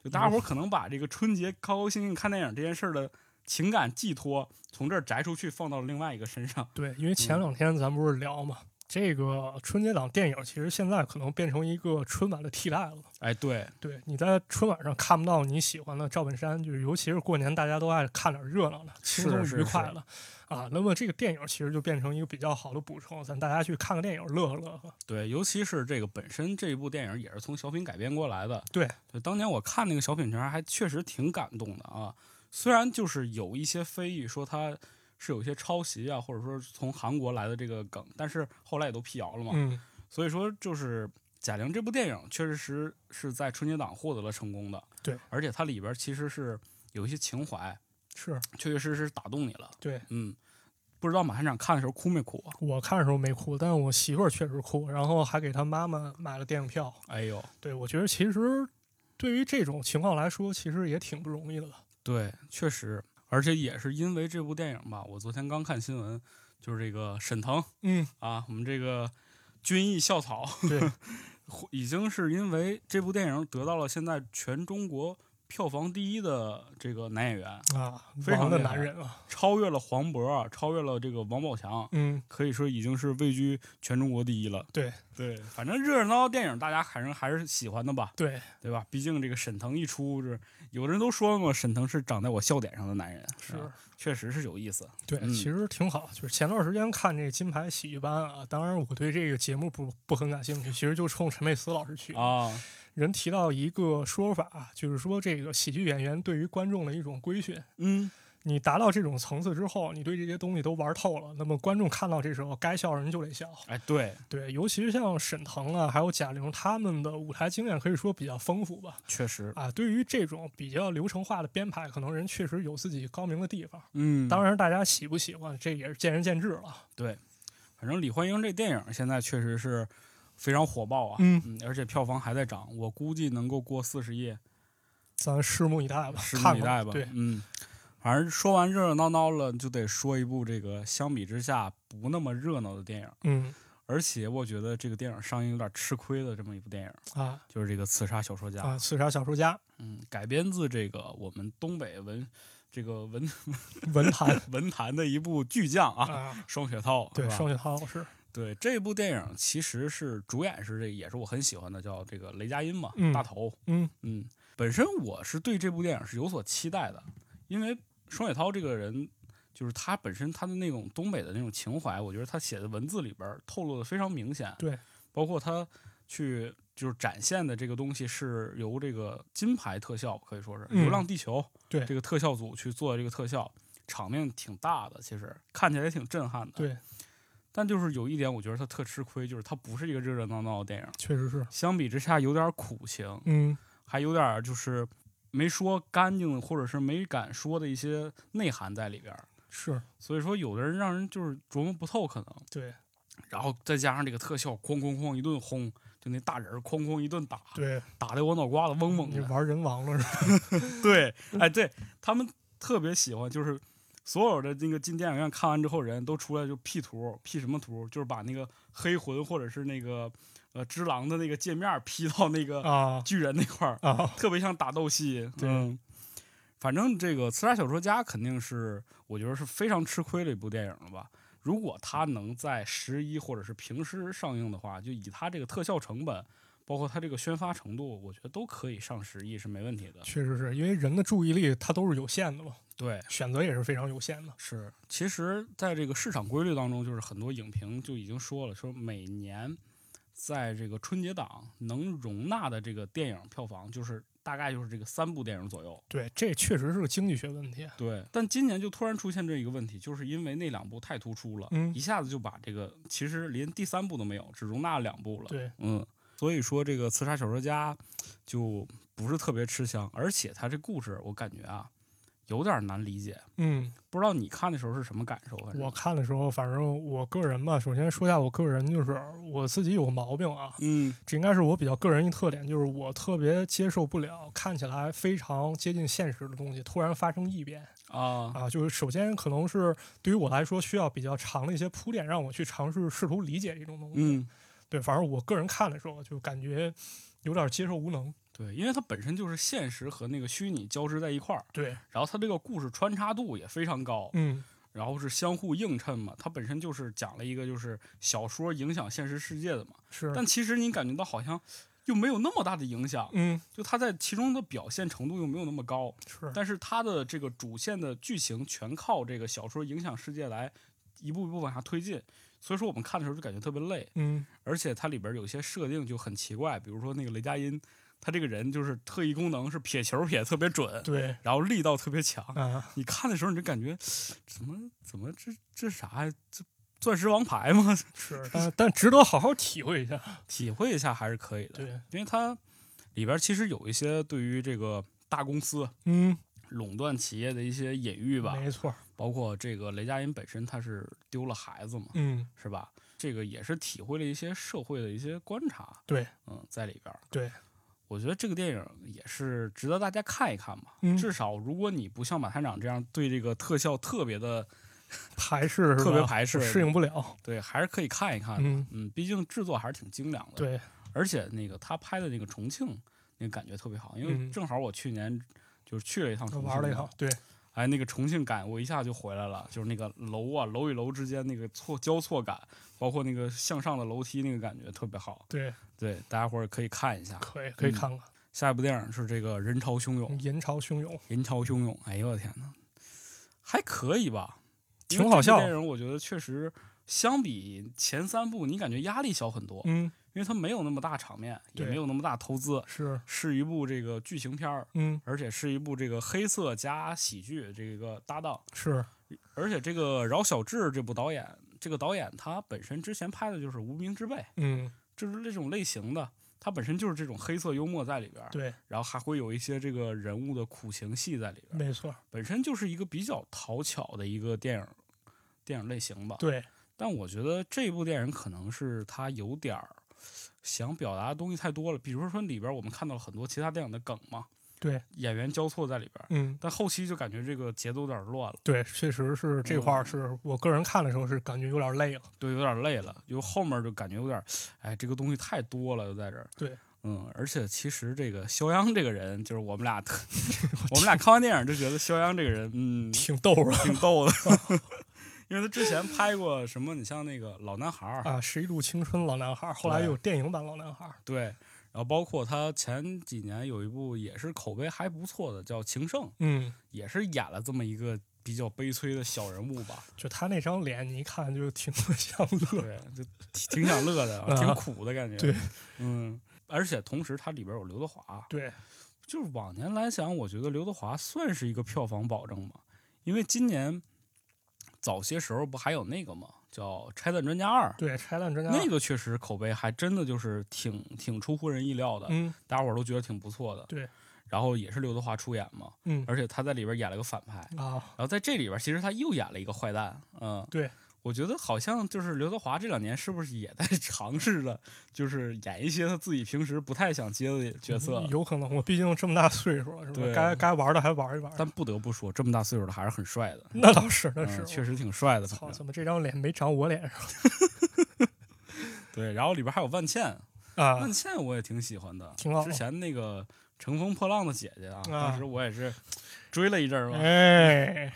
S2: 就大家伙儿可能把这个春节高高兴兴看电影这件事儿的情感寄托，从这儿摘出去，放到了另外一个身上。
S1: 对，因为
S2: 嗯
S1: 前两天咱不是聊嘛，这个春节档电影其实现在可能变成一个春晚的替代了。
S2: 哎，对，
S1: 对，你在春晚上看不到你喜欢的赵本山，就是尤其是过年大家都爱看点热闹的、轻松
S2: 是是
S1: 愉快的啊。那么这个电影其实就变成一个比较好的补充，咱大家去看个电影乐呵乐呵。
S2: 对，尤其是这个本身这一部电影也是从小品改编过来的。
S1: 对，
S2: 对，当年我看那个小品前儿还确实挺感动的啊。虽然就是有一些非议说它是有一些抄袭啊，或者说是从韩国来的这个梗，但是后来也都辟谣了嘛。
S1: 嗯，
S2: 所以说就是贾玲这部电影确实是是在春节档获得了成功的。
S1: 对，
S2: 而且它里边儿其实是有一些情怀，
S1: 是
S2: 确确实实打动你了。
S1: 对，
S2: 嗯，不知道马探长看的时候哭没哭啊？
S1: 我看的时候没哭，但我媳妇儿确实哭，然后还给她妈妈买了电影票。
S2: 哎呦，
S1: 对，我觉得其实对于这种情况来说，其实也挺不容易的吧。
S2: 对，确实，而且也是因为这部电影吧，我昨天刚看新闻，就是这个沈腾
S1: 嗯，
S2: 啊，我们这个军艺校草，
S1: 对，
S2: 已经是因为这部电影得到了现在全中国票房第一的这个男演员，
S1: 啊，
S2: 非
S1: 王
S2: 常
S1: 的
S2: 厉害
S1: 男人啊，
S2: 超越了黄渤，啊超越了这个王宝强。
S1: 嗯，
S2: 可以说已经是位居全中国第一了。
S1: 对
S2: 对，反正热热闹闹的电影，大家反正还是喜欢的吧，
S1: 对，
S2: 对吧？毕竟这个沈腾一出，是有的人都说嘛，沈腾是长在我笑点上的男人，
S1: 是。
S2: 啊确实是有意思。
S1: 对，
S2: 嗯
S1: 其实挺好。就是前段时间看这《金牌喜剧班》啊，当然我对这个节目不不很感兴趣，其实就冲陈佩斯老师去。
S2: 啊，
S1: 人提到一个说法，啊就是说这个喜剧演员对于观众的一种规训。
S2: 嗯，
S1: 你达到这种层次之后，你对这些东西都玩透了，那么观众看到这时候该笑人就得笑。
S2: 哎，对，
S1: 对，尤其是像沈腾啊，还有贾玲他们的舞台经验可以说比较丰富吧。
S2: 确实，
S1: 啊，对于这种比较流程化的编排，可能人确实有自己高明的地方。
S2: 嗯，
S1: 当然，大家喜不喜欢，这也是见仁见智了。
S2: 对，反正李焕英这电影现在确实是非常火爆啊，
S1: 嗯
S2: 而且票房还在涨，我估计能够过四十亿，
S1: 咱拭目以待吧，
S2: 拭
S1: 看
S2: 目以
S1: 看
S2: 待吧。
S1: 对，
S2: 嗯，反正说完热热闹闹了，就得说一部这个相比之下不那么热闹的电影，
S1: 嗯
S2: 而且我觉得这个电影上映有点吃亏的这么一部电影，
S1: 啊
S2: 就是这个《刺杀小说家》。
S1: 啊，刺杀小说家
S2: 嗯，改编自这个我们东北文这个文
S1: 文坛
S2: 文坛的一部巨匠啊，
S1: 啊，
S2: 双雪涛。
S1: 对，
S2: 是吧
S1: 双雪涛老师，
S2: 对这部电影其实是主演是这也是我很喜欢的，叫这个雷佳音嘛，
S1: 嗯
S2: 大头。
S1: 嗯
S2: 嗯，本身我是对这部电影是有所期待的，因为双雪涛这个人，就是他本身他的那种东北的那种情怀，我觉得他写的文字里边儿透露的非常明显。
S1: 对，
S2: 包括他去就是展现的这个东西是由这个金牌特效可以说是《
S1: 嗯
S2: 流浪地球》
S1: 对
S2: 这个特效组去做的这个特效，场面挺大的，其实看起来也挺震撼的。
S1: 对，
S2: 但就是有一点，我觉得他特吃亏，就是他不是一个热热闹闹的电影，
S1: 确实是，
S2: 相比之下有点苦情。
S1: 嗯
S2: 还有点儿就是没说干净，或者是没敢说的一些内涵在里边儿。
S1: 是
S2: 所以说，有的人让人就是琢磨不透，可能。
S1: 对
S2: 然后再加上这个特效，哐哐哐一顿轰，就那大人儿哐哐一顿打，
S1: 对，
S2: 打的我脑瓜子嗡嗡
S1: 你
S2: 的。
S1: 玩人王了是吧？
S2: 对，哎，对他们特别喜欢，就是所有的那个进电影院看完之后，人都出来就 P 图，P 什么图？就是把那个黑魂或者是那个呃只狼的那个界面儿 P 到那个
S1: 啊
S2: 巨人那块儿，
S1: 啊，
S2: 特别像打斗戏。
S1: 对
S2: 嗯，反正这个《刺杀小说家》肯定是我觉得是非常吃亏的一部电影了吧。如果它能在十一或者是平时上映的话，就以它这个特效成本，包括它这个宣发程度，我觉得都可以上十亿是没问题的。
S1: 确实是因为人的注意力它都是有限的嘛，
S2: 对，
S1: 选择也是非常有限的。
S2: 是。其实，在这个市场规律当中，就是很多影评就已经说了，说每年在这个春节档能容纳的这个电影票房，就是大概就是这个三部电影左右。
S1: 对，这确实是个经济学问题。啊
S2: 对，但今年就突然出现这一个问题，就是因为那两部太突出了，
S1: 嗯
S2: 一下子就把这个其实连第三部都没有，只容纳了两部了。，
S1: 对，
S2: 嗯，所以说这个《刺杀小说家》就不是特别吃香，而且他这故事我感觉啊有点难理解，
S1: 嗯，
S2: 不知道你看的时候是什么感受？反正
S1: 我看的时候，反正我个人吧，首先说一下我个人，就是我自己有个毛病啊，
S2: 嗯
S1: 这应该是我比较个人一特点，就是我特别接受不了看起来非常接近现实的东西突然发生异变
S2: 啊
S1: 啊。就是首先可能是对于我来说需要比较长的一些铺垫，让我去尝试试图理解这种东西。
S2: 嗯，
S1: 对，反正我个人看的时候就感觉有点接受无能。
S2: 对，因为它本身就是现实和那个虚拟交织在一块儿，
S1: 对，
S2: 然后它这个故事穿插度也非常高，
S1: 嗯，
S2: 然后是相互映衬嘛，它本身就是讲了一个就是小说影响现实世界的嘛，
S1: 是，
S2: 但其实你感觉到好像又没有那么大的影响，
S1: 嗯，
S2: 就它在其中的表现程度又没有那么高，
S1: 是，
S2: 但是它的这个主线的剧情全靠这个小说影响世界来一步一步往下推进，所以说我们看的时候就感觉特别累，
S1: 嗯，
S2: 而且它里边有些设定就很奇怪，比如说那个雷佳音，他这个人就是特异功能是撇球撇得特别准，
S1: 对，
S2: 然后力道特别强，
S1: 啊，
S2: 你看的时候你就感觉怎么怎么这这啥呀？这钻石王牌吗？
S1: 是，但呃但值得好好体会一下。
S2: 体会一下还是可以的，
S1: 对，
S2: 因为它里边其实有一些对于这个大公司
S1: 嗯，
S2: 垄断企业的一些隐喻吧，
S1: 没错，
S2: 包括这个雷佳音本身他是丢了孩子嘛，
S1: 嗯，
S2: 是吧？这个也是体会了一些社会的一些观察，
S1: 对，
S2: 嗯，在里边儿。
S1: 对，
S2: 我觉得这个电影也是值得大家看一看吧。
S1: 嗯
S2: 至少如果你不像马探长这样对这个特效特别的
S1: 排斥是吧
S2: 特别排斥
S1: 适应不了。
S2: 对，还是可以看一看的。
S1: 嗯，
S2: 嗯，毕竟制作还是挺精良的。，
S1: 对，
S2: 而且那个他拍的那个重庆那个感觉特别好，因为
S1: 嗯
S2: 正好我去年就是去了一趟重庆，
S1: 玩了一趟，，对，
S2: 哎，那个重庆感我一下就回来了，就是那个楼啊，楼与楼之间那个错交错感，包括那个向上的楼梯那个感觉特别好。
S1: 对，
S2: 对，大家伙儿可以看一下。
S1: 可以可以
S2: 嗯
S1: 看看
S2: 下一部电影是这个《人潮汹涌》
S1: 《人潮汹涌》，
S2: 人潮汹涌，哎呦我天哪，还可以吧？
S1: 挺好笑
S2: 因为这部电影我觉得确实相比前三部，你感觉压力小很多，
S1: 嗯，
S2: 因为它没有那么大场面，也
S1: 对
S2: 没有那么大投资，
S1: 是，
S2: 是一部这个剧情片儿，
S1: 嗯，
S2: 而且是一部这个黑色加喜剧这个搭档。
S1: 是，
S2: 而且这个饶晓志这部导演，这个导演他本身之前拍的就是《无名之辈》，
S1: 嗯，
S2: 就是这种类型的，他本身就是这种黑色幽默在里边儿，
S1: 对，
S2: 然后还会有一些这个人物的苦情戏在里边儿，
S1: 没错，
S2: 本身就是一个比较讨巧的一个电影电影类型吧。
S1: 对，
S2: 但我觉得这部电影可能是他有点儿想表达的东西太多了，比如说里边儿我们看到了很多其他电影的梗嘛，
S1: 对，
S2: 演员交错在里边儿。
S1: 嗯，
S2: 但后期就感觉这个节奏有点乱了，
S1: 对，确实是这块儿
S2: 嗯
S1: 是我个人看的时候是感觉有点累了。
S2: 对，有点累了，就后面就感觉有点，哎，这个东西太多了，就在这儿。
S1: 对，
S2: 嗯，而且其实这个肖央这个人，就是我们俩 特，我们俩看完电影就觉得肖央这个人，嗯，
S1: 挺逗的
S2: 挺逗的， 因为他之前拍过什么，你像那个《老男孩 儿》
S1: 啊！十一度青春老男孩儿，后来
S2: 对
S1: 又有电影版老男孩儿，
S2: 对，然后包括他前几年有一部也是口碑还不错的，叫《情圣》，
S1: 嗯，
S2: 也是演了这么一个比较悲催的小人物吧，
S1: 就他那张脸，你一看就挺像 乐。
S2: 对，就挺挺想乐的啊，
S1: 啊
S2: 挺苦的感觉，
S1: 对，
S2: 嗯。而且同时，它里边有刘德华，
S1: 对，
S2: 就是往年来讲，我觉得刘德华算是一个票房保证吧，因为今年早些时候不还有那个嘛，叫《拆弹专家二》，
S1: 对，拆弹专家
S2: 那个确实口碑还真的就是挺挺出乎人意料的，
S1: 嗯
S2: 大伙儿都觉得挺不错的。
S1: 对，
S2: 然后也是刘德华出演嘛，
S1: 嗯
S2: 而且他在里边演了个反派，
S1: 啊，
S2: 然后在这里边其实他又演了一个坏蛋，嗯，
S1: 对。
S2: 我觉得好像就是刘德华这两年是不是也在 尝试着，就是演一些他自己平时不太想接的角色？
S1: 嗯有可能，我毕竟这么大岁数了，是吧
S2: 啊对？啊
S1: 该该玩的还玩一玩。
S2: 但不得不说，这么大岁数了还是很帅的，
S1: 那倒是，那
S2: 嗯
S1: 是
S2: 确。实挺帅的。
S1: 我操，
S2: 反正
S1: 怎么这张脸没长我脸上
S2: 对，然后里边还有万茜，
S1: 啊
S2: 万？茜我也挺喜欢的，
S1: 挺好
S2: 之前那个《乘风破浪的姐姐》啊，
S1: 啊
S2: 当时我也是追了一阵儿吧，
S1: 哎，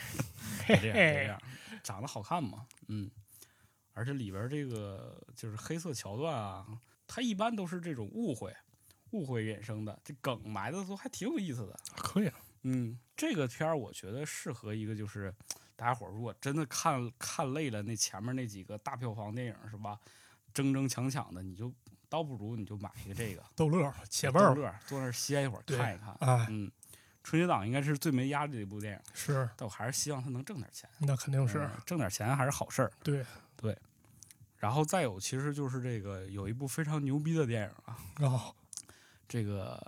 S2: 这
S1: 嘿
S2: 样这
S1: 嘿，
S2: 样，长得好看嘛，嗯，而且里边这个就是黑色桥段啊，它一般都是这种误会，误会衍生的，这梗埋的都还挺有意思的，
S1: 可以了。
S2: 嗯，这个片儿我觉得适合一个就是大家伙儿如果真的看看累了那前面那几个大票房电影是吧，争争抢抢的，你就倒不如你就买一个这个
S1: 逗乐儿，解闷儿
S2: 逗乐儿，坐那儿歇一会儿
S1: 对
S2: 看一 看，
S1: 啊，
S2: 嗯，春节档应该是最没压力的一部电影，
S1: 是，
S2: 但我还是希望它能挣点钱。
S1: 那肯定是
S2: 嗯挣点钱还是好事儿。
S1: 对
S2: 对，然后再有，其实就是这个有一部非常牛逼的电影啊，
S1: 哦，
S2: 这个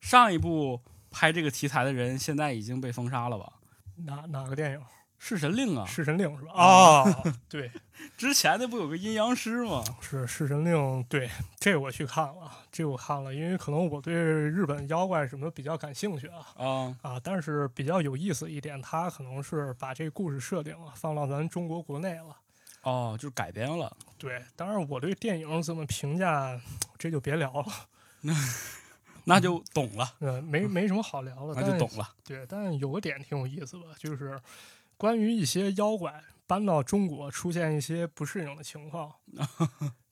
S2: 上一部拍这个题材的人现在已经被封杀了吧？
S1: 哪哪个电影？
S2: 《弑神令》啊，
S1: 弑神令是吧？啊， 对，
S2: 之前那不有个阴阳师吗？
S1: 是《弑神令》，对，这我去看了，这我看了，因为可能我对日本妖怪什么比较感兴趣啊
S2: 啊，
S1: 啊，但是比较有意思一点，它可能是把这故事设定啊放到咱中国国内了。
S2: 哦，就是改编了。
S1: 对，当然我对电影怎么评价，这就别聊了，
S2: 那就懂了，
S1: 呃，没没什么好聊的，
S2: 嗯那就
S1: 但
S2: 懂了。
S1: 对，但有个点挺有意思吧，就是关于一些妖怪搬到中国出现一些不适应的情况，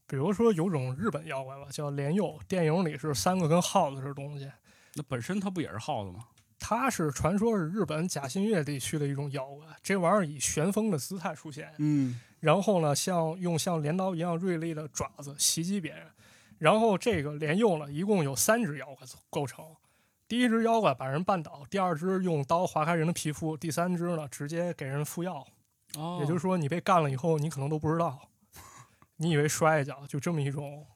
S1: 比如说有种日本妖怪吧，叫莲幼，电影里是三个跟耗子似的东西，
S2: 那本身它不也是耗子吗？
S1: 它是传说是日本假新月地区的一种妖怪，这玩意儿以旋风的姿态出现，
S2: 嗯，
S1: 然后呢，像用像镰刀一样锐利的爪子袭击别人。然后这个连用了一共有三只妖怪构成，第一只妖怪把人绊倒，第二只用刀划开人的皮肤，第三只呢直接给人敷药。
S2: 哦，
S1: 也就是说，你被干了以后，你可能都不知道， 你以为摔一跤，就这么一种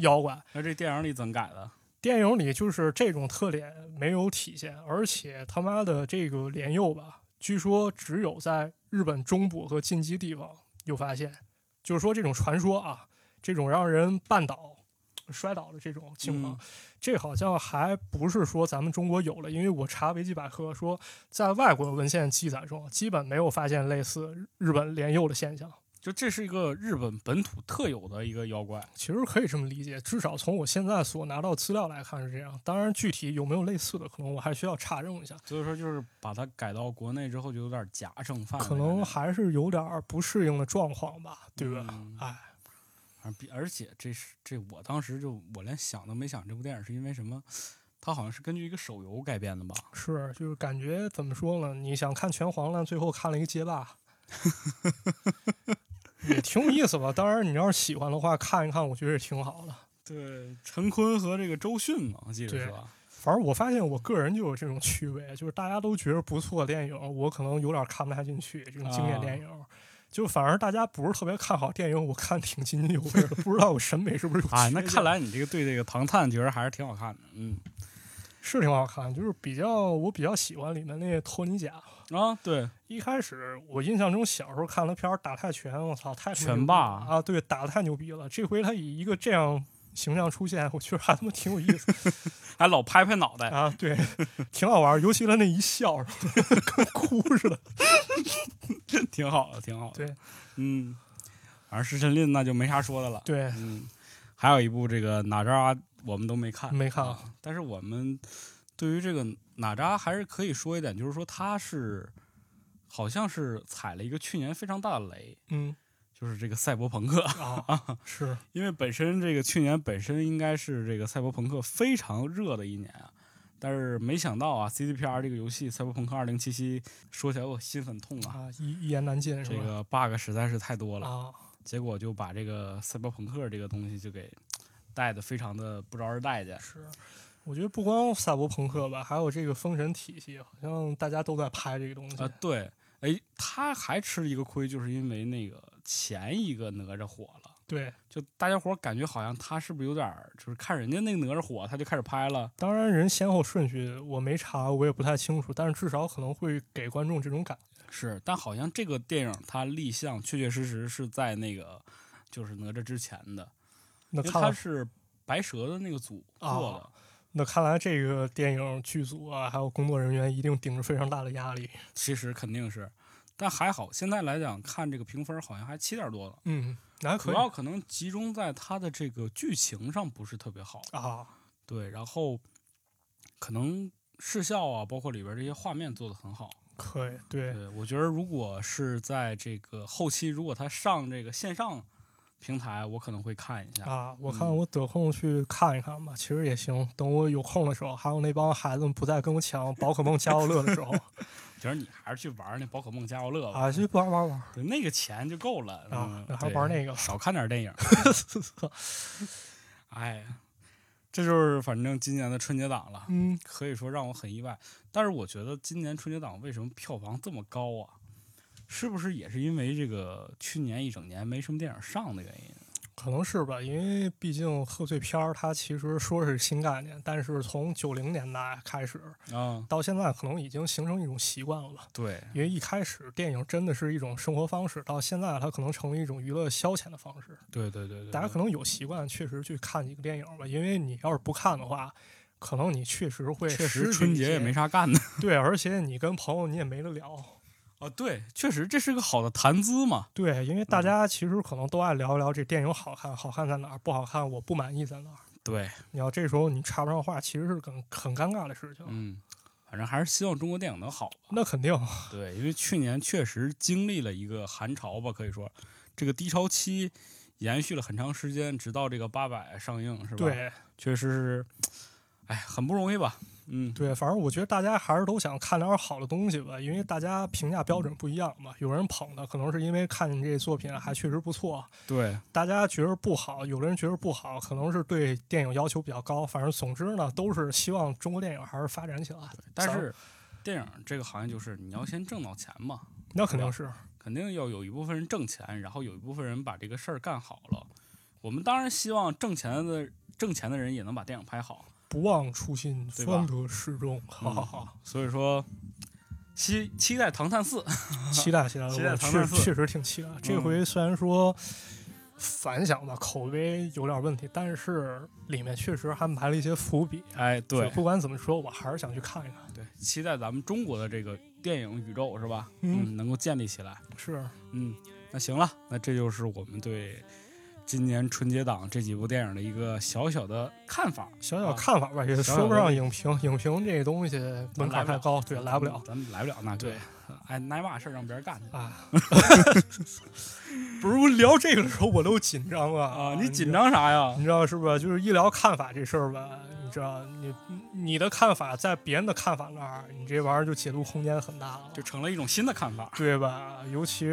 S1: 妖怪。
S2: 那这电影里怎么改的？
S1: 电影里就是这种特点没有体现，而且他妈的这个莲幼吧，据说只有在日本中部和近畿地方有发现，就是说这种传说啊，这种让人绊倒、摔倒的这种情况，
S2: 嗯
S1: 这好像还不是说咱们中国有了，因为我查维基百科说，在外国文献记载中啊基本没有发现类似日本莲幼的现象。
S2: 就这是一个日本本土特有的一个妖怪。
S1: 其实可以这么理解，至少从我现在所拿到资料来看是这样。当然，具体有没有类似的，可能我还需要查证一下，
S2: 所以说就是把它改到国内之后就有点夹剩饭的
S1: 可
S2: 感觉，
S1: 能还是有点儿不适应的状况吧，对吧？
S2: 嗯
S1: 哎，
S2: 而比而且这是这我当时就我连想都没想这部电影是因为什么，它好像是根据一个手游改编的吧？
S1: 是，就是感觉怎么说呢？你想看拳皇了，最后看了一个街霸，也挺有意思吧。当然，你要是喜欢的话，看一看，我觉得也挺好的。
S2: 对，陈坤和这个周迅嘛，我记得
S1: 对
S2: 是吧？
S1: 反正我发现我个人就有这种趣味，就是大家都觉得不错的电影，我可能有点看不太进去这种经典
S2: 啊
S1: 电影。就反而大家不是特别看好电影，我看挺津津有味的，不知道我审美是不是有
S2: 啊，
S1: 缺
S2: 那
S1: 陷
S2: 看来你这个对这个《唐探》觉得还是挺好看的，嗯
S1: 是挺好看，就是比较我比较喜欢里面那托尼贾。
S2: 啊，对，
S1: 一开始我印象中小时候看他片儿打泰拳，我操，太他妈
S2: 拳
S1: 牛
S2: 霸
S1: 逼了啊，对，打的太牛逼了。这回他以一个这样形象出现，我觉得还他妈挺有意思
S2: 还老拍拍脑袋，
S1: 啊，对，挺好玩儿，尤 其他那一笑，跟哭似的。
S2: 挺好的，挺好的。
S1: 对，
S2: 嗯，反正石晨令那就没啥说的了。
S1: 对，
S2: 嗯，还有一部这个哪吒我们都没看，
S1: 没看
S2: 啊但是我们对于这个哪吒还是可以说一点，就是说他是好像是踩了一个去年非常大的雷，
S1: 嗯
S2: 就是这个赛博朋克，
S1: 啊，是
S2: 因为本身这个去年本身应该是这个赛博朋克非常热的一年啊。但是没想到啊，CDPR 这个游戏《赛博朋克2077》说起来我心很痛啊，
S1: 啊，一一言难尽是
S2: 这
S1: 吧？
S2: 个 bug 实在是太多了。
S1: 啊，
S2: 结果就把这个赛博朋克这个东西就给带的非常的不招人待见。
S1: 是。我觉得不光赛博朋克吧，还有这个封神体系，好像大家都在拍这个东西
S2: 啊，对，哎，他还吃一个亏，就是因为那个前一个哪吒火了，
S1: 对，
S2: 就大家伙儿感觉好像他是不是有点儿，就是看人家那个哪吒火，他就开始拍了。
S1: 当然人先后顺序我没查，我也不太清楚，但是至少可能会给观众这种感觉。
S2: 是，但好像这个电影它立项确确实实是在那个就是哪吒之前的，
S1: 那
S2: 因为
S1: 看
S2: 它
S1: 来
S2: 是白蛇的那个组做的。
S1: 啊那看来这个电影剧组啊，还有工作人员一定顶着非常大的压力。
S2: 其实肯定是，但还好，现在来讲看这个评分好像还七点多了，
S1: 嗯，那还可
S2: 主
S1: 以
S2: 要可能集中在它的这个剧情上不是特别好，
S1: 啊，
S2: 对，然后可能视效啊，包括里边这些画面做的很好，
S1: 可以，对，
S2: 对我觉得如果是在这个后期，如果它上这个线上平台，我可能会看一下，
S1: 啊，我看
S2: 嗯
S1: 我得空去看一看吧，其实也行。等我有空的时候，还有那帮孩子们不再跟我抢宝可梦加奥乐的 时候，
S2: 觉得你还是去玩那宝可梦加奥乐吧，
S1: 啊，去玩玩玩
S2: 对那个钱就够了
S1: 啊
S2: 嗯，
S1: 还
S2: 对
S1: 玩那个，
S2: 少看点电影。哎，这就是反正今年的春节档了，
S1: 嗯，
S2: 可以说让我很意外。但是我觉得今年春节档为什么票房这么高啊？是不是也是因为这个去年一整年没什么电影上的原因？
S1: 可能是吧，因为毕竟贺岁片儿它其实说是新概念，但是从九零年代开始
S2: 啊、
S1: 到现在，可能已经形成一种习惯了吧。
S2: 对，
S1: 因为一开始电影真的是一种生活方式，到现在它可能成为一种娱乐消遣的方式。
S2: 对对对对，
S1: 大家可
S2: 能
S1: 能有习惯，确实去看几个电影吧，因为你要是不看的话，可能你确实会失
S2: 确
S1: 去
S2: 实春
S1: 一
S2: 节
S1: 些
S2: 也没啥干的。
S1: 对，而且你跟朋友你也没得聊。
S2: 哦，对，确实这是个好的谈资嘛。
S1: 对，因为
S2: 嗯
S1: 大家其实可能都爱聊一聊这电影好看，好看在哪儿，不好看我不满意在哪儿。
S2: 对，
S1: 你要这时候你插不上话，其实是很很尴尬的事情。
S2: 嗯，反正还是希望中国电影能好吧。
S1: 那肯定
S2: 对，因为去年确实经历了一个寒潮吧，可以说这个低潮期延续了很长时间，直到这个八百上映是吧？，
S1: 对
S2: 确实是，哎，很不容易吧？嗯，
S1: 对，反正我觉得大家还是都想看点好的东西吧，因为大家评价标准不一样嘛。有人捧的可能是因为看你这作品还确实不错，
S2: 对，
S1: 大家觉得不好，有的人觉得不好，可能是对电影要求比较高。反正总之呢，都是希望中国电影还是发展起来。
S2: 但
S1: 咱
S2: 是电影这个行业就是你要先挣到钱嘛，
S1: 那肯定是
S2: 肯定要有一部分人挣钱，然后有一部分人把这个事儿干好了。我们当然希望挣钱的挣钱的人也能把电影拍好，
S1: 不忘初心，
S2: 对吧嗯
S1: 方得始终。好好好，
S2: 所以说期期待《唐探四》。
S1: 期待期待，
S2: 期待
S1: 我
S2: 唐
S1: 确
S2: 探四嗯
S1: 确实挺期待。这回虽然说反响吧，口碑有点问题，但是里面确实还埋了一些伏笔。
S2: 哎，对
S1: 就，不管怎么说，我还是想去看一看。
S2: 对，期待咱们中国的这个电影宇宙是吧？
S1: 嗯
S2: 能够建立起来。
S1: 是，
S2: 嗯，那行了，那这就是我们对今年春节档这几部电影的一个小小的看法。
S1: 小小
S2: 啊
S1: 看法吧，也
S2: 小小
S1: 说不
S2: 的
S1: 上影评，影评这东西门槛太高，对，来不 了。
S2: 咱们来不了，那对，哎，挨骂事儿让别人干去
S1: 啊， 不是我聊这个的时候我都紧张了
S2: 啊！你紧？张啥呀
S1: 你？知道是不是？就是医疗看法这事儿吧，你知道，你你的看法在别人的看法那儿，你这玩意儿就解读空间很大了，
S2: 就成了一种新的看法。
S1: 对吧？尤其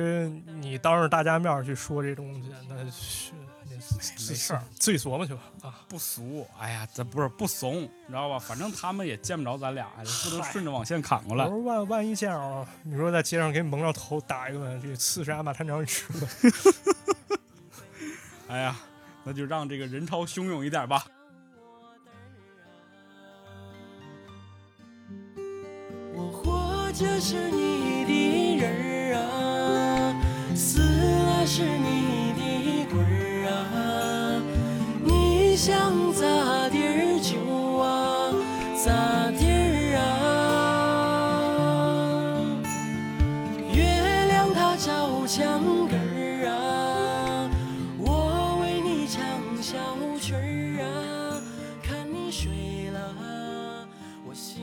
S1: 你当着大家面儿去说这东西，那是没
S2: 没事儿，
S1: 自己琢磨去吧啊。
S2: 不俗，哎呀，咱不是不怂，你知道吧？反正他们也见不着咱俩，哎不能顺着网线砍过
S1: 我
S2: 来。
S1: 说万万一这样啊，你说在街上给你蒙上头打一顿，这刺杀马探长你吃了，
S2: 哎呀，那就让这个人潮汹涌一点吧。
S3: 我活着是你的人儿啊，死了是你的鬼儿啊，你想咋地儿就啊咋地儿啊，月亮它照墙根儿啊，我为你唱小曲儿啊，看你睡了，我心啊